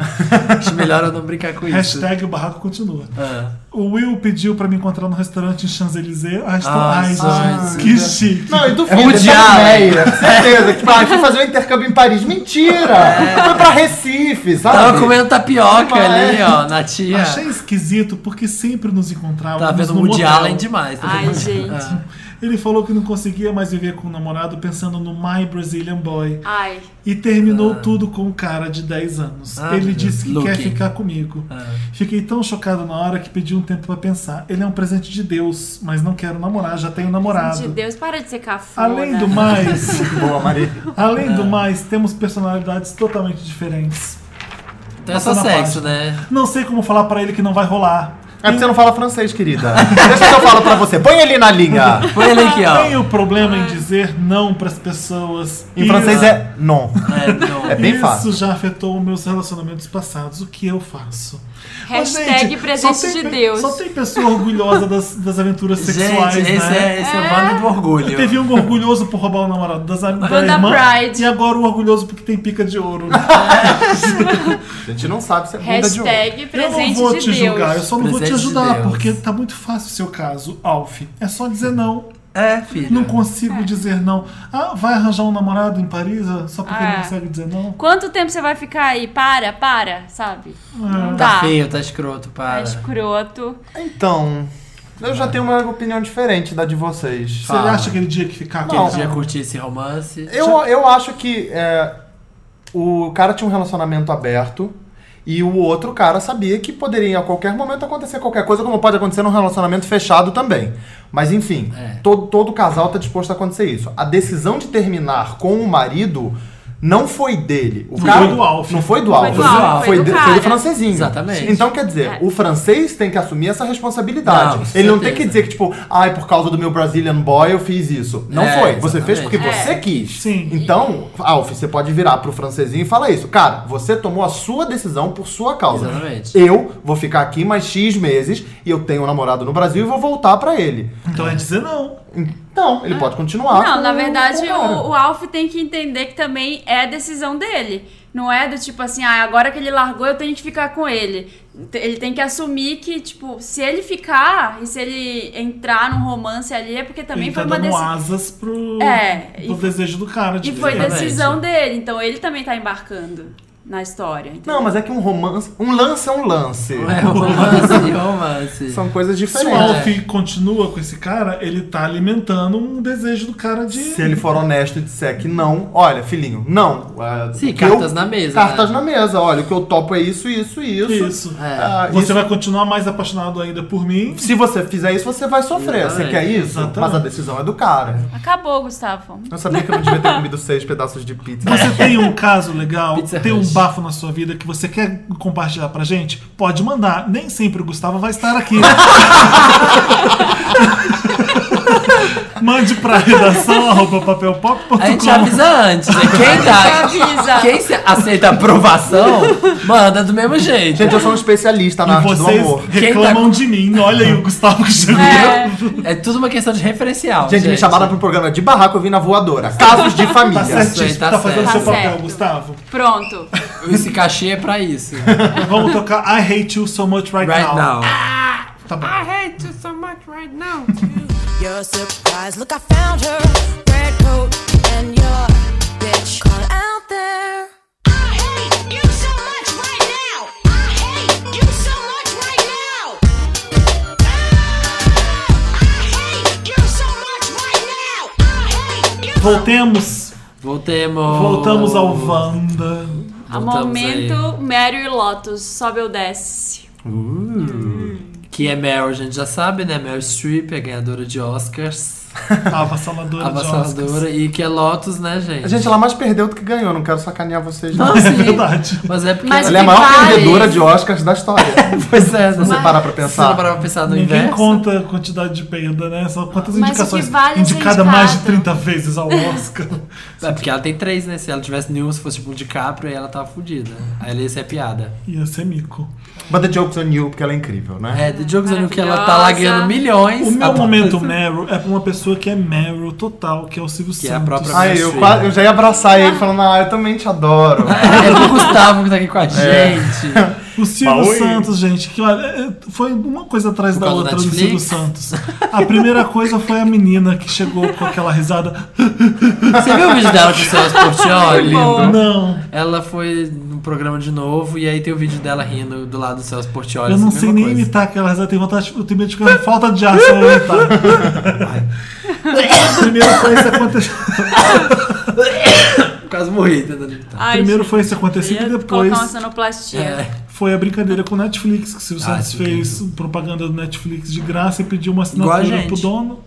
A: Acho melhor eu não brincar com isso.
B: Hashtag o barraco continua.
A: Ah.
B: O Will pediu pra me encontrar no restaurante em Champs-Élysées. Ai, estou...
A: Ah,
B: Ai,
A: sim,
B: gente,
A: sim.
B: que chique.
D: Não, e do
A: É um
D: filho,
A: diabo.
D: Meia, certeza. Tipo, ah, fui fazer um intercâmbio em Paris. Mentira! Foi pra Recife, sabe?
A: É. Tava comendo tapioca
D: Ah,
A: ali,
D: é.
A: ó, na tia.
B: Achei esquisito porque sempre nos encontrávamos
A: Tava Tá vendo
B: no
A: o Woody
B: motel.
A: Allen demais. tá
C: Ai,
A: vendo?
C: gente.
B: Ele falou que não conseguia mais viver com o namorado pensando no My Brazilian Boy.
C: Ai.
B: E terminou tudo com um cara de 10 anos.
A: Ah,
B: Ele
A: meu Deus.
B: disse que
A: Looking. Ah.
B: quer ficar comigo. Fiquei tão chocado na hora que pedi um tempo pra pensar. Ele é um presente de Deus, mas não quero namorar, já tenho namorado.
C: Gente, Deus, né? para de ser cafona.
B: Além do mais,
D: Boa, Maria.
B: além
A: Ah.
B: do mais, temos personalidades totalmente diferentes.
A: Então é só
B: Passou na
A: sexo, né?
B: Não sei como falar pra ele que não vai rolar.
D: É porque você não fala francês, querida. Deixa que eu falo pra você. Põe ele na linha.
A: Põe ele aqui, ó.
B: Tenho problema em dizer não pras pessoas.
D: Em francês é non.
A: É, não.
D: É bem
B: Isso
D: fácil.
B: já afetou meus relacionamentos passados. O que eu faço?
C: Hashtag
B: Mas, gente,
C: presente
B: só tem
C: de
B: pe-
C: Deus.
B: Só tem pessoa orgulhosa das, das aventuras sexuais,
A: Gente, esse
B: né?
A: é, esse é o bando do orgulho.
B: Teve um orgulhoso por roubar o namorado das am- da
C: Banda
B: irmã,
C: Pride.
B: e agora o orgulhoso porque tem pica de ouro.
D: A gente não sabe se é bunda de ouro.
C: Hashtag
B: eu
C: presente
B: não vou
C: de
B: te
C: Deus.
B: julgar, eu só não vou te
A: Presente de
B: ajudar,
A: Deus.
B: porque tá muito fácil o seu caso, Alf. É só dizer não.
A: É, filho.
B: Não consigo dizer não. Ah, vai arranjar um namorado em Paris ah, só porque
C: Ah.
B: não consegue dizer não?
C: Quanto tempo você vai ficar aí? Para, para, sabe?
B: Ah.
C: Não
A: Tá
C: dá.
A: feio, tá escroto,
C: Tá
A: para.
C: escroto.
D: Então, eu já tenho uma opinião diferente da de vocês.
B: Você
A: Fala.
B: acha aquele dia que ficar com
D: Não.
A: Ele já curtiu esse romance.
D: Eu, eu acho que é, o cara tinha um relacionamento aberto e o outro cara sabia que poderia a qualquer momento acontecer qualquer coisa, como pode acontecer num relacionamento fechado também. Mas enfim,
A: É.
D: todo, todo casal tá disposto a acontecer isso. A decisão de terminar com o marido não foi dele. O
B: Não
D: cara,
B: foi do Alf.
D: Não foi do
C: Foi
D: Alf.
A: do Alf,
D: Foi,
A: foi do
D: de-
C: cara.
D: foi do francesinho.
A: Exatamente.
D: Então quer dizer,
C: É.
D: o francês tem que assumir essa responsabilidade.
A: Não, com
D: Ele não tem
A: certeza.
D: que dizer que, tipo, ai, por causa do meu Brazilian boy eu fiz isso. Não
A: É,
D: foi. Você fez
A: exatamente.
D: porque você
C: É.
D: quis.
B: Sim.
D: Então, Alf, você pode virar pro francesinho e falar isso. Cara, você tomou a sua decisão por sua causa.
A: Exatamente.
D: Eu vou ficar aqui mais X meses e eu tenho um namorado no Brasil e vou voltar pra ele.
B: Então é dizer não.
D: Então,
A: É.
D: ele pode continuar.
C: Não,
D: com-
C: na verdade,
D: com o cara.
C: o, o Alf tem que entender que também é a decisão dele. Não é do tipo assim, ah, agora que ele largou, eu tenho que ficar com ele. Te- Ele tem que assumir que, tipo, se ele ficar e se ele entrar num romance ali, é porque também
B: Ele
C: foi
B: tá
C: uma
B: dando
C: decisão.
B: asas pro,
C: É,
B: pro
C: e-
B: desejo do cara. de
C: E foi
B: dizer não.
A: Exatamente.
C: decisão dele, então ele também tá embarcando. na história. entendeu?
D: Não, mas é que um romance. Um lance é um lance.
A: É romance, romance.
D: São coisas
B: Se o
D: diferentes.
B: Alf continua com esse cara, ele tá alimentando um desejo do cara de.
D: Se ele for honesto e disser que não, olha, filhinho, não. Ah,
A: Sim,
D: o que
A: cartas na mesa,
D: Cartas
A: né?
D: na mesa, olha, o que eu topo é isso, isso e isso.
B: Isso.
A: É.
D: Ah,
B: Você
D: isso-
B: vai continuar mais apaixonado ainda por mim.
D: Se você fizer isso, você vai sofrer. Você
A: Exatamente.
D: quer isso?
B: Exatamente.
D: Mas a decisão é do cara.
C: Acabou, Gustavo.
D: Eu sabia que eu não devia ter comido seis pedaços de pizza.
B: Você tem um caso legal,
A: Pizza
B: tem um
A: Hut.
B: bafo na sua vida que você quer compartilhar pra gente? Pode mandar. Nem sempre o Gustavo vai estar aqui. Mande pra redação arroba papelpop.com.
A: A gente avisa antes, né? Quem dá.
C: Avisa.
A: Quem se aceita aprovação, manda do mesmo jeito.
D: Gente, eu sou um especialista na
B: E
D: arte do
B: vocês
D: amor.
A: tá
B: reclamam de mim. Olha aí o Gustavo que chegou.
C: É,
A: É tudo uma questão de referencial.
D: Gente, me chamaram pro programa de barraco, eu vim na voadora. Casos de
B: Tá
D: família.
A: certo.
B: certíssimo.
A: tá
B: Tá, fazendo
A: certo.
B: seu papel,
C: Tá certo.
B: Gustavo.
C: pronto.
A: Esse cachê é pra isso.
B: Mas Vamos tocar I Hate You So Much Right,
A: Right now.
B: Tá bom.
E: You're surprised. Look, I found her. Red coat and your bitch caught out there.
G: I hate you so much right now. I hate you so much right now. I hate you so much right now. I hate you.
B: Voltemos.
A: Voltemos.
B: Voltamos ao
A: Oh.
B: Wanda.
C: A
A: Voltamos
C: momento, Mary e Lotus, sobe ou desce.
A: Que é Meryl, a gente já sabe, né? Meryl Streep é ganhadora de Oscars,
B: A avassaladora de Oscars.
A: avassaladora, e que é Lotus, né, gente?
D: Gente, ela mais perdeu do que ganhou, não quero sacanear vocês. Não.
A: Não, sim.
B: Verdade.
A: Mas é porque
C: Mas
D: Ela é a
C: que
D: maior
C: vale.
D: perdedora de Oscars da história.
A: Pois é, né?
D: Se você parar pra
A: Se você
D: pensar.
A: parar pra pensar no
B: Ninguém
A: inverso.
B: conta a quantidade de perda, né? Só quantas
C: Mas o que
B: indicações.
C: vale é ser
B: indicada mais de
C: indicado.
B: 30 vezes ao Oscar.
A: É porque ela tem três, né? Se ela tivesse nenhum, se fosse tipo um DiCaprio, aí ela tava fodida. Aí ela ia ser piada.
B: Ia ser mico.
D: But the joke's on you, porque ela é incrível, né?
A: É, The Jokes on You, que ela tá lá ganhando
C: Maravilhosa.
A: milhões.
B: O meu
A: Ah,
B: momento Meryl é pra uma pessoa que é Meryl total, que é o Silvio
A: Que é a
B: Santos.
A: própria
D: Ai, eu,
A: Sim.
D: quase- eu já ia abraçar ele falando, ah, eu também te adoro.
A: É do Gustavo que tá aqui com
B: É.
A: a gente.
B: O Silvio
D: Baú e-
B: Santos, gente, que olha, é, foi uma coisa atrás
A: Por
B: da
A: causa
B: outra
A: do
B: do Silvio
A: Netflix?
B: Santos. A primeira coisa foi a menina que chegou com aquela risada.
A: Você viu o vídeo dela com o Celso Portioli?
C: Bom.
B: Não,
A: Ela foi no programa de novo e aí tem o vídeo dela rindo do lado do Celso Portioli.
B: eu não
A: assim,
B: sei
A: mesma
B: nem
A: coisa.
B: imitar aquela risada. Tenho vontade, eu tenho medo de ficar com falta de ar se eu imitar. Primeiro foi esse acontecido,
A: Quase morri tentando imitar.
C: Ai,
B: Tá. primeiro
C: gente,
B: foi esse acontecido e
C: ia Colocar uma
B: depois
C: sonoplastia.
A: É,
B: foi a brincadeira com o Netflix, que o Silvio
A: Ah,
B: Santos
A: isso
B: fez propaganda do Netflix de graça e pediu uma
A: Igual a
B: assinatura
A: gente.
B: pro dono.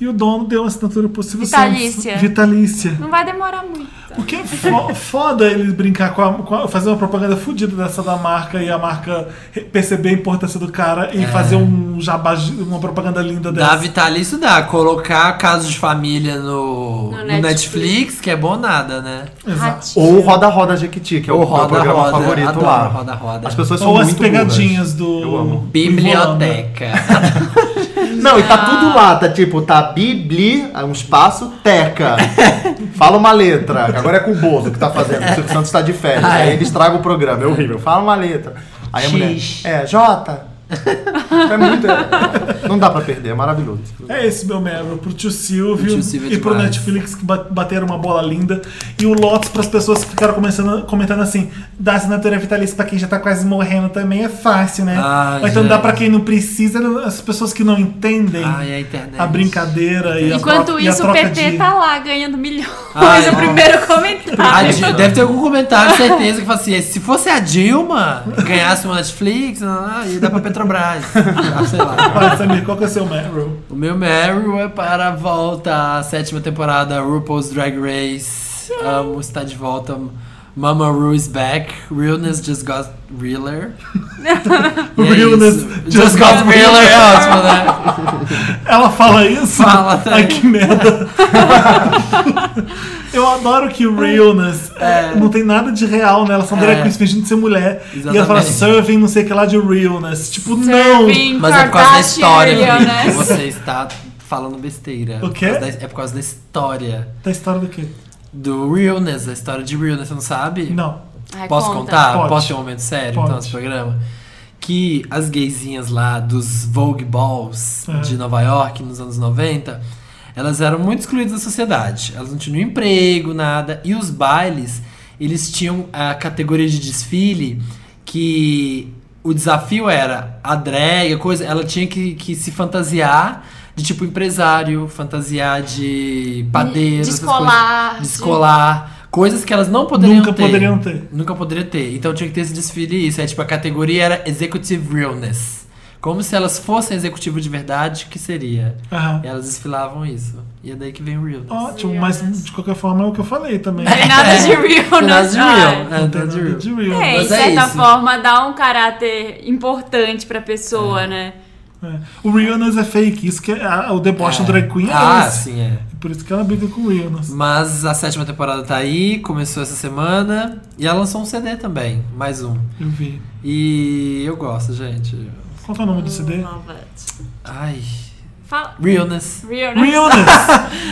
B: E o dono deu uma assinatura pro Silvio
C: Vitalícia.
B: Santos. Vitalícia.
C: Não vai demorar muito.
B: O que é fo- foda ele brincar com a, com a- fazer uma propaganda fodida dessa da marca e a marca re- perceber a importância do cara
A: É.
B: e fazer um jabá, gi- uma propaganda linda
A: dá
B: dessa.
A: vitalício, dá. Colocar casos de família no,
C: No
A: no Netflix.
C: Netflix.
A: que é bom nada, né?
B: Exato.
C: Ratinho.
D: Ou Roda Roda Jequiti, que é o
A: Ou
D: meu
A: Roda
D: programa
A: Roda,
D: favorito
A: adoro
D: lá.
A: Roda Roda.
D: As pessoas são
B: Ou as
D: muito burras.
B: pegadinhas do.
D: Eu amo.
A: Biblioteca.
D: Não, e
A: Ah.
D: tá tudo lá, tá tipo, tá bibli, aí um espaço, teca. Fala uma letra. Agora é com o Bozo que tá fazendo, o Silvio Santos tá de férias.
A: Ah,
D: Aí
A: é.
D: ele estraga o programa, é horrível. Fala uma letra. Aí a mulher,
A: X.
D: é, Jota. É muito... Não dá pra perder, é maravilhoso.
B: É esse meu Meryl, pro tio Silvio,
A: O tio Silvio é
B: e pro
A: demais.
B: Netflix que ba- bateram uma bola linda. E o Lotus pras pessoas que ficaram começando, comentando assim: dá assinatura vitalícia pra quem já tá quase morrendo também é fácil, né?
A: Ah,
B: Ou então
A: gente.
B: dá pra quem não precisa, as pessoas que não entendem.
A: Ai, Ah, a internet.
B: A brincadeira e a
C: Enquanto
B: troca- e a
C: isso, o
B: troca
C: PT
B: de-
C: tá lá ganhando milhões.
A: Ai,
C: o
A: não.
C: primeiro
A: A
C: comentário.
A: Di- deve ter algum comentário, certeza, que fala assim: se fosse a Dilma, ganhasse uma Netflix, ah, ia dar pra Petrobras. Ah, sei lá.
B: Vai, Samir, qual que é o seu Meryl?
A: O meu Meryl é para a volta à sétima temporada RuPaul's Drag Race. Amo estar de volta. Mama Ru is back. Realness just got realer. E é
B: Realness
A: isso.
B: just
A: just, got
B: got
A: realer é ótimo, né?
B: Ela fala isso?
A: Fala, tá
B: Ai,
A: aí.
B: que merda. Eu adoro que realness é, não tem nada de real, né? Ela são drag
A: É.
B: queens fingindo ser mulher. E ela fala
A: Exatamente.
B: serving não sei o que lá de realness. Tipo, não.
C: Serving
A: Mas é por causa da história,
C: Kardashian,
A: Felipe, que
C: né?
A: você está falando besteira.
B: O quê?
A: Por causa da- é por causa da história.
B: Da história do quê?
A: Do realness, da história de realness, você não sabe?
B: Não.
C: Ai,
A: Posso
C: conta.
A: contar?
B: Pode.
A: Posso ter um momento sério
B: Pode.
A: no nosso programa? Que as gayzinhas lá dos Vogue Balls
B: É.
A: de Nova York nos anos 90, elas eram muito excluídas da sociedade. Elas não tinham emprego, nada. E os bailes, eles tinham a categoria de desfile que o desafio era a drag, a coisa, ela tinha que, que se fantasiar de tipo empresário, fantasiar de padeiro, essas
C: Descolar,
A: coisas,
C: de-
A: descolar, coisas que elas não poderiam
B: Nunca
A: ter.
B: poderiam ter.
A: Nunca poderia ter. Então tinha que ter esse desfile e isso. É tipo, a categoria era Executive Realness. Como se elas fossem executivo de verdade, que seria.
B: Aham.
A: E elas desfilavam isso. E é daí que vem o Realness.
B: Ótimo, mas de qualquer forma é o que eu falei também.
C: Tem nada de real,
A: Não tem nada de real.
C: né?
A: É, não tem nada de real.
B: de real.
C: É,
A: Mas
C: de
A: é
C: certa
A: isso.
C: forma dá um caráter importante pra pessoa, né?
B: É. O Realness é fake, isso que é ah, o deboche
A: É.
B: do drag queen é
A: Ah,
B: esse.
A: sim, é.
B: Por isso que ela briga com o Realness.
A: Mas a sétima temporada tá aí, começou essa semana. E ela lançou um CD também, mais um.
B: Eu vi.
A: E eu gosto, gente.
B: Qual que é o nome do CD?
C: Nova.
A: Ai.
C: Fala.
A: Realness.
C: Realness.
B: Realness!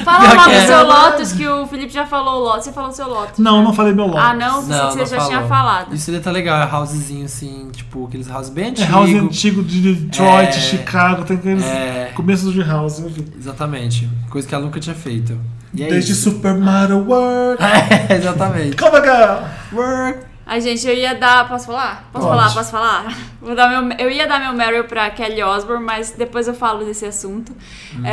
C: Fala
A: Pior
C: mal
A: que é.
C: do seu Lotus, que o Felipe já falou o Lotus. Você falou o seu Lotus.
B: não, não falei meu logo.
C: Ah, não? Pensei que você já tinha falado.
A: Isso daí tá legal, é housezinho assim, tipo, aqueles house bem
B: É
A: antigos.
B: House antigo de Detroit,
A: É.
B: Chicago, tem aqueles
A: É.
B: começos de House, eu vi.
A: Exatamente. Coisa que ela nunca tinha feito. E é
B: Desde
A: isso.
B: Super Mario World.
A: É, exatamente.
B: Calma, galera!
A: Work.
C: Ai, gente, eu ia dar. Posso falar? Posso
B: Pode.
C: falar? Posso falar? Vou dar meu, eu ia dar meu Meryl pra Kelly Osbourne, mas depois eu falo desse assunto.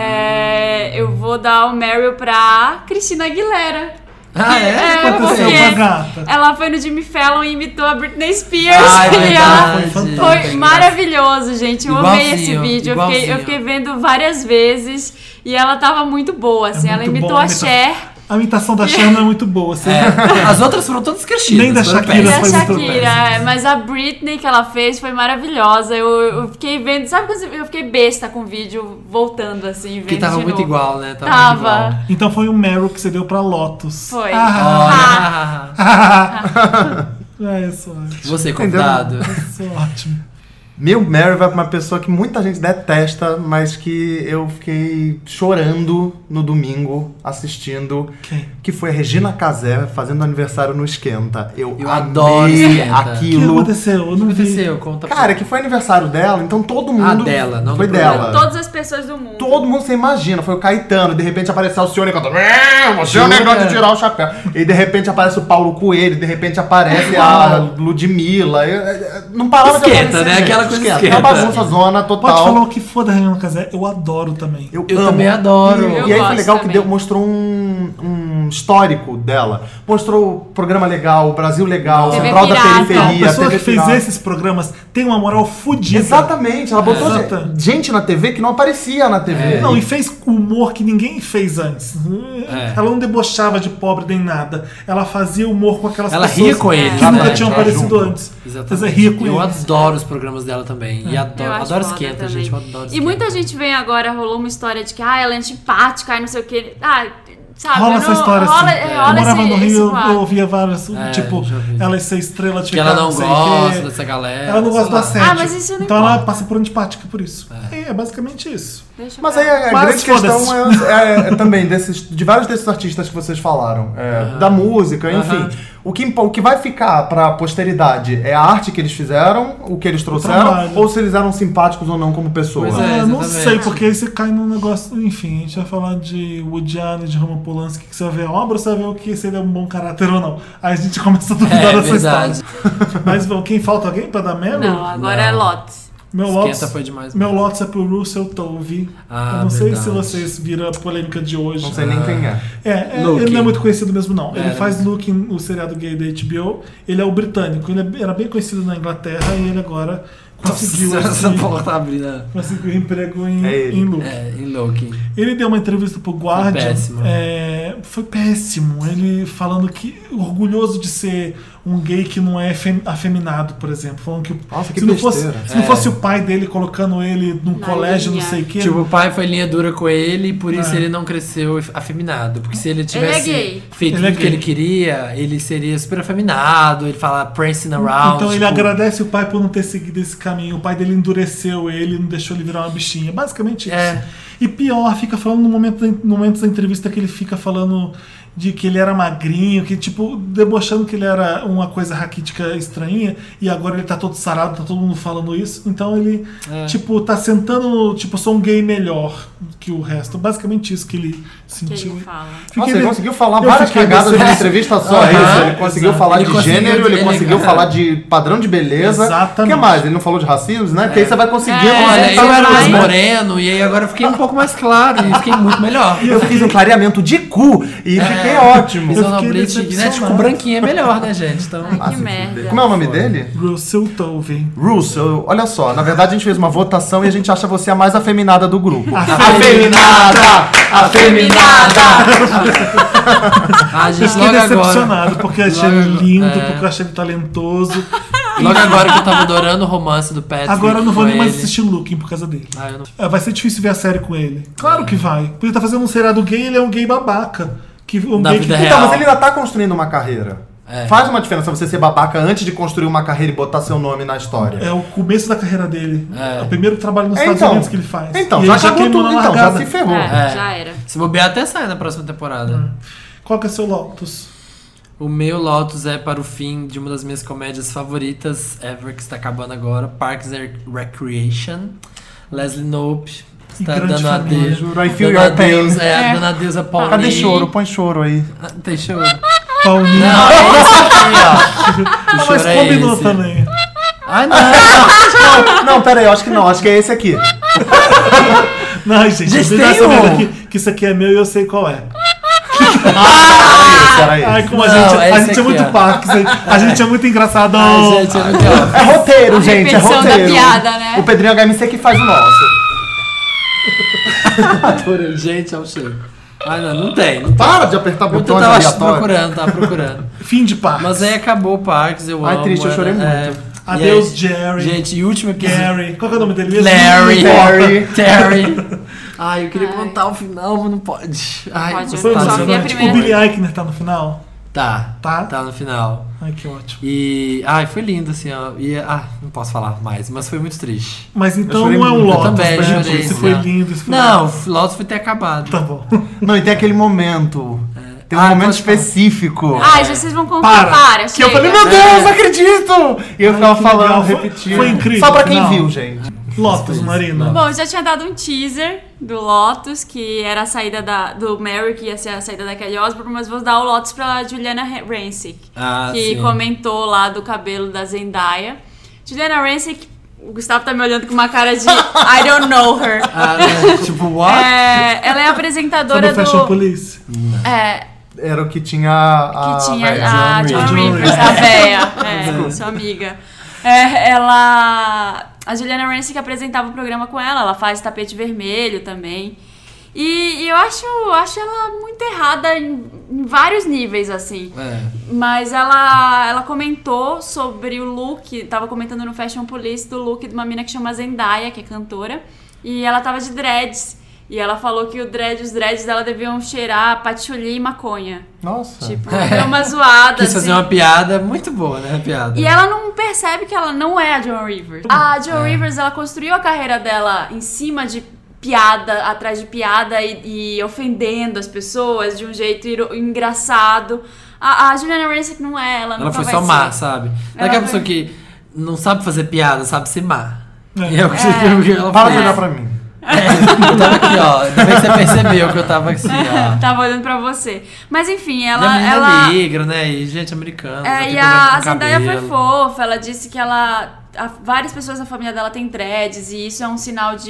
C: É, eu vou dar o Meryl pra Cristina Aguilera.
A: Ah, é?
C: É,
A: O que aconteceu?
B: com a
C: porque-
B: tá gata?
C: Ela foi no Jimmy Fallon e imitou a Britney Spears.
A: Ai,
C: e ela
A: verdade. É.
B: Foi
C: foi maravilhoso, gente. Eu amei esse
A: Igualzinho,
C: vídeo. Eu fiquei,
A: igualzinho.
C: eu fiquei vendo várias vezes e ela tava muito boa, assim. ela
B: muito
C: imitou
B: bom,
C: a
B: imita-
C: Cher.
B: A imitação da Cher não é muito boa, assim.
A: É, As outras foram todas Cristina.
B: Nem da Shakira
C: E
B: Ela
C: a
B: foi muito
C: Shakira, é, mas a Britney que ela fez foi maravilhosa. Eu, eu fiquei vendo, sabe quando você- eu fiquei besta com o vídeo voltando assim, vendo
A: Que tava
C: de
A: muito
C: novo.
A: igual, né? Tava.
C: Tava.
A: muito igual.
B: Então foi o Meryl que você deu pra Lotus.
C: Foi.
B: Ah,
A: Olha.
B: ah, isso é ótimo.
A: Você, convidado.
B: Isso é ótimo.
D: Meu Mary vai pra uma pessoa que muita gente detesta, mas que eu fiquei chorando no domingo assistindo.
B: Quem?
D: Que foi a Regina Casé fazendo aniversário no Esquenta. Eu,
A: Eu
D: amei
A: adoro Esquenta.
B: O que
D: aquilo.
B: aconteceu? Eu
A: O que
B: não vi.
A: aconteceu? Conta pra
D: Cara,
A: mim.
D: que foi aniversário dela, então todo mundo.
A: Ah, dela, não
D: Foi
A: do
D: dela. Todo...
C: Todas as pessoas do mundo.
D: mundo, você imagina, foi o Caetano, de repente apareceu o Alcione cantando. "É, Você é um
A: Jura?
D: negócio de tirar o chapéu. E de repente aparece o Paulo Coelho, de repente aparece a Ludmilla. Eu- eu- eu- Não parava
A: Esquenta,
D: de aparecer.
A: né?
D: gente.
A: Aquela coisa
D: É uma
A: esquenta.
D: bagunça zona
B: Pode
D: total.
B: falar o que for da Regina Casé, eu adoro também.
A: Eu também adoro.
D: E,
C: Eu
D: e aí foi
C: gosto
D: legal que
C: também.
D: deu- mostrou um, um histórico dela. Mostrou programa legal, Brasil legal,
C: TV
D: Central da
C: pirata.
B: a
D: Periferia,
B: pessoa
D: TV
B: que fez
D: pirata.
B: esses programas tem um é uma moral fodida.
D: Exatamente, ela botou
B: É.
D: gente- gente na TV que não aparecia na TV.
B: Não, e fez humor que ninguém fez antes.
A: É.
B: Ela não debochava de pobre nem nada. Ela fazia humor com aquelas
A: Ela
B: pessoas
A: ria com eles,
B: que nunca
A: né?
B: tinham
A: Ela
B: aparecido
D: junto.
B: antes. Mas é
A: Exatamente.
B: ria com
A: eu
B: eles.
A: adoro os programas dela também. E
C: Eu
A: adoro,
C: acho
A: adoro
C: foda
A: esquenta,
C: também.
A: gente. Eu adoro
C: E
A: esquenta.
C: muita gente vem agora, rolou uma história de que ah, ela é antipática e não sei o que. Ah, sabe?
B: Rola
C: eu
B: essa
C: não-
B: história
C: rola,
B: assim.
C: é,
B: Eu
C: rola
B: morava
C: esse,
B: no
C: esse
B: Rio, eu
C: quadro.
B: ouvia várias. tipo,
A: É, já vi.
B: ela ser estrela de
A: Que ela não
B: sei o
A: gosta
B: quê.
A: dessa galera.
B: Ela não
A: sei
B: gosta do
A: lá.
B: assédio.
C: Ah, mas isso não
B: então ela
C: importa.
B: passa por antipática por isso. É, é basicamente isso.
C: Deixa eu
D: Mas
C: ver.
D: aí é a
B: Mas
D: grande
B: foda-se.
D: questão é, é- é também desses, de vários desses artistas que vocês falaram, é, da música, enfim.
A: Aham.
D: O, que, impo- o que vai ficar pra posteridade é a arte que eles fizeram, o que eles trouxeram,
B: trabalho.
D: ou se eles eram simpáticos ou não como pessoa.
A: Pois
B: Ah,
A: É,
B: eu não
A: exatamente.
B: sei, porque aí você cai num negócio. Enfim, a gente vai falar de Woody Allen, de Roman Polanski, que você vai ver a obra, você vai ver o que se ele é um bom caráter ou não. Aí a gente começa a duvidar
A: É,
B: dessa
A: verdade.
B: história. Mas bom, quem falta alguém pra dar Meryl?
C: Não, agora
A: Não.
C: é Lotus.
B: Meu
A: Esquenta
B: Lotus,
A: foi demais
B: Meu
A: mesmo.
B: Lotus é pro Russell Tovey.
A: Ah,
B: eu não sei
A: verdade.
B: se vocês viram a polêmica de hoje.
D: Não sei nem quem é.
B: É, é,
A: Looking.
B: ele não é muito conhecido mesmo, não. Ele
A: É,
B: faz Luke no seriado gay da HBO. Ele é o britânico. Ele é- era bem conhecido na Inglaterra e ele agora conseguiu,
A: Nossa,
B: esse-
A: essa porra tá
B: né?
A: abrindo.
B: conseguiu um emprego em,
D: É ele.
B: em Luke.
A: É, em Loki.
B: Ele deu uma entrevista pro Guardian.
A: Foi péssimo.
B: é, foi péssimo. Ele falando que. orgulhoso de ser um gay que não é fem- afeminado, por exemplo. Falando que.
D: Nossa, que
B: se não fosse,
D: besteira.
B: se não
A: É.
B: fosse o pai dele colocando ele num
C: Na
B: colégio,
C: linha.
B: não sei o quê.
A: Tipo, o pai foi linha dura com ele e por isso
B: É.
A: ele não cresceu afeminado. Porque se ele tivesse
C: gay.
A: feito
B: Ele é
A: tudo que
B: gay.
A: ele queria, ele seria super afeminado, ele fala prancing around.
B: então ele
A: tipo,
B: agradece o pai por não ter seguido esse caminho. O pai dele endureceu ele, não deixou ele virar uma bichinha. Basicamente isso.
A: É.
B: E E pior, fica falando no momento, da- no momento da entrevista que ele fica falando de que ele era magrinho, que tipo, debochando que ele era uma coisa raquítica estranha, e agora ele tá todo sarado, tá todo mundo falando isso. Então ele,
A: É.
B: tipo, tá sentando, no, tipo, sou um gay melhor que o resto. Basicamente isso que ele
C: que
B: sentiu.
C: ele fala.
D: Nossa,
B: de-
D: ele conseguiu falar
B: eu
D: várias
B: fiquei
D: cagadas
B: decepcionado.
D: numa entrevista só.
B: Aham,
D: isso. Ele conseguiu
B: exato.
D: falar
A: Ele
D: de
A: conseguiu
D: gênero, ele
A: delegar.
D: conseguiu falar de padrão de beleza. O que
B: Exatamente.
D: mais? Ele não falou de racismo, né? Porque aí você vai conseguindo.
C: É,
A: Olha,
D: você
A: eu
D: vai-
A: era mais
C: Mas-
A: moreno e aí agora eu fiquei um pouco mais claro e fiquei muito melhor.
D: Eu fiz um clareamento de cu e fiquei ótimo.
B: Eu
A: Isonobrite
B: fiquei
A: genético
B: decepcionado.
A: branquinho é melhor, né, gente? Então,
C: Ai, que
D: se
C: merda.
D: Como é o nome dele?
B: Russell Tovey.
D: Russell, olha só, na verdade a gente fez uma votação e a gente acha você a mais afeminada do grupo.
A: Afeminada!
D: Afeminada!
A: ah,
B: Eu
A: gente,
B: fiquei
A: logo agora.
B: decepcionado, porque eu achei
A: Logo
B: ele
A: agora.
B: lindo,
A: É.
B: porque eu achei ele talentoso.
A: Logo agora que eu tava adorando o romance do Patrick.
B: Agora eu não vou
A: com
B: nem mais
A: ele.
B: assistir Looking por causa dele.
A: Ah, eu não-
B: É, Vai ser difícil ver a série com ele. Claro que vai. Porque ele tá fazendo um seriado gay, ele é um gay babaca. Que, um
A: Na
B: gay
A: vida
B: que...
A: real.
D: Então, mas ele ainda tá construindo uma carreira.
A: É.
D: Faz uma diferença você ser babaca antes de construir uma carreira e botar seu nome na história.
B: É o começo da carreira dele.
A: É.
B: É, o primeiro trabalho nos
D: É,
B: Estados
D: então.
B: Unidos que ele faz.
D: Então,
B: E
D: já
B: ele
D: acabou
B: queimou
D: tudo,
B: na
D: então, já
B: largada.
D: se ferrou.
C: É,
A: É.
C: já era.
A: Se bobear até sai na próxima temporada.
B: Qual que é seu Lotus?
A: O meu Lotus é para o fim de uma das minhas comédias favoritas ever, que está acabando agora, Parks and Recreation. Leslie Knope está
B: grande
A: dando
B: família.
A: adeus.
D: Juro, I feel
A: dando
D: your
A: adeus,
D: pain.
A: é,
C: É.
A: dando adeus a Pauline.
D: Cadê choro? Põe choro aí.
A: Ah, Tem choro.
B: Paulinho.
A: Não, é esse aqui, ó. O
B: Ah,
A: choro
B: mas
A: é
B: combinou
A: esse.
B: também.
A: Ah, não.
D: Ah, Não, não, pera aí, eu acho que não, acho que é esse aqui.
B: Não, gente,
A: Gente,
B: vocês já
A: tem um.
B: sabendo que, que isso aqui é meu e eu sei qual é.
D: Era esse, era
B: Ai,
D: esse.
B: como a
A: Não,
B: gente,
A: é
B: a
A: esse
B: gente é
A: aqui,
B: muito
A: ó.
B: Parks, hein? a gente é muito engraçadão.
A: Ah, gente, eu não quero.
D: É roteiro, gente, é
C: repetição da
D: roteiro.
C: piada, né?
D: O Pedrinho HMC é que faz o nosso.
A: Adorei. Gente, é o choro. Ah, não, não tem. Não tem.
D: Para de apertar
A: Eu
D: botões
A: tava
D: aleatórios.
A: procurando, tava procurando.
B: Fim de Parks.
A: Mas é aí acabou o Parks, eu
D: Ai,
A: amo.
D: triste, eu
A: era-
D: chorei muito.
A: é, e
B: Adeus,
A: aí-
B: Jerry.
A: Gente, e o último episódio.
B: Gary. Qual que é o nome dele mesmo?
A: Larry.
D: Terry.
A: Terry. Ai, eu queria
C: Ai.
A: contar o final, mas não pode. Ai,
C: Pode,
A: mas
B: Foi um
C: eu
A: tá no
C: só vi a
A: final.
B: emocionante.
C: primeira.
B: Tipo, O Billy Eichner tá no final?
A: Tá,
B: Tá.
A: tá no final.
B: Ai, que ótimo.
A: E. Ai, foi lindo, assim, ó. E, ah, não posso falar mais, mas foi muito triste.
B: Mas então
D: chorei
B: não é um
D: muito. Eu
B: Lotus,
A: também
B: né?
A: chorei,
B: Isso foi
A: né?
B: lindo, isso foi
A: Não, o Lotus foi ter acabado.
B: Tá bom.
D: Não, e tem aquele momento.
C: É.
D: Tem um
A: Ah,
D: momento
A: pode falar.
D: específico.
C: Ai, já vocês vão contar.
B: Para.
C: Para,
D: Que eu
C: chega. É.
D: falei, meu Deus, não acredito! E eu ficava
B: que
D: falando,
B: legal. Foi-
D: repetindo.
B: foi incrível,
D: Só pra quem
B: não.
D: viu, gente.
B: Lotus, Marina.
C: Bom, eu já tinha dado um teaser do Lotus, que era a saída da, do Mary, que ia ser a saída da Kelly Osbourne, mas vou dar o Lotus pra Juliana Re- Rancic,
A: Ah,
C: que
A: sim.
C: comentou lá do cabelo da Zendaya. Juliana Rancic, o Gustavo tá me olhando com uma cara de I don't know her.
A: Ah, né? Tipo, what?
C: É, ela é
B: Sabe
C: apresentadora
B: o Fashion
C: do...
B: Police?
C: É,
D: Era o que tinha a.
C: que tinha
D: velha.
C: a
D: John
C: John
D: Reed.
C: Rivers, a véia, é, sua amiga. É, ela. A Juliana Rancic que apresentava o programa com ela, ela faz tapete vermelho também. E, e eu acho, acho ela muito errada em, em vários níveis, assim.
A: É.
C: Mas ela, ela comentou sobre o look, tava comentando no Fashion Police do look de uma mina que chama Zendaya, que é cantora, e ela tava de dreads. E ela falou que o dread, os dreads dela deviam cheirar patchouli e maconha.
D: Nossa.
C: Tipo, deu uma zoada.
A: Tá. Quis fazer
C: assim.
A: uma piada muito boa, né? A piada.
C: E ela não percebe que ela não é a Joan Rivers. A Joan Rivers, ela construiu a carreira dela em cima de piada, atrás de piada e, e ofendendo as pessoas de um jeito iro- engraçado. A, a Juliana Rancic não é, ela não
A: Ela foi
C: vai
A: só
C: ser.
A: má, sabe? Ela é
C: Ela
A: aquela
C: foi-
A: pessoa que não sabe fazer piada, sabe ser má.
B: É.
A: E é o que é. o que ela
D: Para de
A: fez.
D: olhar pra mim.
A: É, eu tava aqui, ó. Ainda bem que você percebeu que eu tava assim, ó.
C: Tava olhando pra você. Mas enfim,
A: e a
C: ela.
A: menina
C: ela
A: negra, né? E gente americana. já
C: é,
A: tem
C: e
A: problema
C: a,
A: com
C: a Zendaya
A: cabelo.
C: foi fofa, ela disse que ela. a- várias pessoas da família dela têm dreads e isso é um sinal de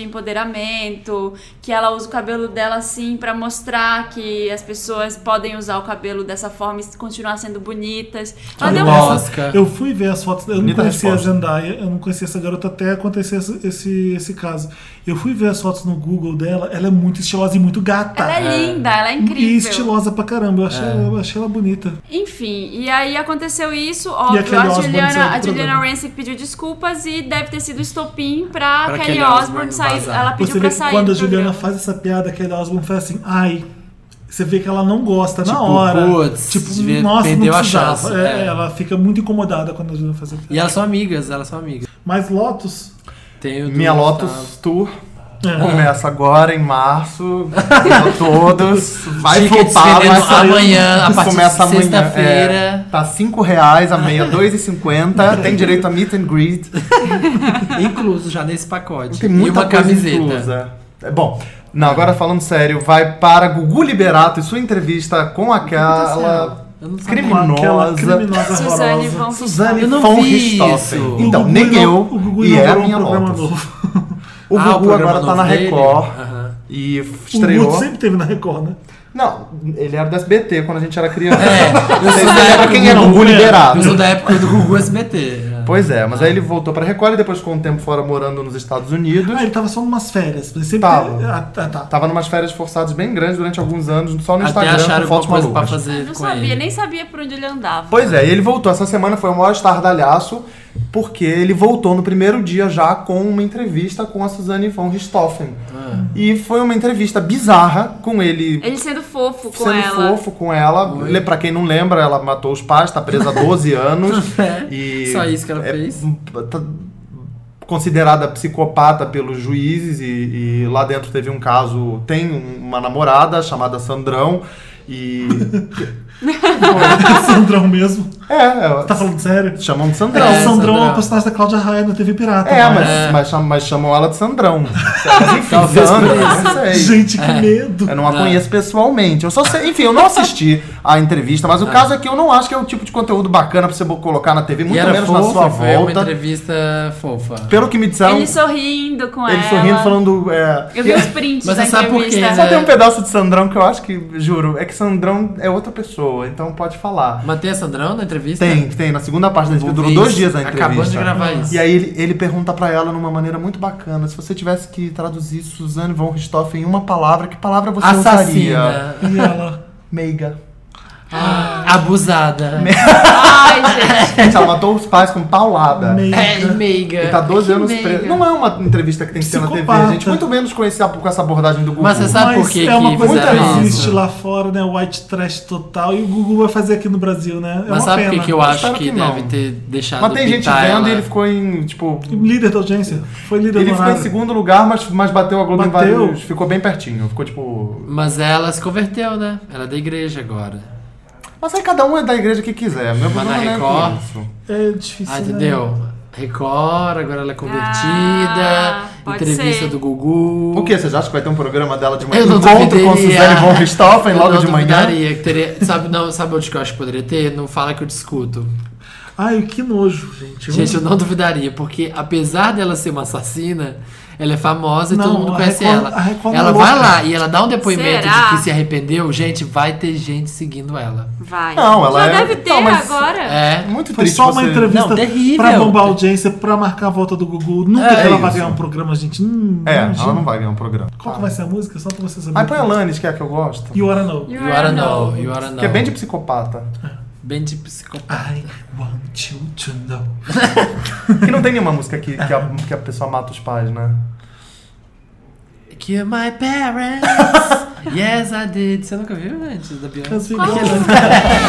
C: empoderamento, que ela usa o cabelo dela assim pra mostrar que as pessoas podem usar o cabelo dessa forma e continuar sendo bonitas. Ela
A: Olha
C: deu
A: o
C: um-
A: Oscar.
B: Eu fui ver as fotos, eu não
D: Bonita
B: conhecia
D: resposta.
B: a Zendaya, eu não conhecia essa garota até acontecer esse, esse, esse caso. Eu fui ver as fotos no Google dela, ela é muito estilosa e muito gata.
C: Ela é linda, ela é
B: E
C: incrível.
B: estilosa pra caramba, eu
A: É.
B: achei, eu achei ela bonita.
C: Enfim, e aí aconteceu isso,
B: a
C: óbvio,
B: Kelly
C: a,
B: Osbourne saiu
C: Juliana,
B: do
C: a Juliana
B: programa.
C: Rancic pediu desculpas e deve ter sido estopim pra,
A: Pra
C: Kelly
A: Kelly
C: Osbourne
A: Osbourne
C: sair.
A: vazar.
C: Ela pediu
B: Você
C: pra
B: vê que
C: sair.
B: quando
C: do
B: a Juliana
C: programa.
B: faz essa piada, aquele Osborne faz assim, ai. Você vê que ela não gosta na
A: Tipo,
B: hora.
A: putz, devia-
B: nossa, não
A: perdeu a
B: precisava.
A: chance,
B: É,
A: é.
B: Ela fica muito incomodada quando a Juliana faz a piada.
A: E elas são amigas, tá? elas são amigas.
B: Mas Lotus,
A: Tem o do
D: Minha
A: Gustavo.
D: Lotus Tour
B: É.
D: Começa agora em março, pra todos. Vai
A: Tickets
D: flopar, vai
A: vendendo
D: sair.
A: amanhã, a partir
D: Começa
A: de
D: amanhã.
A: sexta-feira.
D: é. tá 5 reais a meia, 2,50. tem direito a meet and greet.
A: Incluso já nesse pacote.
D: Tem muita
A: e uma
D: coisa
A: camiseta.
D: inclusa. É, bom, não, agora falando sério, vai para Gugu Liberato e sua entrevista com aquela
A: Eu não sabia.
B: Com aquela
D: criminosa.
B: criminosa
C: Suzane
B: horrorosa.
C: von
D: Suzane
A: Eu não
D: von
A: vi
D: Richthofen.
A: isso.
D: Então,
B: O Gugu
D: nem
B: ino-
D: eu.
B: O Gugu
D: e é a
B: inaugurou
D: minha
B: um programa
D: Lotus.
B: novo. É.
D: O
A: Ah,
D: Gugu
A: programa
D: agora tá
A: novo
D: na
A: dele?
D: Record
A: Aham.
D: e
B: O Gugu
D: estreou.
B: sempre teve na Record, né?
D: Não, ele era do SBT quando a gente era criança.
A: É, eu
D: Você
A: sou da
D: lembra
A: época
D: quem
A: do
D: era o Gugu
B: Gugu, né?
D: Liberato?
A: Eu sou da época do Gugu SBT. né?
D: Pois é, mas aí ele voltou pra Record e depois ficou um tempo fora morando nos Estados Unidos.
B: Ah, ele tava só numas férias. Ele sempre
D: Tava.
B: teve- Ah, tá, tá.
D: Tava numas férias forçadas bem grandes durante alguns anos, só no
A: Até
D: Instagram,
A: acharam
D: com fotos
A: alguma coisa pra
D: malucas.
A: fazer
C: Não
A: com
C: sabia,
A: ele.
C: nem sabia por onde ele andava.
D: Pois é, e ele voltou. Essa semana foi o maior estardalhaço, porque ele voltou no primeiro dia já com uma entrevista com a Suzane von Richthofen.
A: Ah.
D: E foi uma entrevista bizarra com ele.
C: Ele sendo fofo com
D: Sendo
C: ela.
D: fofo com ela. Le- Pra quem não lembra, ela matou os pais, tá presa há 12 anos. e
A: Só isso que ela
D: é-
A: fez.
D: tá considerada psicopata pelos juízes e, e lá dentro teve um caso tem uma namorada chamada Sandrão e
B: Sandrão mesmo.
D: é, é
B: Tá falando sério?
D: chamam de
B: É,
D: Sandrão
B: o Sandrão é
A: Sandrão.
B: uma personagem da Cláudia Raia na TV Pirata.
D: É,
B: né?
D: mas,
A: É.
D: Mas, chamam, mas chamam ela de Sandrão. Enfim,
A: Talvez por É.
D: Sandra, não sei.
B: Gente, que medo.
D: Eu não a conheço pessoalmente. Eu só sei, enfim, eu não assisti a entrevista, mas o caso é que eu não acho que é um tipo de conteúdo bacana pra você bo- colocar na TV,
A: e
D: muito
A: era
D: menos
A: fofa,
D: na sua
A: foi uma
D: volta.
A: entrevista fofa.
D: Pelo que me disseram,
C: Ele sorrindo com
D: então ele
C: ela.
D: sorrindo falando. é,
C: Eu vi os prints
A: Mas
C: da
A: você sabe por quê,
C: entrevista.
A: né?
D: Só tem um pedaço de Sandrão que eu acho que, juro, é que Sandrão é outra pessoa, então pode falar.
A: Matei a Sandrão na entrevista?
D: Tem, tem, na segunda parte da
A: Vou
D: entrevista,
A: ver
D: durou dois
A: isso.
D: dias a entrevista.
A: Acabamos de gravar isso.
D: E aí ele, ele pergunta pra ela numa maneira muito bacana, se você tivesse que traduzir Suzanne von Richthofen em uma palavra, que palavra você usaria?
A: Assassina.
B: E ela.
D: Meiga.
A: Abusada.
C: Ai, gente.
D: Gente, ela É, tá, matou os pais com paulada.
B: Meio.
A: É, meiga.
D: E tá 12
A: Que
D: anos
A: meiga.
D: preso. Não é uma entrevista que tem que ser na TV,
B: Psicopata.
D: gente. Muito menos com, esse, com essa abordagem do Google.
A: Mas você sabe-
B: Mas
A: por que
B: é uma
A: que
B: coisa
A: fizeram
B: que
A: isso?
B: existe lá fora, né? White trash total. E o Gugu vai fazer aqui no Brasil, né? É uma
A: Mas sabe
B: pena.
A: o que, que eu
D: Eu
A: acho
D: espero
A: que,
D: que não.
A: deve ter deixado
D: Mas tem gente
A: pitar
D: vendo
A: ela? é.
D: e ele ficou em, tipo...
B: Líder da audiência. Foi líder
D: Ele
B: do
D: ficou em
B: horário.
D: segundo lugar, mas, mas bateu a Globo em
B: Bateu.
D: vários... Ficou bem pertinho. Ficou, tipo...
A: Mas ela se converteu, né? Ela é da igreja agora.
D: Mas aí cada um é da igreja que quiser. Meu
A: Mas
D: problema
A: na
D: não é
A: Record?
D: com isso.
B: É difícil.
A: Ah,
B: né?
A: entendeu? Record, agora ela é convertida.
C: Ah, pode
A: entrevista
C: ser.
A: do Gugu.
D: O que? Você já acha que vai ter um programa dela de manhã?
A: Eu não
D: Encontro com
A: duvidaria.
D: Suzane von Richthofen
A: Eu
D: logo
A: não
D: de manhã?
A: duvidaria que teria- sabe, não, sabe onde que eu acho que poderia ter? Não fala que eu discuto.
B: Ai, que nojo, gente.
A: Gente, eu não duvidaria, porque apesar dela ser uma assassina, ela é famosa e
B: Não,
A: todo mundo
B: a
A: conhece
B: Record- a
A: ela.
B: Record é
A: Ela
B: louca.
A: vai lá e ela dá um depoimento de
C: Será?
A: que se arrependeu, gente, vai ter gente seguindo ela.
C: Vai.
D: Não, ela
C: Já
D: é-
C: deve ter
D: Não, mas-
C: agora.
A: É.
D: Muito
B: Foi
D: triste
B: só uma
D: você-
B: entrevista
A: Não, terrível.
B: pra bombar a audiência, pra marcar a volta do Gugu. Nunca
D: É
B: que ela vai
D: isso.
B: ganhar um programa, gente. Hum,
D: É,
B: imagina.
D: ela não vai ganhar um programa.
B: Qual que vai ser a música? Só pra você saber.
D: Aí põe a Lannis, que é a que eu gosto.
B: You Wanna Know.
A: You are know, you are know.
D: Que é bem de psicopata.
A: bem de psicopata.
B: I want you to know.
D: Que não tem nenhuma música que, que, a, que a pessoa mata os pais, né?
A: Kill my parents. yes, I did. Você nunca viu antes da Beyoncé?
B: Mas ficou,
C: Qual?
A: é?
B: né?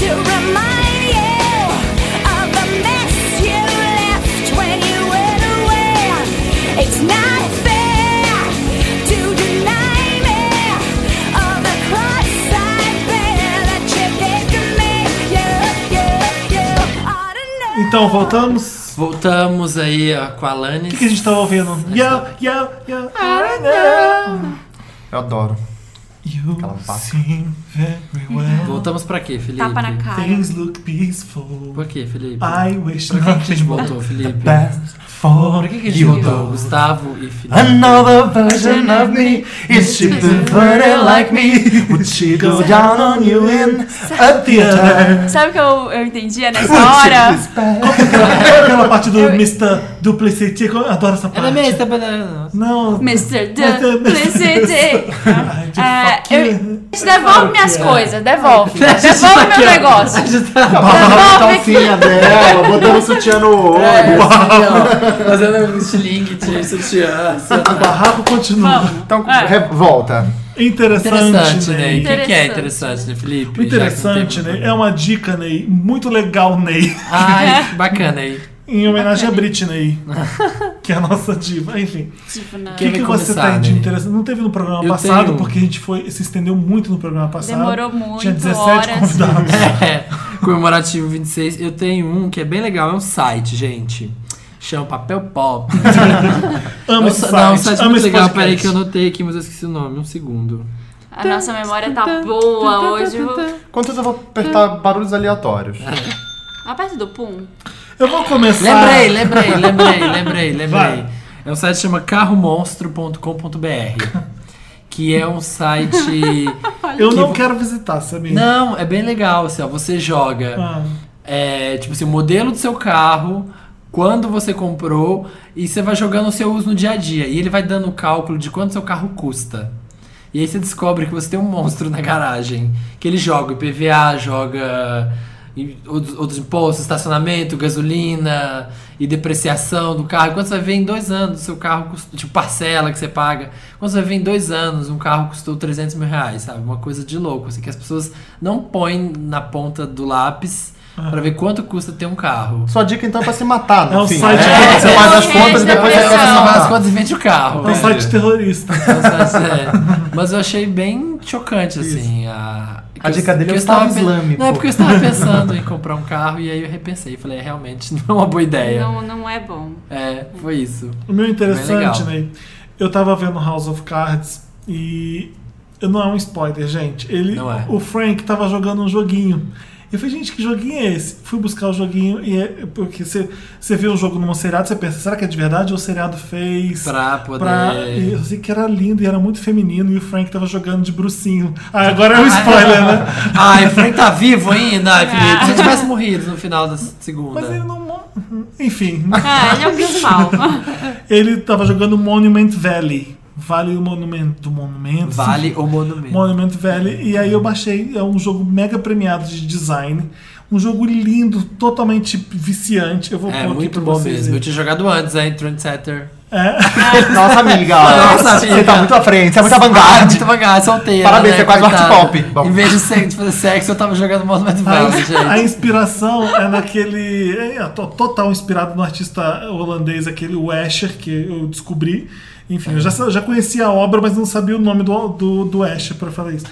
G: To remind you of the mess you left when you went away. It's not fair to deny me of the cross I bear that you did to me. You, you, you ought to know.
B: Então, voltamos.
A: Voltamos aí ó, com a Alanis.
B: O que, que a gente tava ouvindo?
A: tá.
B: Yeah, yeah, yeah. I don't know.
D: Eu adoro.
B: You
D: Aquela vaca.
B: seem very
C: Uhum.
B: well.
A: Voltamos pra quê, Felipe?
C: Tapa na cara.
B: Things look peaceful.
A: Por quê, Felipe?
B: I wish
A: Pra que, que a gente
B: nothing
A: voltou, Felipe?
D: Best
A: Pra
D: for
A: que, que a gente voltou? Gustavo e Felipe.
D: Another version of me is cheap and burning like me. Would she go down on you in a
A: né?
D: theater?
C: Sabe o que eu, eu entendia nessa
D: Would
C: hora?
D: she despair?
B: Aquela aquela parte do Mr. Duplicity, eu adoro essa
C: é
B: parte.
A: Ela mesmo tá banana.
B: Não.
C: Mr.
A: é
B: Mr.
C: Duplicity.
B: Ai, de
C: É,
B: fuck
C: eu-
B: you.
C: Gente, Devolve minhas coisas, devolve.
A: tá
C: Devolve meu negócio.
D: A barba na calcinha dela, botando o sutiã no
A: É.
D: olho.
A: Uau. Fazendo um sling, tira sutiã.
B: O barraco continua.
C: Vamos.
D: Então,
C: É.
D: re- volta.
B: Interessante,
D: né?
A: Interessante, Ney.
B: Ney.
A: O que, que é
C: Interessante.
A: interessante, né, Felipe?
B: O Interessante,
A: Já que não
B: Ney.
A: tem-
B: É uma dica, Ney. Muito legal, Ney.
A: Ai, bacana aí.
B: Em homenagem a Britney. Que que é a nossa diva. Enfim.
C: Tipo, na...
B: O
A: Quem
B: que,
A: vai
B: que você
A: começar,
B: tem de
A: Dani?
B: interessante? Não teve no programa
A: Eu
B: passado,
A: tenho.
B: porque a gente foi, se estendeu muito no programa passado.
C: Demorou muito,
B: Tinha 17
C: horas.
B: convidados.
A: É, comemorativo 26. Eu tenho um que é bem legal, é um site, gente. Chama Papel Pop. É
B: Amo
A: um
B: esse
A: sa- não,
B: site.
A: é um site
B: amo
A: muito
B: esse
A: legal.
B: podcast.
A: Peraí que eu anotei aqui, mas eu esqueci o nome. Um segundo.
C: A nossa memória tá boa hoje.
A: Tá,
C: Eu vou-
D: Enquanto isso, eu vou apertar barulhos aleatórios.
A: tá,
C: Aperta do pum.
B: Eu vou começar.
A: Lembrei, lembrei, lembrei, lembrei, lembrei.
B: Vai.
A: É um site que chama carromonstro.com.br. Que é um site.
B: Eu
A: Que
B: não
A: vo-
B: quero visitar, sabia?
A: Não, é bem legal, assim, ó. Você joga.
B: Ah,
A: É, tipo assim, o modelo do seu carro, quando você comprou, e você vai jogando o seu uso no dia a dia. E ele vai dando o cálculo de quanto seu carro custa. E aí você descobre que você tem um monstro na garagem. Que ele joga IPVA, joga em outros, outros impostos, estacionamento, gasolina e depreciação do carro. E Quando você vai ver em dois anos, seu carro custou, tipo parcela que você paga. Quando você vai ver em dois anos, um carro custou 300 mil reais, sabe? Uma coisa de louco, assim, que as pessoas não põem na ponta do lápis pra
B: Ah.
A: ver quanto custa ter um carro.
D: Sua dica, então, é pra se matar, no
B: É um
D: fim.
B: site-
D: né? Você
C: É,
D: faz as
C: é,
D: contas e
C: é,
D: depois
C: é,
D: você vai
A: Você
D: se
C: é,
A: só faz
D: matar.
A: as contas e vende o carro.
B: é um site terrorista.
A: Mas, é, mas eu achei bem chocante, assim. A, que
D: A
A: eu-
D: dica dele
A: que
B: um
D: é
A: eu
D: o
A: estava
D: Estado
A: pe-
D: Islâmico.
A: Não, é porque eu estava pensando em comprar um carro e aí eu repensei. Falei, é, realmente não é uma boa ideia.
C: Não, não é bom.
A: É, foi isso.
B: O meu interessante,
A: Bem legal.
B: né? Eu tava vendo House of Cards e. Não é um spoiler, gente. Ele,
A: Não é.
B: O Frank tava jogando um joguinho. Eu falei, gente, que joguinho é esse? Fui buscar o joguinho e é. Porque você, você vê o jogo numa seriado, você pensa, será que é de verdade ou o seriado fez?
A: Pra poder.
B: e Eu sei que era lindo e era muito feminino e o Frank tava jogando de brucinho. Ah, agora é um spoiler, né?
A: Ai, o Frank tá vivo ainda, ai, Felipe. Se eu tivesse morrido no final da segunda.
B: Mas ele não. mo- uhum, Enfim,
C: Ah, ele é o principal.
B: ele tava jogando Monument Valley. Vale o monumento do monumento.
A: Vale o monumento.
B: Monument Valley. E aí eu baixei, é um jogo mega premiado de design. Um jogo lindo, totalmente viciante. Eu vou
A: É
B: pôr aqui
A: muito
B: pra
A: bom
B: vocês
A: mesmo. Eu
B: verem.
A: tinha jogado antes, hein, Trendsetter.
D: Nossa, amiga.
A: Nossa,
D: Você
A: amiga.
D: tá muito à frente, você é muito
A: Ah,
D: avant-garde.
A: muito vagar, solteira.
D: Parabéns,
A: né,
D: você é quase um
A: coitada.
D: art pop.
A: Em vez de ser- de fazer sexo, eu tava jogando Monument Valley, gente.
B: A inspiração é naquele. É, to- total inspirado no artista holandês, aquele Asher, que eu descobri. Enfim, eu já, sa- já conhecia a obra, mas não sabia o nome do, do, do Asher pra falar isso.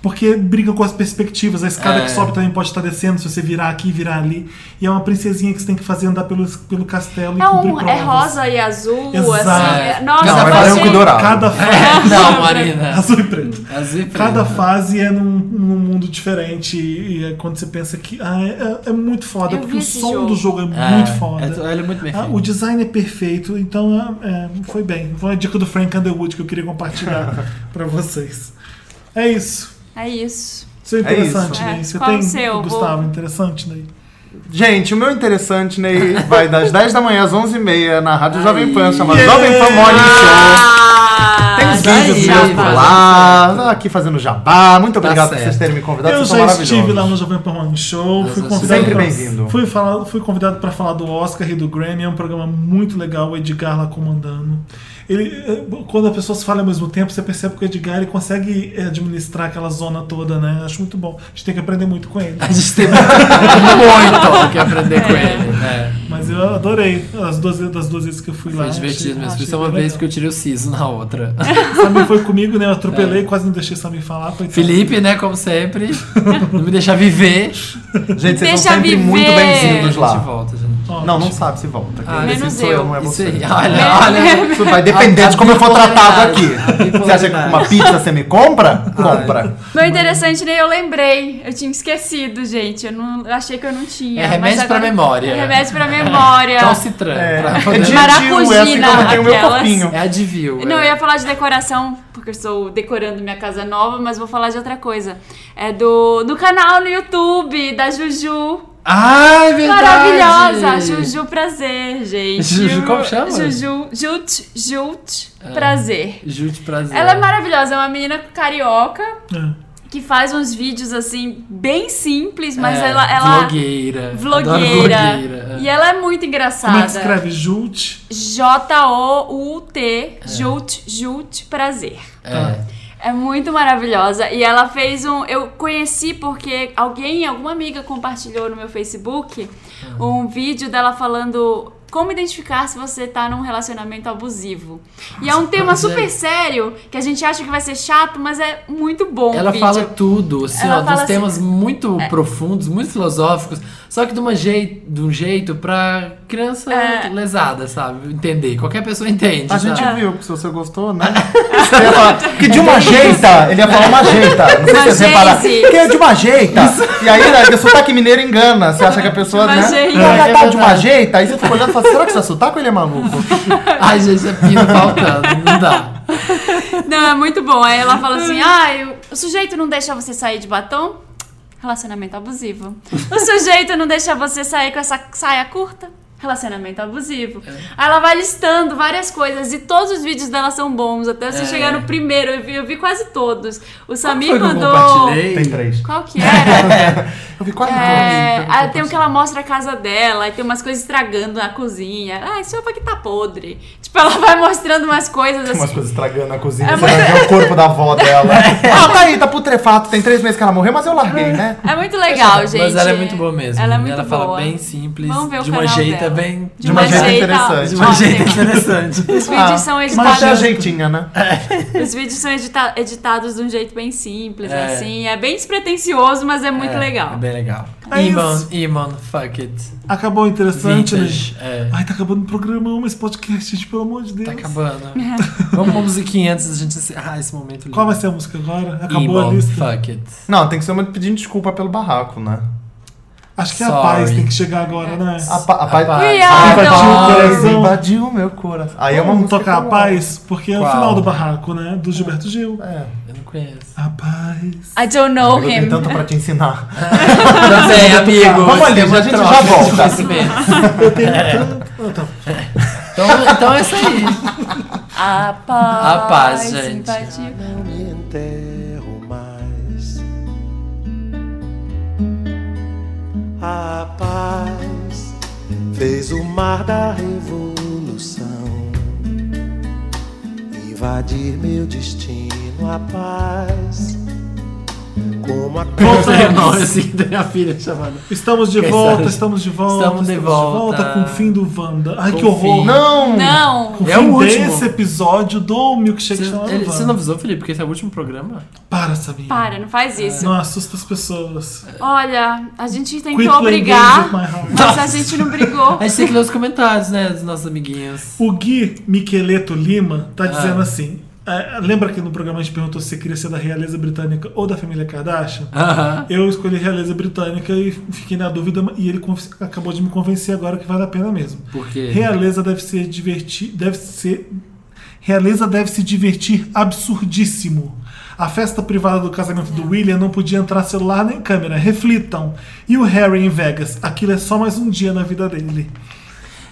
B: Porque briga com as perspectivas, a escada
A: É.
B: que sobe também pode estar descendo, se você virar aqui, virar ali. E é uma princesinha que você tem que fazer andar pelo, pelo castelo e
C: É,
B: cumprir
C: um, é
B: provas.
C: rosa e azul,
B: Exato.
C: assim. é- Nossa,
A: Não,
C: eu
A: é
D: branco
C: achei-
D: e dourado.
B: Cada fase,
A: É, não, Marina. É
B: azul e preto.
A: Azul e preto.
B: Cada fase é num, num mundo diferente e é quando você pensa que ah, é, é muito foda,
C: Eu
B: porque
C: vi
B: o
C: esse
B: som
C: jogo.
B: do jogo é,
A: É,
B: muito foda.
A: é- ele é muito bem
B: Ah,
A: feito.
B: o design é perfeito, então é, é, foi bem. Foi a dica do Frank Underwood que eu queria compartilhar pra vocês. É isso.
C: É isso.
B: Isso é
D: isso.
B: interessante, né?
C: É,
B: Você
C: qual
B: tem,
C: o seu?
B: Gustavo,
C: Vou-
B: interessante, né?
D: Gente, o meu interessante, Ney, vai das 10 da manhã às 11h30 na Rádio Jovem Pan, chamada
B: Yeah!
D: Jovem Pan Morning Show.
C: Ah,
D: Tem os
A: tá
D: vídeos
A: aí,
D: meus
A: tá
D: por lá, aqui fazendo jabá. Muito obrigado por
A: certo.
D: vocês terem me convidado,
B: eu
D: vocês são
B: já estive
D: maravilhosos.
B: lá no Jovem Pan Morning Show, fui
A: sou
B: convidado,
D: sempre
B: pra-
D: bem-vindo.
B: fui, falar- fui convidado para falar do Oscar e do Grammy, é um programa muito legal, o Edgar lá comandando. Ele, eh, quando as pessoas falam ao mesmo tempo, você percebe que o Edgar ele consegue eh, administrar aquela zona toda, né? Acho muito bom. A gente tem que aprender muito com ele.
A: A gente tem muito o que aprender com ele. né?
B: Mas eu adorei as duas, das duas vezes que eu fui lá.
A: Foi divertido
B: achei-
A: mesmo. Foi
B: achei
A: só uma
B: bem
A: vez
B: legal.
A: porque eu tirei o siso na outra.
B: Samir foi comigo, né? Eu atropelei, quase não deixei Samir falar. coitado.
A: É. Felipe, né, como sempre, não me deixar viver.
D: Gente, vocês
C: Deixa
D: são sempre
C: viver.
D: muito bem-vindos
A: De
D: lá.
A: volta, gente.
B: Ó,
D: Não, não sabe se volta.
A: Ah,
D: Quem
C: menos
D: decide sou eu,
C: eu.
D: não é
A: Isso
D: você.
A: aí, olha, olha.
D: Isso vai depender
A: A- a
D: de como eu for tratado aqui.
A: bipolaridade. A
D: Você acha que com uma pizza você me compra? Compra.
C: Meu interessante, nem eu lembrei. Eu tinha esquecido, gente. Eu não eu achei que eu não tinha.
A: É
C: mas
A: remédio pra
C: agora-
A: memória. Então,
C: É remédio pra memória.
A: Calcitran.
C: assim
A: pra poder-
D: É gentil, é assim
C: Maracujina,
D: como eu tenho o meu
C: aquelas.
D: corpinho.
A: É advil.
C: Não, eu
A: é.
C: ia falar de decoração, porque eu estou decorando minha casa nova, mas vou falar de outra coisa. É do, do canal no YouTube, da Juju.
A: Ah, é verdade.
C: Maravilhosa! Juju Prazer, gente.
A: Juju, como chama? Ah.
C: Juju, Jut, Jut Prazer.
A: Jute prazer.
C: Ela é maravilhosa, é uma menina carioca
B: É.
C: que faz uns vídeos assim, bem simples, mas
A: É,
C: ela. ela
A: Vlogueira. Adoro
C: Vlogueira.
A: vlogueira.
C: E ela é muito
B: Como é que
C: engraçada.
B: escreve? Jute.
C: J-O-U-T, Jut, Jut Prazer.
A: É.
C: É muito maravilhosa. E ela fez um. Eu conheci porque
A: Ah.
C: alguém, alguma amiga compartilhou no meu Facebook um vídeo dela falando. Como identificar se você tá num relacionamento abusivo. E é um tema
A: mas é-
C: super sério, que a gente acha que vai ser chato, mas é muito bom.
A: Ela
C: o vídeo.
A: fala tudo, assim,
C: Ela
A: ó,
C: fala
A: dos
C: assim-
A: temas muito profundos, muito filosóficos, só que de, uma jei- de um jeito pra criança
C: É.
A: lesada, sabe? Entender. Qualquer pessoa entende.
D: A
A: sabe?
D: gente viu, porque se você gostou, né? Você ia falar, que de uma jeita, ele ia falar uma jeita. Não sei se
C: Uma
D: você ia falar,
C: gente.
D: que é de uma jeita. E aí, né, o sotaque mineiro engana. Você acha que a pessoa,
C: De uma
D: né?
C: jeita.
D: "Ah, ela
A: É
D: tá de uma
A: verdade.
D: jeita. Aí você fica olhando e fala, será que isso é sotaque ou ele é maluco?
A: Ai, gente, é pino faltando, não dá.
C: Não, é muito bom. Aí ela fala assim: ah, eu- o sujeito não deixa você sair de batom? Relacionamento abusivo. O sujeito não deixa você sair com essa saia curta? Relacionamento abusivo.
A: É.
C: Aí ela vai listando várias coisas e todos os vídeos dela são bons. Até você
A: É.
C: chegar no primeiro, eu vi, eu vi quase todos. O Samir
A: Foi que eu
C: mandou.
A: compartilhei.
D: Tem três.
C: Qual que era?
D: Eu vi quase
C: É,
D: todos.
C: aí tem o que ela mostra a casa dela, aí tem umas coisas estragando na cozinha. Ah, esse sopa que tá podre. Tipo, ela vai mostrando umas coisas assim.
D: Umas coisas estragando a cozinha,
C: É
D: você vai ver o corpo da avó dela. Ah, tá aí, tá putrefato, tem três meses que ela morreu, mas eu larguei, né?
C: É muito legal, gente.
A: Mas ela é muito boa mesmo.
C: Ela é muito boa.
A: fala bem simples,
C: Vamos ver o
A: de uma
C: canal
A: jeita
C: dela.
A: bem.
C: De uma jeita
D: interessante.
A: de uma jeita
C: ótima.
A: interessante.
C: Os vídeos
D: Ah,
C: são
D: Mas é a
C: editados.
D: jeitinha, né?
C: Os vídeos são edita- editados de um jeito bem simples,
A: É.
C: assim. É bem despretensioso, mas é muito
A: É,
C: legal.
A: É bem legal.
B: É
A: Iman,
B: isso.
A: Iman, fuck it.
B: Acabou o interessante,
A: Vintage.
B: né?
A: É,
B: Ai, tá acabando o programa, esse podcast, gente, pelo amor de Deus.
A: tá acabando. Vamos pra musiquinha antes da gente encerrar esse momento lindo.
B: Qual vai ser a música agora? Acabou
A: Iman,
B: a lista.
A: fuck it.
D: Não, tem que ser uma pedindo desculpa pelo barraco, né?
B: Acho que é a
A: Sorry. É.
B: paz tem que chegar agora, né?
D: A, pa- a
A: Rapaz,
D: pa-
C: We
A: ah,
C: are the
D: Invadiu o
A: Adoro.
D: coração. Invadiu o meu coração. Aí é uma
B: Vamos
D: música.
B: tocar a
D: que eu
B: paz, porque é o
A: Qual?
B: final do barraco, né? Do Gilberto Gil.
D: amo. É.
A: Eu não conheço.
B: A paz.
C: I don't know
D: Eu tenho
C: him.
A: então tá-
D: tanto pra te ensinar.
A: Também, Tá amigo.
D: Vamos ali,
A: Tema
D: a gente
A: troca
D: já
A: de
D: volta.
A: conhecimento.
B: Eu tenho
A: É.
B: tanto. Ah, tá.
A: Então, então é isso aí.
C: A paz.
A: A paz, gente.
C: simpatia.
F: não me enterro mais. A paz fez o mar da revolução invadir meu destino. A paz, como a
A: Volta, irmão. Assim, tem a filha chamada.
B: Estamos de
A: Quem
B: volta,
A: sabe?
B: estamos de volta.
A: Estamos de volta.
B: com o fim do Wanda. Ai,
A: Com
B: que
A: o
B: horror.
A: fim.
D: Não!
C: Não.
B: O
A: É o
B: fim
A: último.
B: desse episódio do Milkshake
A: Você,
B: Chamado
A: ele-
B: Wanda.
A: você não avisou, Felipe, que esse é o último programa?
B: Para, Samir.
C: Para, não
A: É.
C: faz isso.
B: Não assusta as pessoas.
C: Olha, a gente tentou
B: Quit playing games
C: brigar,
B: with my heart.
C: mas a gente não brigou.
A: A gente tem que ler os comentários, né, dos nossos amiguinhos.
B: O Gui Miqueleto Lima
A: Ah.
B: tá dizendo assim. é, lembra que no programa a gente perguntou se você queria ser da realeza britânica ou da família Kardashian?
A: Ah. Aham.
B: Eu escolhi realeza britânica e fiquei na dúvida e ele conven- acabou de me convencer agora que vale a pena mesmo.
A: Por quê?
B: Realeza deve ser divertir, deve ser Realeza deve se divertir absurdíssimo. A festa privada do casamento
A: É.
B: do William não podia entrar celular nem câmera. Reflitam. E o Harry em Vegas, aquilo é só mais um dia na vida dele.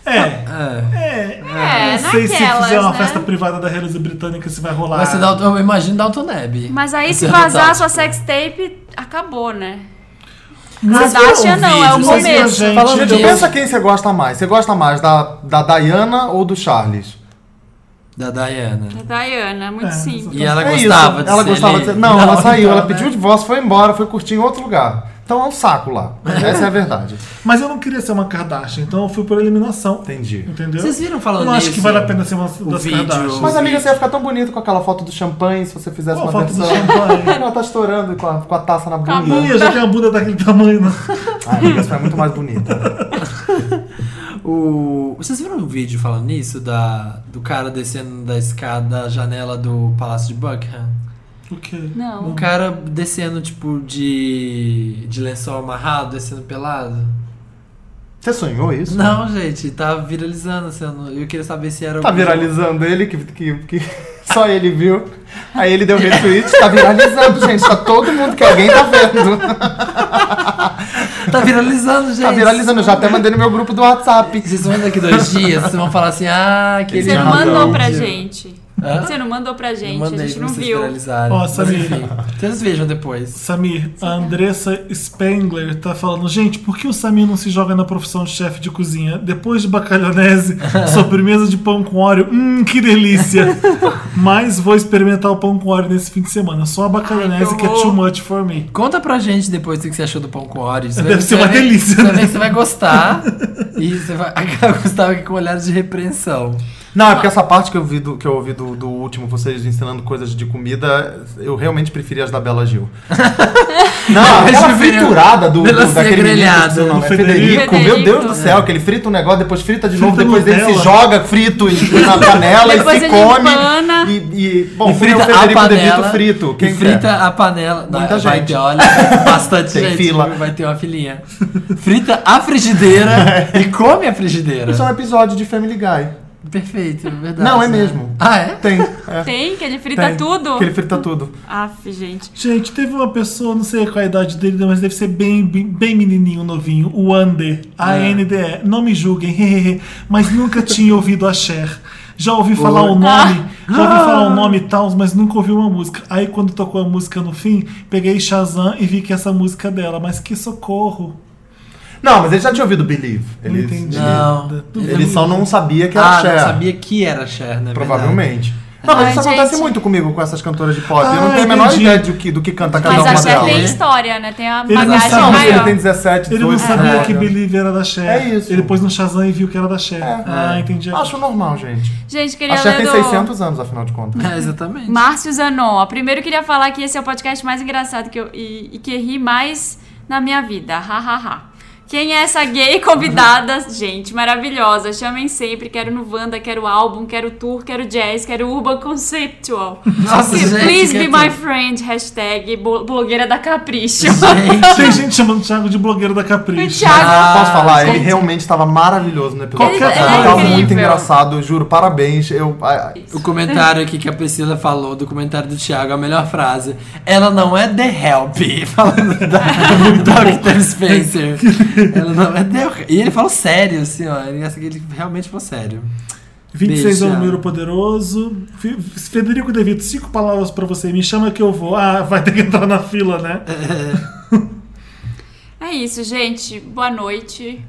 B: É,
A: É.
B: é.
C: É,
B: não sei se
C: naquelas,
B: fizer uma
C: né?
B: festa privada da Realeza Britânica se vai rolar.
A: Mas se dá, eu imagino Dalton Neb.
C: Mas aí,
A: Esse
C: se
A: é
C: vazar a
A: verdade.
C: sua sextape, acabou, né?
B: Mas
C: Kardashian
B: eu-
C: não, é o
A: Mas
C: começo.
B: gente,
A: Falando
D: Gente,
A: disso-
D: pensa quem você gosta mais. Você gosta mais da, da Diana ou do Charles?
A: Da Diana.
C: A Diana, muito
B: É,
C: simples.
A: E ela
D: é
A: gostava de
D: Ela
A: ser
D: gostava de
A: livre.
D: ser. Não, ela saiu,
A: então,
D: ela
A: né?
D: pediu o divórcio, foi embora, foi curtir em outro lugar. Então é um saco lá. Essa é a verdade.
B: Mas eu não queria ser uma Kardashian, então eu fui por eliminação.
D: Entendi.
B: Entendeu?
A: Vocês viram falando
B: Eu não acho
A: nisso?
B: que vale a pena ser uma
A: O
B: das
A: vídeo.
B: Kardashians.
D: Mas,
A: Sim.
D: amiga, você ia ficar tão bonito com aquela foto do champanhe se você fizesse
B: Qual a
D: uma
B: foto do
D: versão.
B: champanhe?
D: Ela tá estourando com a, com a taça na bunda.
B: Não, eu já tenho a bunda daquele tamanho, né? não.
D: Ah, amiga, essa foi muito mais bonita.
A: O... Vocês viram um vídeo falando nisso? Da... Do cara descendo da escada, da janela do Palácio de Buckingham?
B: O quê?
A: Um
C: Não.
A: cara descendo, tipo, de... De lençol amarrado, descendo pelado?
D: Você sonhou isso?
A: Não, gente, tá viralizando. Assim, eu, não- eu queria saber se era
D: Tá
A: algum-
D: viralizando ele, que, que, que só ele viu. Aí ele deu retweet, tá viralizando, gente. Tá todo mundo que alguém tá vendo.
A: Tá viralizando, gente.
D: Tá viralizando, eu já até mandei no meu grupo do WhatsApp.
A: Vocês vão daqui dois dias, vocês vão falar assim, ah, aquele
C: Você
D: Ele
C: não
D: já
A: maluco.
C: mandou
D: mandou
C: pra
D: um
C: gente.
A: Hã?
C: Você não mandou pra gente,
A: mandei
C: a gente
A: pra
C: não
A: vocês
C: viu.
A: viralizarem.
B: Ó,
A: Mas,
B: Samir.
A: enfim, vocês vejam depois.
B: Samir, a Andressa Spengler tá falando, gente, por que o Samir não se joga na profissão de chefe de cozinha? Depois de bacalhonese, sobremesa de pão com óleo, hum, que delícia! Mas vou experimentar o pão com óleo nesse fim de semana. Só a bacalhonese
A: Ai, que
B: que é
A: horror.
B: too much for me.
A: Conta pra gente depois o que você achou do pão com óleo. Você
B: Deve
A: vai-
B: ser uma
A: você vai-
B: delícia,
A: Você vai,
B: né?
A: ver que você vai gostar. e você vai. O Gustavo aqui com olhares de repreensão.
D: Não, é porque essa parte que eu, vi do, que eu ouvi do, do último, vocês ensinando coisas de comida, eu realmente preferi as da Bela Gil. Não, é aquela
A: preferiu-
D: friturada do, do-
A: Melancia
D: daquele menino que eu
A: grelhada.
D: esqueci o nome, é
B: Do
D: Federico.
C: Federico.
D: Meu Deus do céu, que ele frita um negócio, depois frita de novo,
B: Frita
D: depois ele se
B: Nutella.
D: joga frito e- na panela e
C: Depois
D: se
C: ele
D: come.
C: empana.
D: E, e, bom,
A: e frita
D: o
A: a
D: Federico De Vito
A: panela.
D: frito. Quem
A: e
D: frita
A: frita a panela. Não,
D: Muita
A: vai
D: gente.
A: ter, olha, bastante
D: Tem
A: gente.
D: fila.
A: Vai ter uma filinha. Frita a frigideira e come a frigideira.
D: Isso é um episódio de Family Guy.
A: Perfeito, é verdade.
D: Não, é
A: né?
D: mesmo.
A: Ah, é?
D: Tem. é,
C: Tem, que ele frita
D: tem.
C: tudo.
D: Que ele frita tudo.
C: Aff, gente.
B: Gente, teve uma pessoa, não sei qual é a idade dele, mas deve ser bem, bem, bem menininho, novinho, o Ander,
D: É.
B: A-N-D-E. Não me julguem, hehehe, mas nunca tinha ouvido a Cher. Já ouvi falar
D: Ah!
B: o nome, já ouvi falar o nome e tal, mas nunca ouvi uma música. Aí quando tocou a música no fim, peguei Shazam e vi que essa música é dela, mas que socorro.
D: Não, mas ele já tinha ouvido Believe. Ele,
B: Não entendi.
D: ele-
A: Não.
D: Ele só não sabia que era
A: Ah,
D: Cher.
A: não sabia que era Cher,
B: é
A: né?
D: Provavelmente. Não, mas
C: Ai,
D: isso acontece
C: gente.
D: muito comigo com essas cantoras de pop. eu
B: Ah,
D: não tenho a menor
B: entendi.
D: ideia do que, do que canta cada
C: Mas
D: uma
C: a Cher
D: delas.
C: tem
A: né?
C: história, né? Tem a
B: não
C: bagagem
B: sabe,
D: Não, mas ele
C: maior.
D: tem 17, 18,
B: Ele não sabia
D: né?
B: que Believe era da Cher.
D: É isso. É.
B: Ele pôs no Shazam e viu que era da Cher. Ah, entendi.
D: Acho normal, gente.
C: Gente, queria
D: A Cher
C: ler
D: tem
C: do...
D: 600 anos, afinal de contas.
A: É, exatamente.
C: Márcio Zanon, ó, primeiro eu queria falar que esse é o podcast mais engraçado que eu, e, e que ri mais na minha vida. Ha, ha, ha. Quem é essa gay convidada? Gente, maravilhosa. Chamem sempre. Quero no Wanda, quero álbum, quero tour, quero jazz, quero urban conceptual.
A: Nossa, gente,
C: Please
A: que
C: be
A: tudo.
C: my friend. Hashtag bo- blogueira da capricho.
B: Tem gente chamando o Thiago de blogueiro da
C: o
B: Capricho.
C: Thiago.
D: Posso falar? Ele
C: Ah, gente.
D: realmente estava maravilhoso no
B: Ele-
D: episódio.
B: ele é
D: ele tava muito
C: incrível.
D: engraçado, eu juro. Parabéns. Eu, ah, a- a-
A: O comentário aqui que a Priscila falou, do comentário do Thiago, a melhor frase. Ela não é The Help, falando da Dr. Spencer. Ela não é The Help. E ele falou sério, assim, ó. Ele, ele realmente falou sério.
B: 26 é um
A: Beijo.
B: número poderoso. F- Federico De Vito, cinco palavras pra você. Me chama que eu vou. Ah, vai ter que entrar na fila, né?
C: É isso, gente. Boa noite.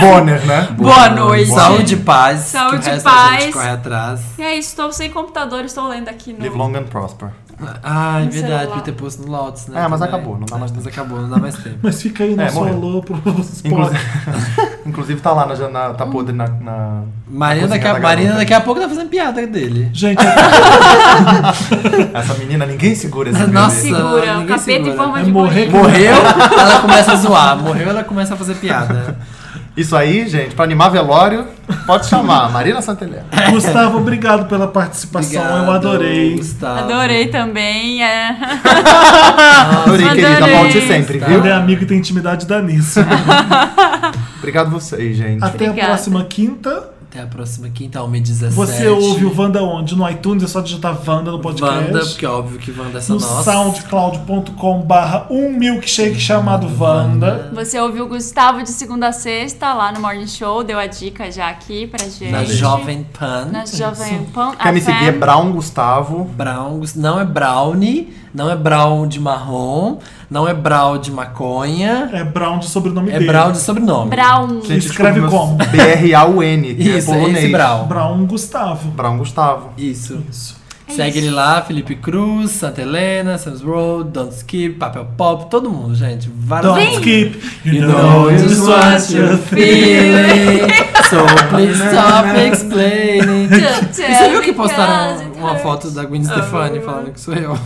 D: Bonner, né?
C: Boa noite.
A: Saúde e paz.
C: Saúde
A: que o
C: e
A: resto A
C: paz.
A: gente corre atrás.
C: E é isso. Estou sem computador. Estou lendo aqui no...
D: Live long and prosper.
A: Ah, é
C: No
A: verdade,
C: celular.
A: podia ter posto no Lotus, né?
D: É, mas
A: também.
D: acabou, não dá mais
A: Mas acabou, não dá mais tempo.
B: Mas fica aí nosso
D: morreu.
B: alô pro
D: Inclusive,
B: esporte.
D: inclusive tá lá, na, jan- na, tá podre na... na
A: Marina,
D: na
A: daqui
D: cozinha
A: a,
D: da
A: Marina
D: garota.
A: daqui a pouco tá fazendo piada dele.
B: Gente,
D: Essa menina, ninguém segura essa
A: Nossa,
D: bebê.
C: Segura. O
A: ninguém
C: capeta em
A: segura. né?
C: forma
B: é
C: de
B: morrer que
A: Morreu, ela começa a zoar. Morreu, ela começa a fazer piada.
D: Isso aí, gente, pra animar velório, pode chamar. Marina Santelena.
B: Tá Gustavo, obrigado pela participação.
A: Obrigado,
B: um, Eu adorei.
A: Gustavo.
C: Adorei também. É...
D: Adorei, querida.
C: adorei.
D: Volte sempre,
A: Tá.
D: viu?
B: Ele é amigo e tem intimidade da nisso.
D: Obrigado vocês, gente.
B: Até a
C: Obrigada.
B: próxima quinta.
A: Até a próxima quinta, 1h17.
B: Você ouve o Wanda onde? No iTunes é só digitar Wanda no podcast.
A: Wanda, porque é óbvio que Wanda é essa
B: no
A: nossa.
B: soundcloud.com barra um milkshake chamado Wanda.
C: Você ouviu o Gustavo de segunda a sexta lá no Morning Show, deu a dica já aqui pra gente.
A: Na Jovem Pan.
C: Na Jovem Pan.
D: Quer me
C: FM.
D: seguir? É Brown Gustavo.
A: Brown, não é brownie, não é brown de marrom, não é brown de maconha,
B: É Brown de sobrenome
A: é
B: dele.
A: brown de sobrenome.
C: Brown.
D: Gente,
B: Escreve
D: desculpa,
B: como?
D: mas B-R-A-U-N, que
A: Isso,
D: é
A: é esse
D: polonês.
A: brown.
B: Brown Gustavo.
D: Brown Gustavo.
A: Isso.
B: Isso.
C: É
A: Segue ele lá, Felipe Cruz, Santa Helena, Sam's Road, Don't Skip, Papel Pop, todo mundo, gente. Vai lá.
B: Don't skip. You,
A: You
B: know
A: know
B: just
A: just
B: what
A: what
B: you
A: you're feeling So please stop explaining
C: Just
A: E você viu que
C: because
A: postaram
C: it
A: uma
C: hurts.
A: foto da Gwen Stefani falando que sou eu?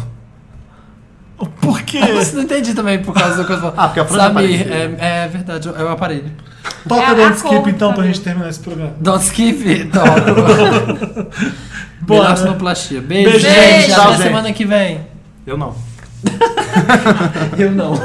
B: Por quê?
A: Você não entendi também por causa do que eu falo.
D: Ah, porque a Fran
A: Sabe,
D: apareceu.
A: é, é verdade, é o aparelho.
B: Toca
C: É a
B: Don't Skip
C: conta
B: então pra
C: também.
B: gente terminar esse programa.
A: Don't skip, toca.
B: Bora.
A: Melastinoplastia. Beijo,
B: Beijo,
A: gente.
D: tchau,
A: Até
D: gente.
A: semana que vem.
D: Eu não.
A: Eu não.